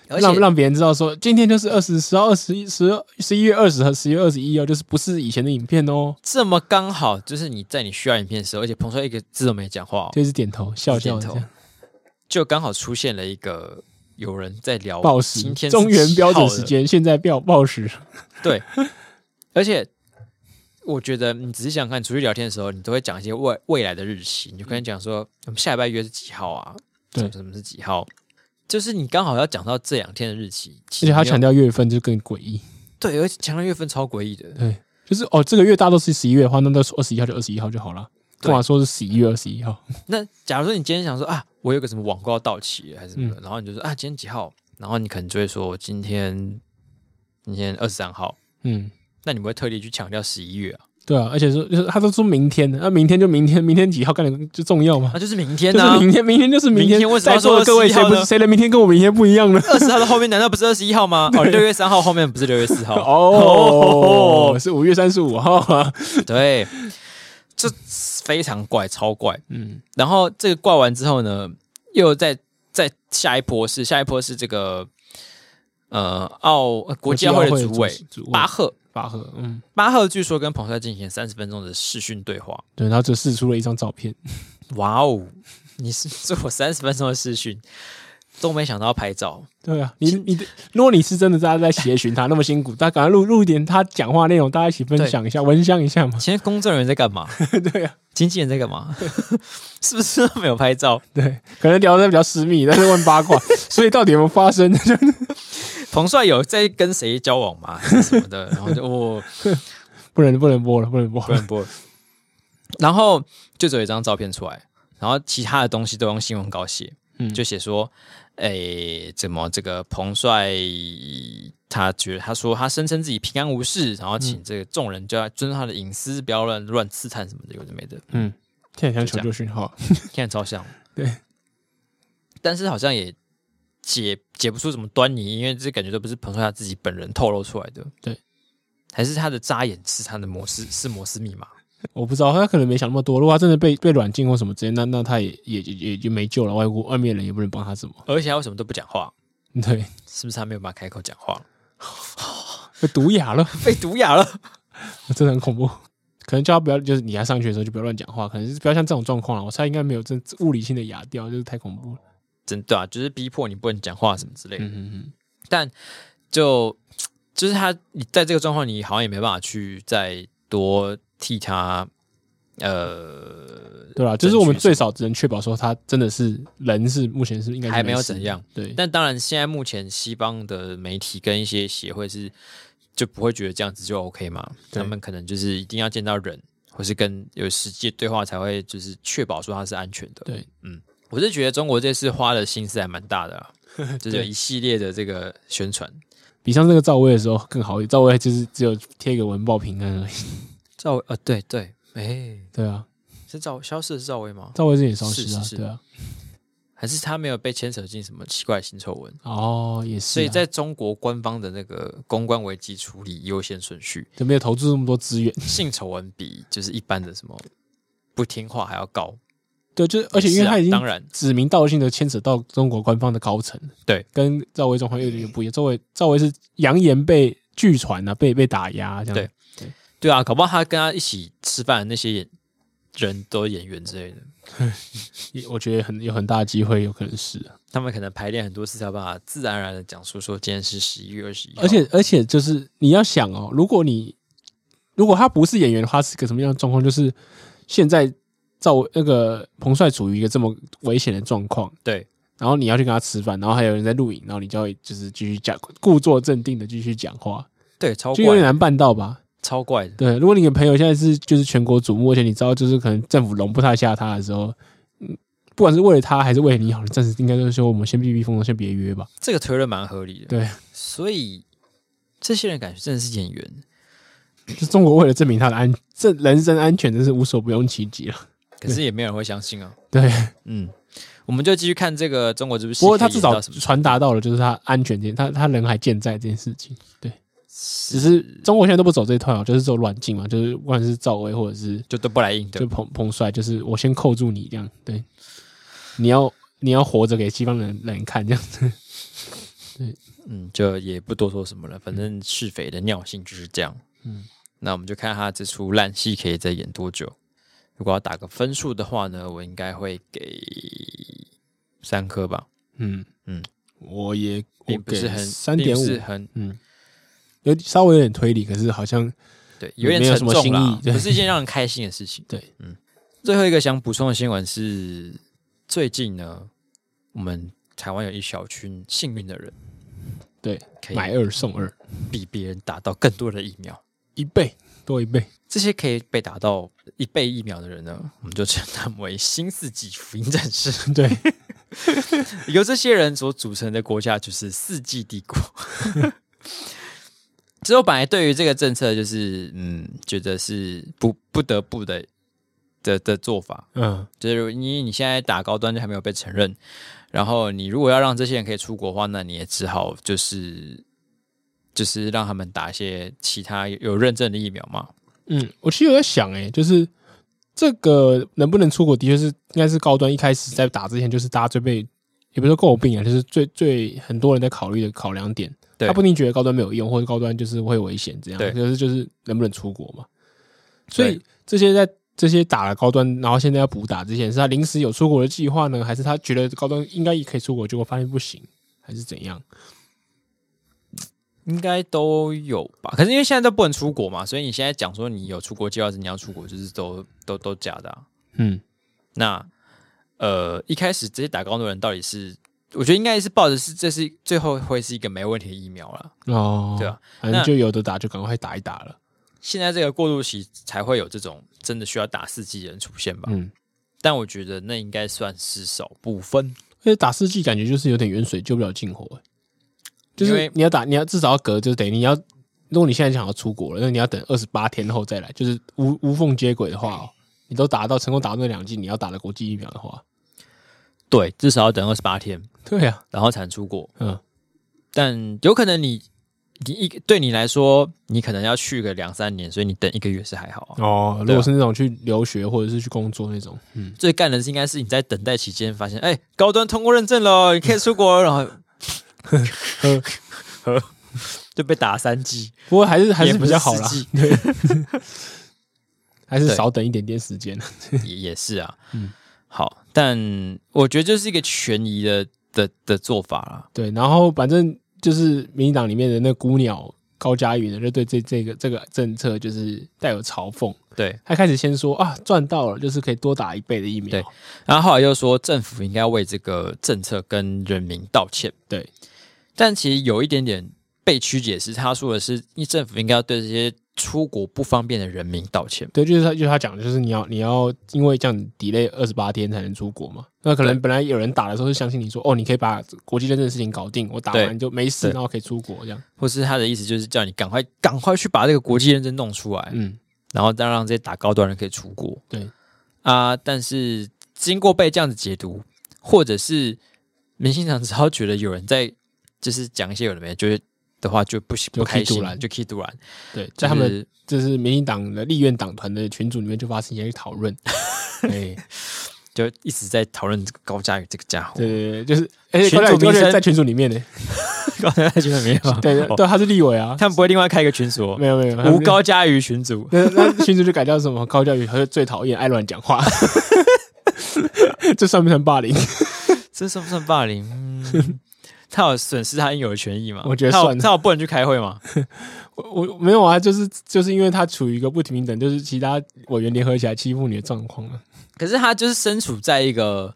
[SPEAKER 1] 而
[SPEAKER 2] 让
[SPEAKER 1] 且
[SPEAKER 2] 让别人知道说今天就是二十十号、二十一、十十一月二十和十一月二十一哦，就是不是以前的影片哦，
[SPEAKER 1] 这么刚好，就是你在你需要影片的时候，而且彭帅一个字都没讲话、哦，
[SPEAKER 2] 就是点头笑笑
[SPEAKER 1] 点
[SPEAKER 2] 的这
[SPEAKER 1] 头
[SPEAKER 2] 样。，
[SPEAKER 1] 就刚好出现了一个有人在聊
[SPEAKER 2] 报
[SPEAKER 1] 今
[SPEAKER 2] 时，
[SPEAKER 1] 天是
[SPEAKER 2] 中原标准时
[SPEAKER 1] 7号的
[SPEAKER 2] 间，现在标报时。
[SPEAKER 1] 对，而且我觉得你仔细想想看，出去聊天的时候，你都会讲一些未未来的日期，你就跟你讲说，我们下礼拜约是几号啊？
[SPEAKER 2] 嗯对
[SPEAKER 1] 什么什么是几号？就是你刚好要讲到这两天的日期，而
[SPEAKER 2] 而且他强调月份就更诡异，
[SPEAKER 1] 对，而且强调月份超诡异的，
[SPEAKER 2] 对，就是哦，这个月大家都是十一月的话，那到二十一号就二十一号就好了。
[SPEAKER 1] 对
[SPEAKER 2] 干嘛说是十一月二十一号？
[SPEAKER 1] 那假如说你今天想说啊，我有个什么网购要到期还是什么
[SPEAKER 2] 嗯
[SPEAKER 1] 的，然后你就说啊，今天几号？然后你可能就会说今天今天二十三号，
[SPEAKER 2] 嗯，
[SPEAKER 1] 那你不会特地去强调十一月啊？
[SPEAKER 2] 对啊，而且说就是他都说明天的，那明天就明天，明天几号干的就重要吗
[SPEAKER 1] 那？就是明天
[SPEAKER 2] [LAUGHS] 就
[SPEAKER 1] 啊，
[SPEAKER 2] 是明天，明天就是明
[SPEAKER 1] 明天为什么
[SPEAKER 2] 在
[SPEAKER 1] 要说
[SPEAKER 2] 座的各位，
[SPEAKER 1] 11
[SPEAKER 2] 谁
[SPEAKER 1] 号
[SPEAKER 2] 不
[SPEAKER 1] 呢
[SPEAKER 2] 是谁的明天跟我明天不一样呢？
[SPEAKER 1] 二十号的后面难道不是二十一号吗？哦，六月三号后面不是六月
[SPEAKER 2] [LAUGHS]
[SPEAKER 1] 四号？
[SPEAKER 2] 哦，是五月三十五号。啊
[SPEAKER 1] 对，这非常怪，超怪。
[SPEAKER 2] 嗯，
[SPEAKER 1] 然后这个怪完之后呢，又在在下一波是下一波是这个呃奥呃 [LAUGHS] 国际奥会的主委
[SPEAKER 2] 主委
[SPEAKER 1] 巴赫，
[SPEAKER 2] 巴赫，嗯，
[SPEAKER 1] 巴赫据说跟彭帅进行三十分钟的视讯对话。
[SPEAKER 2] 对，然后只试出了一张照片，
[SPEAKER 1] 哇哦，你是做三十分钟的视讯，都没想到要拍照。
[SPEAKER 2] 对啊，你你的，如果你是真的大家在协寻他那么辛苦，大家赶快录录一点他讲话内容，大家一起分享一下，闻香一下嘛。 [LAUGHS]
[SPEAKER 1] 现在公证人在干嘛？
[SPEAKER 2] 对啊，
[SPEAKER 1] 经纪人在干嘛？ [LAUGHS] 是不是都没有拍照？
[SPEAKER 2] 对，可能聊的比较私密，但是问八 [LAUGHS] 卦，所以到底有没有发生？就
[SPEAKER 1] 彭帅有在跟谁交往吗？还是什么的？然后就哦，
[SPEAKER 2] 不能不能播了，不能播
[SPEAKER 1] 不
[SPEAKER 2] 了。
[SPEAKER 1] 然不， [LAUGHS] 然后就只有一张照片出来，然后其他的东西都用新闻稿写，
[SPEAKER 2] 嗯
[SPEAKER 1] 就写说，诶、怎么这个彭帅他觉得他说他声称自己平安无事，然后
[SPEAKER 2] 嗯
[SPEAKER 1] 请这个众人就要尊重他的隐私，不要乱乱刺探什么的，有的没的，
[SPEAKER 2] 嗯，现在像求救讯 [LAUGHS] 号，
[SPEAKER 1] 现在超像，
[SPEAKER 2] 对，
[SPEAKER 1] 但是好像也解解不出什么端倪，因为这感觉都不是彭帅他自己本人透露出来的，
[SPEAKER 2] 对，
[SPEAKER 1] 还是他的扎眼是他的摩斯是摩斯密码，
[SPEAKER 2] 我不知道他可能没想那么多。如果他真的被被软禁或什么之类，那那他也也也也就没救了，外国外面人也不能帮他什么。
[SPEAKER 1] 而且他为什么都不讲话？
[SPEAKER 2] [LAUGHS] 对，
[SPEAKER 1] 是不是他没有办法开口讲话了？
[SPEAKER 2] 被毒哑了，
[SPEAKER 1] 被毒哑了？
[SPEAKER 2] [LAUGHS] 真的很恐怖。可能叫他不要，就是你还上学的时候就不要乱讲话，可能是不要像这种状况了。我猜应该没有这物理性的哑掉，就是太恐怖了。
[SPEAKER 1] 真的啊，就是逼迫你不能讲话什么之类的。
[SPEAKER 2] 嗯嗯嗯，
[SPEAKER 1] 但就就是他，你在这个状况，你好像也没办法去再多替他，呃，
[SPEAKER 2] 对吧？就是我们最少只能确保说他真的是人是目前是应该是
[SPEAKER 1] 还没有
[SPEAKER 2] 事
[SPEAKER 1] 怎样。
[SPEAKER 2] 对，
[SPEAKER 1] 但当然，现在目前西方的媒体跟一些协会是就不会觉得这样子就 OK 嘛，
[SPEAKER 2] 对
[SPEAKER 1] 他们可能就是一定要见到人，或是跟有实际对话才会，就是确保说他是安全的。
[SPEAKER 2] 对，
[SPEAKER 1] 嗯，我是觉得中国这次花的心思还蛮大的、啊，就是有
[SPEAKER 2] 对
[SPEAKER 1] 一系列的这个宣传。
[SPEAKER 2] 比上次那个赵薇的时候更好一点。赵薇就是只有贴个文报平安而已。
[SPEAKER 1] 赵薇，呃，对对，哎、
[SPEAKER 2] 对啊，
[SPEAKER 1] 是赵消失的是赵薇吗？
[SPEAKER 2] 赵薇自己也烧尸啊
[SPEAKER 1] 是是是，
[SPEAKER 2] 对啊。
[SPEAKER 1] 还是他没有被牵扯进什么奇怪的性丑闻？
[SPEAKER 2] 哦，也是啊，
[SPEAKER 1] 所以在中国官方的那个公关危机处理优先顺序，
[SPEAKER 2] 就没有投注那么多资源。
[SPEAKER 1] 性丑闻比就是一般的什么不听话还要高。
[SPEAKER 2] 对，就是而且因
[SPEAKER 1] 也
[SPEAKER 2] 为
[SPEAKER 1] 是啊
[SPEAKER 2] 他已经
[SPEAKER 1] 当然
[SPEAKER 2] 指名道姓的牵扯到中国官方的高层，
[SPEAKER 1] 对，
[SPEAKER 2] 跟赵薇状况又有点不一样。赵薇赵薇是扬言被据传啊，被被打压这样。
[SPEAKER 1] 对对啊，搞不好他跟他一起吃饭的那些演人都是演员之类的，
[SPEAKER 2] 也我觉得很有很大的机会，有可能是啊、
[SPEAKER 1] 他们可能排练很多次才有办法自然而然的讲出说今天是十一月二十一号，
[SPEAKER 2] 而且而且就是你要想哦，如果你如果他不是演员的话，是个什么样的状况？就是现在赵薇那个彭帅处于一个这么危险的状况，
[SPEAKER 1] 对
[SPEAKER 2] 然后你要去跟他吃饭，然后还有人在录影，然后你就会就是继续讲，故作镇定的继续讲话，
[SPEAKER 1] 对，超
[SPEAKER 2] 就有
[SPEAKER 1] 怪
[SPEAKER 2] 点
[SPEAKER 1] 的，
[SPEAKER 2] 难办到吧？
[SPEAKER 1] 超怪的，
[SPEAKER 2] 对，如果你的朋友现在是就是全国瞩目，而且你知道就是可能政府容不太下他的时候，嗯，不管是为了他还是为了你好，你暂时应该就是说我们先避避风头，先别约吧。
[SPEAKER 1] 这个推论蛮合理的。
[SPEAKER 2] 对，
[SPEAKER 1] 所以这些人感觉真的是演员，
[SPEAKER 2] 就是中国为了证明他的安这人身安全，真是无所不用其极了。
[SPEAKER 1] 可是也没有人会相信啊。
[SPEAKER 2] [LAUGHS] 对，
[SPEAKER 1] 嗯，我们就继续看这个中国之不是。
[SPEAKER 2] 不过他至少
[SPEAKER 1] 什么？
[SPEAKER 2] 传达到了，就是他安全这件，他他人还健在这件事情。对，只是中国现在都不走这一套啊，就是走软禁嘛，就是不管是赵薇或者是
[SPEAKER 1] 就都不来硬的
[SPEAKER 2] 就，彭彭帅，就是我先扣住你这样。对，你要你要活着给西方人人看这样子。
[SPEAKER 1] 嗯，就也不多说什么了，反正是非的尿性就是这样。嗯
[SPEAKER 2] 嗯，
[SPEAKER 1] 那我们就看他这出烂戏可以再演多久。如果要打个分数的话呢，我应该会给三颗吧，
[SPEAKER 2] 嗯
[SPEAKER 1] 嗯，
[SPEAKER 2] 我也我
[SPEAKER 1] 并不是
[SPEAKER 2] 给
[SPEAKER 1] 很
[SPEAKER 2] 三点
[SPEAKER 1] 并
[SPEAKER 2] 五
[SPEAKER 1] 不，是很
[SPEAKER 2] 嗯，有稍微有点推理，可是好像
[SPEAKER 1] 对，有点
[SPEAKER 2] 没有
[SPEAKER 1] 沉
[SPEAKER 2] 什么
[SPEAKER 1] 重
[SPEAKER 2] 新
[SPEAKER 1] 啦
[SPEAKER 2] 意，对
[SPEAKER 1] 不是一件让人开心的事情。
[SPEAKER 2] 对，
[SPEAKER 1] 嗯。最后一个想补充的新闻是，最近呢，我们台湾有一小群幸运的人，
[SPEAKER 2] 对
[SPEAKER 1] 可以
[SPEAKER 2] 买二送二，
[SPEAKER 1] 比别人打到更多的疫苗。
[SPEAKER 2] 一倍多一倍。
[SPEAKER 1] 这些可以被打到一倍疫苗的人呢，我们就称他们为新世纪福音战士。 [LAUGHS]
[SPEAKER 2] [LAUGHS] 对，
[SPEAKER 1] 由这些人所组成的国家就是世纪帝国。 [LAUGHS] 之后本来对于这个政策就是嗯，觉得是不不得不的的的做法，
[SPEAKER 2] 嗯，
[SPEAKER 1] 就是因为你现在打高端就还没有被承认，然后你如果要让这些人可以出国的话，那你也只好就是就是让他们打一些其他有有认证的疫苗嘛。
[SPEAKER 2] 嗯，我其实有在想、欸，就是这个能不能出国，的确是应该是高端一开始在打之前，就是大家最被也不是说诟病啊，就是最最很多人在考虑的考量点。
[SPEAKER 1] 对
[SPEAKER 2] 他不一定觉得高端没有用，或者高端就是会有危险这样，
[SPEAKER 1] 对
[SPEAKER 2] 可是就是能不能出国嘛。所以
[SPEAKER 1] 对
[SPEAKER 2] 这些在这些打了高端，然后现在要补打之前，是他临时有出国的计划呢，还是他觉得高端应该也可以出国，结果发现不行，还是怎样？
[SPEAKER 1] 应该都有吧，可是因为现在都不能出国嘛，所以你现在讲说你有出国计划，你要出国，就是都都都假的、啊。
[SPEAKER 2] 嗯，
[SPEAKER 1] 那呃，一开始这些打高端的人到底是，我觉得应该是抱着是这是最后会是一个没问题的疫苗啦。
[SPEAKER 2] 哦，
[SPEAKER 1] 对啊，
[SPEAKER 2] 反
[SPEAKER 1] 那
[SPEAKER 2] 正就有的打就赶快打一打了。
[SPEAKER 1] 现在这个过渡期才会有这种真的需要打四剂的人出现吧？
[SPEAKER 2] 嗯，
[SPEAKER 1] 但我觉得那应该算是少部分。
[SPEAKER 2] 而且打四季感觉就是有点远水救不了近火、欸就
[SPEAKER 1] 因为
[SPEAKER 2] 是你要打，你要至少要隔，就是等于你要，如果你现在想要出国了，那你要等二十八天后再来，就是无无缝接轨的话、哦，你都打到成功打到那两季，你要打的国际疫苗的话，
[SPEAKER 1] 对，至少要等二十八天，
[SPEAKER 2] 对啊，
[SPEAKER 1] 然后才能出国。
[SPEAKER 2] 嗯，
[SPEAKER 1] 但有可能你你一对你来说，你可能要去个两三年，所以你等一个月是还好啊。
[SPEAKER 2] 哦，
[SPEAKER 1] 对
[SPEAKER 2] 如
[SPEAKER 1] 啊
[SPEAKER 2] 果是那种去留学或者是去工作那种，嗯，
[SPEAKER 1] 最干的是应该是你在等待期间发现，哎、高端通过认证了，你可以出国了，然
[SPEAKER 2] [LAUGHS]
[SPEAKER 1] 后 [LAUGHS] 就被打三剂，
[SPEAKER 2] 不过还是还
[SPEAKER 1] 也
[SPEAKER 2] 是
[SPEAKER 1] 不
[SPEAKER 2] 比
[SPEAKER 1] 是
[SPEAKER 2] 较好
[SPEAKER 1] 四
[SPEAKER 2] 啦
[SPEAKER 1] 剂，
[SPEAKER 2] 对，还是
[SPEAKER 1] 对
[SPEAKER 2] 少等一点点时间，
[SPEAKER 1] 也也是啊。好，但我觉得就是一个权宜的的的做法啦。
[SPEAKER 2] 对，然后反正就是民进党里面的那孤鸟高嘉瑜呢，就对这这个这个政策就是带有嘲讽。
[SPEAKER 1] 对，
[SPEAKER 2] 他开始先说啊，赚到了，就是可以多打一倍的疫苗。
[SPEAKER 1] 对然后后来又说政府应该为这个政策跟人民道歉，
[SPEAKER 2] 对
[SPEAKER 1] 但其实有一点点被曲解是，他说的是，因为政府应该要对这些出国不方便的人民道歉。
[SPEAKER 2] 对就是他，就是他讲的，就是你要你要因为这样 delay 二十八天才能出国嘛。那可能本来有人打的时候是相信你说，哦，你可以把国际认证的事情搞定，我打
[SPEAKER 1] 对
[SPEAKER 2] 完就没事，
[SPEAKER 1] 对
[SPEAKER 2] 然后可以出国这样。
[SPEAKER 1] 或是他的意思就是叫你赶快赶快去把这个国际认证弄出来，
[SPEAKER 2] 嗯，
[SPEAKER 1] 然后再让这些打高端的人可以出国
[SPEAKER 2] 对，
[SPEAKER 1] 啊。但是经过被这样子解读，或者是明星长只要觉得有人在就是讲一些有的没的，就是的话就不喜
[SPEAKER 2] 就
[SPEAKER 1] 不开
[SPEAKER 2] key
[SPEAKER 1] 心
[SPEAKER 2] 杜，兰
[SPEAKER 1] 就 key 突然，
[SPEAKER 2] 对，在他们
[SPEAKER 1] 就是
[SPEAKER 2] 的就是民进党的立院党团的群组里面就发生一些讨
[SPEAKER 1] [LAUGHS]
[SPEAKER 2] 论。哎，
[SPEAKER 1] 就一直在讨论这个高佳宇这个家伙，
[SPEAKER 2] 对对对，就是哎而且
[SPEAKER 1] 群
[SPEAKER 2] 高
[SPEAKER 1] 组
[SPEAKER 2] 嘉瑜高嘉
[SPEAKER 1] 名
[SPEAKER 2] 瑜
[SPEAKER 1] 声
[SPEAKER 2] 在群组
[SPEAKER 1] [LAUGHS]
[SPEAKER 2] 里面呢，
[SPEAKER 1] 高佳宇真的没有， [LAUGHS]
[SPEAKER 2] 对对
[SPEAKER 1] 哦
[SPEAKER 2] 对，他是立委啊，
[SPEAKER 1] 他们不会另外开一个群组哦，
[SPEAKER 2] 没有没有他
[SPEAKER 1] 无
[SPEAKER 2] 们
[SPEAKER 1] 高佳宇群组，
[SPEAKER 2] 那那群主就改叫什么高教育，他就最讨厌爱乱讲话，这算不算霸凌？
[SPEAKER 1] 这算不算霸凌？
[SPEAKER 2] [LAUGHS]
[SPEAKER 1] 嗯他有损失他应有的权益吗？
[SPEAKER 2] 我觉得
[SPEAKER 1] 他有
[SPEAKER 2] 算了
[SPEAKER 1] 他有不能去开会吗？
[SPEAKER 2] 我我没有啊，就是就是因为他处于一个不平等，就是其他委员联合起来欺负你的状况啊。
[SPEAKER 1] 可是他就是身处在一个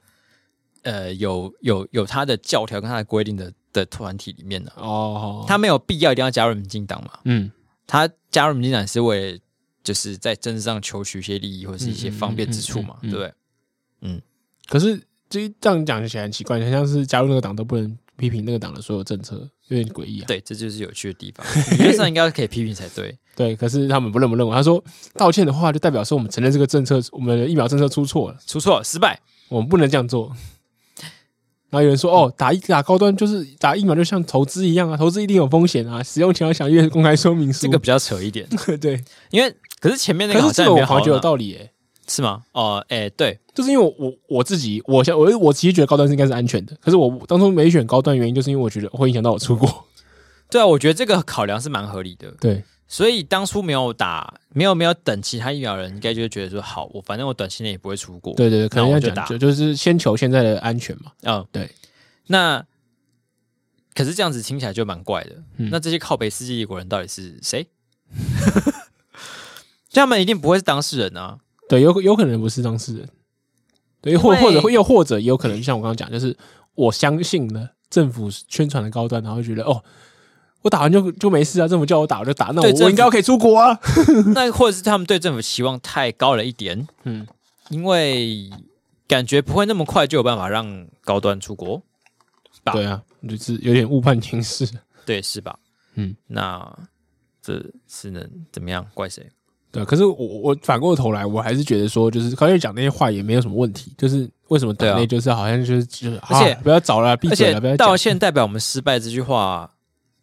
[SPEAKER 1] 呃有有有他的教条跟他的规定的的团体里面呢、啊
[SPEAKER 2] 哦，
[SPEAKER 1] 他没有必要一定要加入民进党嘛，
[SPEAKER 2] 嗯
[SPEAKER 1] 他加入民进党是为了就是在政治上求取一些利益或是一些方便之处嘛，
[SPEAKER 2] 嗯嗯嗯嗯嗯
[SPEAKER 1] 对不对？
[SPEAKER 2] 可是这这样讲起来很奇怪，很像是加入那个党都不能批评那个党的所有政策，有点诡异啊。
[SPEAKER 1] 对，这就是有趣的地方，理论上应该可以批评才对。
[SPEAKER 2] 对，可是他们不认不认为，他说道歉的话就代表说我们承认这个政策，我们的疫苗政策出错了，
[SPEAKER 1] 出错失败，
[SPEAKER 2] 我们不能这样做。然后有人说哦，打疫打高端就是打疫苗就像投资一样啊，投资一定有风险啊，使用前要详阅公开说明书。
[SPEAKER 1] 这个比较扯一点，
[SPEAKER 2] [LAUGHS] 对，
[SPEAKER 1] [LAUGHS] 因为可是前面那
[SPEAKER 2] 嗯可
[SPEAKER 1] 个好
[SPEAKER 2] 是这
[SPEAKER 1] 像也没
[SPEAKER 2] 个我
[SPEAKER 1] 有
[SPEAKER 2] 好
[SPEAKER 1] 好
[SPEAKER 2] 像觉得有
[SPEAKER 1] 到
[SPEAKER 2] 道理耶、
[SPEAKER 1] 是吗？哦，哎，对，
[SPEAKER 2] 就是因为我我我自己，我想我我其实觉得高端是应该是安全的，可是我当初没选高端，原因就是因为我觉得会影响到我
[SPEAKER 1] [LAUGHS]
[SPEAKER 2] 出国。
[SPEAKER 1] 对啊，我觉得这个考量是蛮合理的。
[SPEAKER 2] 对，
[SPEAKER 1] 所以当初没有打，没有没有等其他疫苗的人，应该就会觉得说，好，我反正我短期内也不会出国。
[SPEAKER 2] 对对对，可能
[SPEAKER 1] 那
[SPEAKER 2] 要
[SPEAKER 1] 我就
[SPEAKER 2] 讲
[SPEAKER 1] 打
[SPEAKER 2] 就就是先求现在的安全嘛。
[SPEAKER 1] 嗯，
[SPEAKER 2] 对。
[SPEAKER 1] 那可是这样子听起来就蛮怪的。
[SPEAKER 2] 嗯
[SPEAKER 1] 那这些靠北世界异国人到底是谁？ [LAUGHS] 他们一定不会是当事人啊。
[SPEAKER 2] 对，有有可能不是当事人，对，
[SPEAKER 1] 因
[SPEAKER 2] 或
[SPEAKER 1] 为
[SPEAKER 2] 或者会又或者也有可能，就像我刚刚讲，就是我相信了政府宣传的高端，然后觉得哦，我打完就就没事啊，政府叫我打我就打，那
[SPEAKER 1] 对
[SPEAKER 2] 我
[SPEAKER 1] 政
[SPEAKER 2] 我
[SPEAKER 1] 府
[SPEAKER 2] 应该可以出国啊。
[SPEAKER 1] 那或者是他们对政府期望太高了一点，
[SPEAKER 2] 嗯，
[SPEAKER 1] 因为感觉不会那么快就有办法让高端出国，吧
[SPEAKER 2] 对啊，就是有点误判情势。
[SPEAKER 1] 对，是吧？
[SPEAKER 2] 嗯，
[SPEAKER 1] 那这是能怎么样？怪谁？
[SPEAKER 2] 对，啊可是我我反过头来，我还是觉得说，就是高月讲那些话也没有什么问题，就是为什么
[SPEAKER 1] 对
[SPEAKER 2] 党
[SPEAKER 1] 啊
[SPEAKER 2] 内就是好像就是就是，
[SPEAKER 1] 而且
[SPEAKER 2] 啊不要找了，闭
[SPEAKER 1] 而
[SPEAKER 2] 嘴了，不要
[SPEAKER 1] 且
[SPEAKER 2] 讲
[SPEAKER 1] 道歉代表我们失败这句话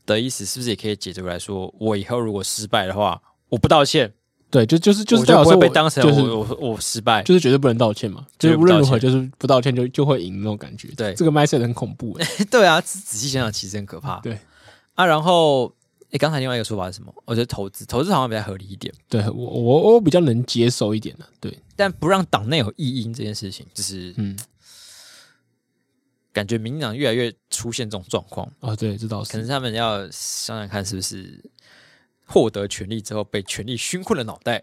[SPEAKER 1] 的意思，是不是也可以解读来说，我以后如果失败的话，我不道歉，
[SPEAKER 2] 对，就就是就是
[SPEAKER 1] 我就
[SPEAKER 2] 代表
[SPEAKER 1] 不
[SPEAKER 2] 说
[SPEAKER 1] 会
[SPEAKER 2] 我
[SPEAKER 1] 被当成
[SPEAKER 2] 就
[SPEAKER 1] 我、
[SPEAKER 2] 是
[SPEAKER 1] 我我我失败。
[SPEAKER 2] 就是绝对不能道歉嘛，就
[SPEAKER 1] 绝
[SPEAKER 2] 是
[SPEAKER 1] 对
[SPEAKER 2] 无
[SPEAKER 1] 不
[SPEAKER 2] 论
[SPEAKER 1] 道
[SPEAKER 2] 如何
[SPEAKER 1] 歉
[SPEAKER 2] 就是不道歉就就会赢那种感觉。
[SPEAKER 1] 对
[SPEAKER 2] 这个 mindset 很
[SPEAKER 1] [LAUGHS]
[SPEAKER 2] 恐怖欸。
[SPEAKER 1] [LAUGHS] 对啊，仔仔细想想，其实很可怕。
[SPEAKER 2] 对
[SPEAKER 1] 啊，然后诶，刚才另外一个说法是什么？我觉得投资，投资好像比较合理一点，
[SPEAKER 2] 对我我我比较能接受一点的，对，
[SPEAKER 1] 但不让党内有异音这件事情，就是
[SPEAKER 2] 嗯，
[SPEAKER 1] 感觉民进党越来越出现这种状况，
[SPEAKER 2] 哦，对，这倒是
[SPEAKER 1] 可能是他们要想想看，是不是获得权力之后被权力熏困了脑袋。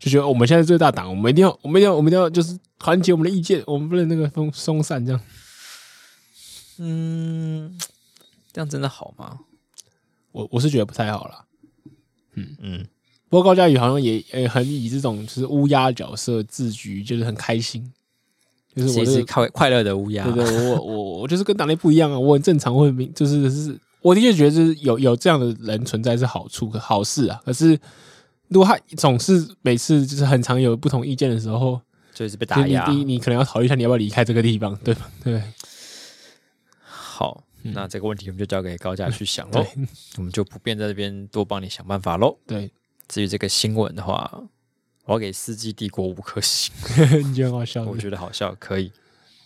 [SPEAKER 2] 就觉得我们现在最大党，我们一定要，我们一定要，我们一定要就是团结我们的意见，我们不能那个松松散这样。
[SPEAKER 1] 嗯，这样真的好吗？
[SPEAKER 2] 我我是觉得不太好啦。
[SPEAKER 1] 嗯，
[SPEAKER 2] 不过高嘉瑜好像也也很以这种就是乌鸦角色自居，就是很开心，就是
[SPEAKER 1] 是
[SPEAKER 2] 我
[SPEAKER 1] 一
[SPEAKER 2] 这
[SPEAKER 1] 只
[SPEAKER 2] 个
[SPEAKER 1] 快快乐的乌鸦
[SPEAKER 2] 对。对，我我我我就是跟党内不一样啊，我很正常，我很明，就是是，我的确觉得就是有有这样的人存在是好处可好事啊。可是如果他总是每次就是很常有不同意见的时候，
[SPEAKER 1] 就是被打压
[SPEAKER 2] 你。你你可能要考虑一下你要不要离开这个地方，对吧？ [LAUGHS] 对
[SPEAKER 1] 好，那这个问题我们就交给高价去想喽
[SPEAKER 2] 嗯对，
[SPEAKER 1] [LAUGHS] 我们就不便在这边多帮你想办法喽。
[SPEAKER 2] 对， [LAUGHS]
[SPEAKER 1] 至于这个新闻的话，我要给《世纪帝国》五颗
[SPEAKER 2] [LAUGHS]
[SPEAKER 1] 星，
[SPEAKER 2] 你觉得很好笑是
[SPEAKER 1] 我
[SPEAKER 2] 不是。
[SPEAKER 1] 觉得好笑，可
[SPEAKER 2] [LAUGHS]
[SPEAKER 1] 以。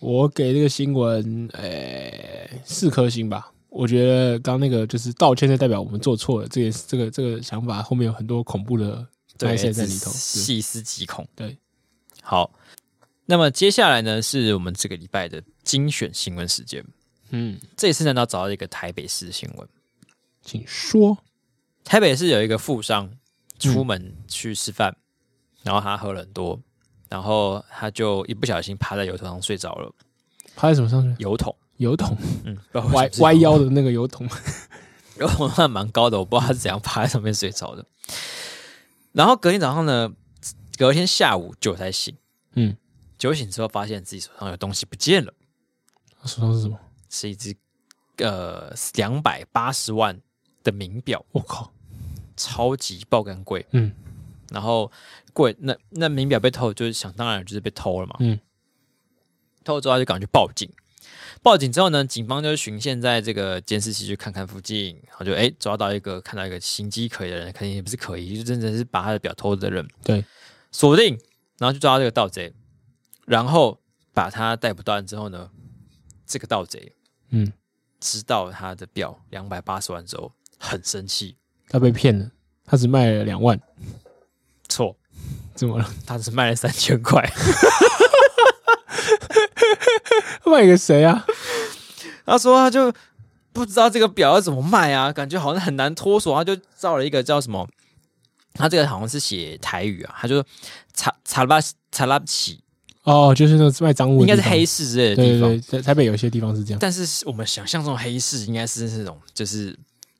[SPEAKER 2] 我给这个新闻，呃、四颗星吧。我觉得刚那个就是道歉是代表我们做错了，这也是这个这个想法后面有很多恐怖的
[SPEAKER 1] 对，
[SPEAKER 2] 埋
[SPEAKER 1] 这
[SPEAKER 2] 线在里头。对
[SPEAKER 1] 细思极恐。
[SPEAKER 2] 对，
[SPEAKER 1] 好，那么接下来呢，是我们这个礼拜的精选新闻时间。
[SPEAKER 2] 嗯，
[SPEAKER 1] 这一次呢，要找到一个台北市的新闻。
[SPEAKER 2] 请说。
[SPEAKER 1] 台北市有一个富商出门去吃饭，然后他喝了很多，然后他就一不小心趴在油桶上睡着了。
[SPEAKER 2] 趴在什么上面？
[SPEAKER 1] 油桶，
[SPEAKER 2] 油 [LAUGHS] 桶，
[SPEAKER 1] 嗯，不知道为什么 [LAUGHS]
[SPEAKER 2] 歪
[SPEAKER 1] 是油桶
[SPEAKER 2] 歪，腰的那个油桶。
[SPEAKER 1] 油桶还蛮高的，我不知道他是怎样趴在上面睡着的。然后隔天早上呢，隔天下午九才醒，
[SPEAKER 2] [LAUGHS] 嗯，
[SPEAKER 1] 酒醒之后发现自己手上有东西不见了，
[SPEAKER 2] 手上是什么？
[SPEAKER 1] 是一只呃两百八十万的名表，
[SPEAKER 2] 我靠！
[SPEAKER 1] 超级爆肝贵，
[SPEAKER 2] 嗯
[SPEAKER 1] 然后贵那那名表被偷，就是想当然就是被偷了嘛。
[SPEAKER 2] 嗯，
[SPEAKER 1] 偷了之后他就赶快去报警。报警之后呢，警方就巡线在这个监视器去看看附近，然后就哎抓到一个看到一个形迹可疑的人，肯定也不是可疑，就真的是把他的表偷的人
[SPEAKER 2] 对，
[SPEAKER 1] 锁定，然后就抓到这个盗贼，然后把他逮捕到案之后呢，这个盗贼
[SPEAKER 2] 嗯，
[SPEAKER 1] 知道他的表两百八十万之后很生气，
[SPEAKER 2] 他被骗了，他只卖了两万，
[SPEAKER 1] 错，
[SPEAKER 2] 怎么了？
[SPEAKER 1] 他只卖了三千块。
[SPEAKER 2] 他卖给谁啊？
[SPEAKER 1] [LAUGHS] 他说他就不知道这个表要怎么卖啊，感觉好像很难脱手，他就造了一个叫什么？他这个好像是写台语啊，他就查查拉查拉奇
[SPEAKER 2] 哦，就是那个卖赃物，
[SPEAKER 1] 应该是黑，市之类的
[SPEAKER 2] 对对
[SPEAKER 1] 地方。
[SPEAKER 2] 对，在台北有一些地方是这样，
[SPEAKER 1] 但是我们想象中的黑市应该是那种就是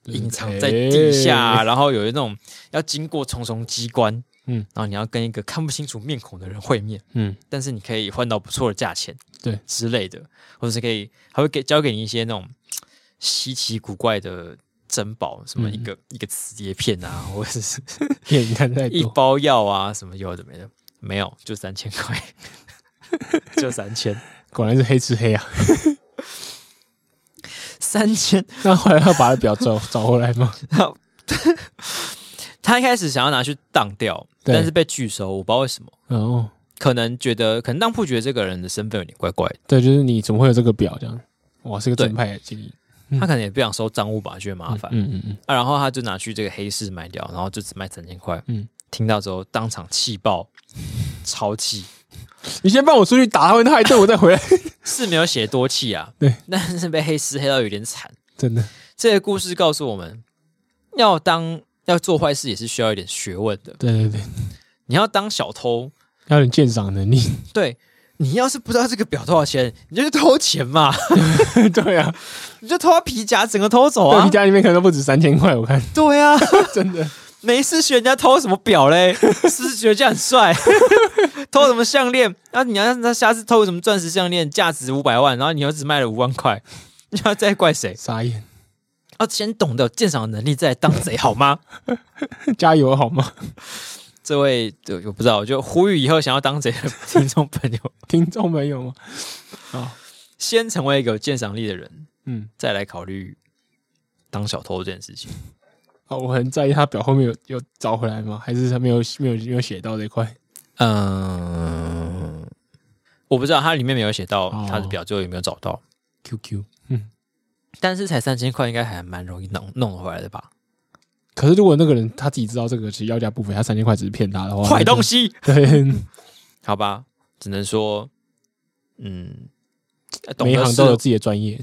[SPEAKER 1] 隐藏在地下，啊
[SPEAKER 2] 哎
[SPEAKER 1] 然后有那种要经过重重机关，嗯
[SPEAKER 2] 嗯，
[SPEAKER 1] 然后你要跟一个看不清楚面孔的人会面，
[SPEAKER 2] 嗯， [LAUGHS]
[SPEAKER 1] 但是你可以换到不错的价钱，
[SPEAKER 2] 对
[SPEAKER 1] 之类的，或者是可以还会给交给你一些那种嘖稀奇古怪的珍宝，什么一个、一个磁碟片啊，或者是
[SPEAKER 2] 电影看嗯太 [LAUGHS]
[SPEAKER 1] 一
[SPEAKER 2] 多，
[SPEAKER 1] 包药啊，什么有的没的，没有就三千块， [LAUGHS] 就三千，
[SPEAKER 2] 果然是黑吃黑啊。
[SPEAKER 1] 三千
[SPEAKER 2] [LAUGHS] 那后来他把他表找找回来 [LAUGHS] 吗？
[SPEAKER 1] 他一开始想要拿去当掉，
[SPEAKER 2] 对
[SPEAKER 1] 但是被拒收，我不知道为什么，
[SPEAKER 2] 哦，
[SPEAKER 1] 可能觉得可能当铺觉得这个人的身份有点怪怪的，
[SPEAKER 2] 对，就是你怎么会有这个表这样？哇，是个正派的建议，
[SPEAKER 1] 他可能也不想收赃物吧，觉得麻烦、
[SPEAKER 2] 嗯嗯嗯，
[SPEAKER 1] 啊，然后他就拿去这个黑市卖掉，然后就只卖三千块，嗯
[SPEAKER 2] 嗯，
[SPEAKER 1] 听到之后当场气爆，超气，
[SPEAKER 2] 你先放我出去打他们，他一顿我再回来，
[SPEAKER 1] 是没有写多气啊，
[SPEAKER 2] 对，
[SPEAKER 1] 但是被黑市黑到有点惨。
[SPEAKER 2] [LAUGHS] 真的，
[SPEAKER 1] 这个故事告诉我们，要当要做坏事也是需要一点学问的，
[SPEAKER 2] 对对对，
[SPEAKER 1] 你要当小偷，
[SPEAKER 2] 要有点鉴赏能力，
[SPEAKER 1] 对。你要是不知道这个表多少钱，你就去偷钱嘛。
[SPEAKER 2] [LAUGHS]
[SPEAKER 1] [LAUGHS]
[SPEAKER 2] 对啊，
[SPEAKER 1] 你就偷他皮夹，整个偷走
[SPEAKER 2] 豆
[SPEAKER 1] 啊
[SPEAKER 2] 皮！家里面可能都不止三千块，我看
[SPEAKER 1] 对啊，
[SPEAKER 2] [LAUGHS] 真的，
[SPEAKER 1] 没事学人家偷什么表嘞？ [LAUGHS] 是不是觉得这样很帅？ [LAUGHS] 偷什么项链？然后你要他下次偷什么钻石项链，价值五百万，然后你又只卖了五万块， [LAUGHS] 你要再怪谁？
[SPEAKER 2] 傻眼，
[SPEAKER 1] 要先懂得有鉴赏的能力，再来当贼好吗？ [LAUGHS]
[SPEAKER 2] 加油好吗？ [LAUGHS]
[SPEAKER 1] 这位对我不知道，我就呼吁以后想要当贼的听众朋友， [LAUGHS]
[SPEAKER 2] 听众朋友吗？
[SPEAKER 1] 先成为一个有鉴赏力的人，
[SPEAKER 2] 嗯，
[SPEAKER 1] 再来考虑当小偷这件事情。
[SPEAKER 2] 哦，我很在意他表后面有有找回来吗？还是他没有没有没有写到这一块？
[SPEAKER 1] 嗯，我不知道它里面没有写到
[SPEAKER 2] 哦
[SPEAKER 1] 他的表，最后有没有找到。
[SPEAKER 2] QQ，嗯，
[SPEAKER 1] 但是才三千块，应该还蛮容易弄弄回来的吧？
[SPEAKER 2] 可是如果那个人他自己知道这个其实要价不菲，他三千块只是骗他的话，
[SPEAKER 1] 坏东，西，
[SPEAKER 2] [LAUGHS] 对，
[SPEAKER 1] 好吧，只能说，嗯，懂
[SPEAKER 2] 每一
[SPEAKER 1] 得
[SPEAKER 2] 行
[SPEAKER 1] 是
[SPEAKER 2] 都有自己的专业，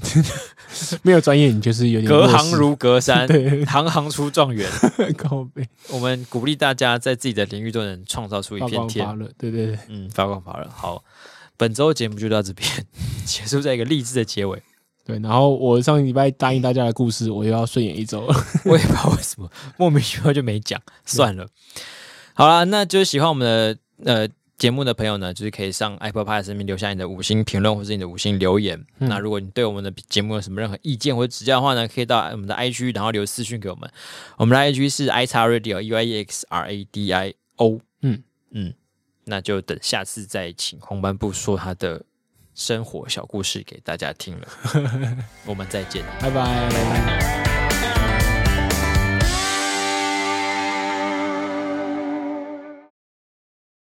[SPEAKER 2] [LAUGHS] 没有专业你就是有点
[SPEAKER 1] 隔
[SPEAKER 2] 弱
[SPEAKER 1] 行
[SPEAKER 2] 势
[SPEAKER 1] 如隔山，
[SPEAKER 2] 对 [LAUGHS]
[SPEAKER 1] 行行出状元。 [LAUGHS]
[SPEAKER 2] 高倍
[SPEAKER 1] 我们鼓励大家在自己的领域都能创造出一
[SPEAKER 2] 发
[SPEAKER 1] 片
[SPEAKER 2] 光发
[SPEAKER 1] 天，
[SPEAKER 2] 热，对对对，
[SPEAKER 1] 嗯，发光发热。好，本周节目就到这边， [LAUGHS] 结束在一个励志的结尾。
[SPEAKER 2] 对。然后我上礼拜答应大家的故事，我又要顺延一周了。
[SPEAKER 1] [LAUGHS] 我也不知道为什么莫名其妙就没讲，算了。好啦，那就是喜欢我们的呃节目的朋友呢，就是可以上 Apple Podcast 上面留下你的五星评论或是你的五星留言。
[SPEAKER 2] 嗯
[SPEAKER 1] 那如果你对我们的节目有什么任何意见或者指教的话呢，可以到我们的 IG 然后留私讯给我们。我们的 IG 是 i x radio u i e x r a d i o。嗯
[SPEAKER 2] 嗯
[SPEAKER 1] 嗯，那就等下次再请黄斑部说他的
[SPEAKER 2] [LAUGHS]
[SPEAKER 1] 生活小故事给大家听了。我们再见。
[SPEAKER 2] 拜拜。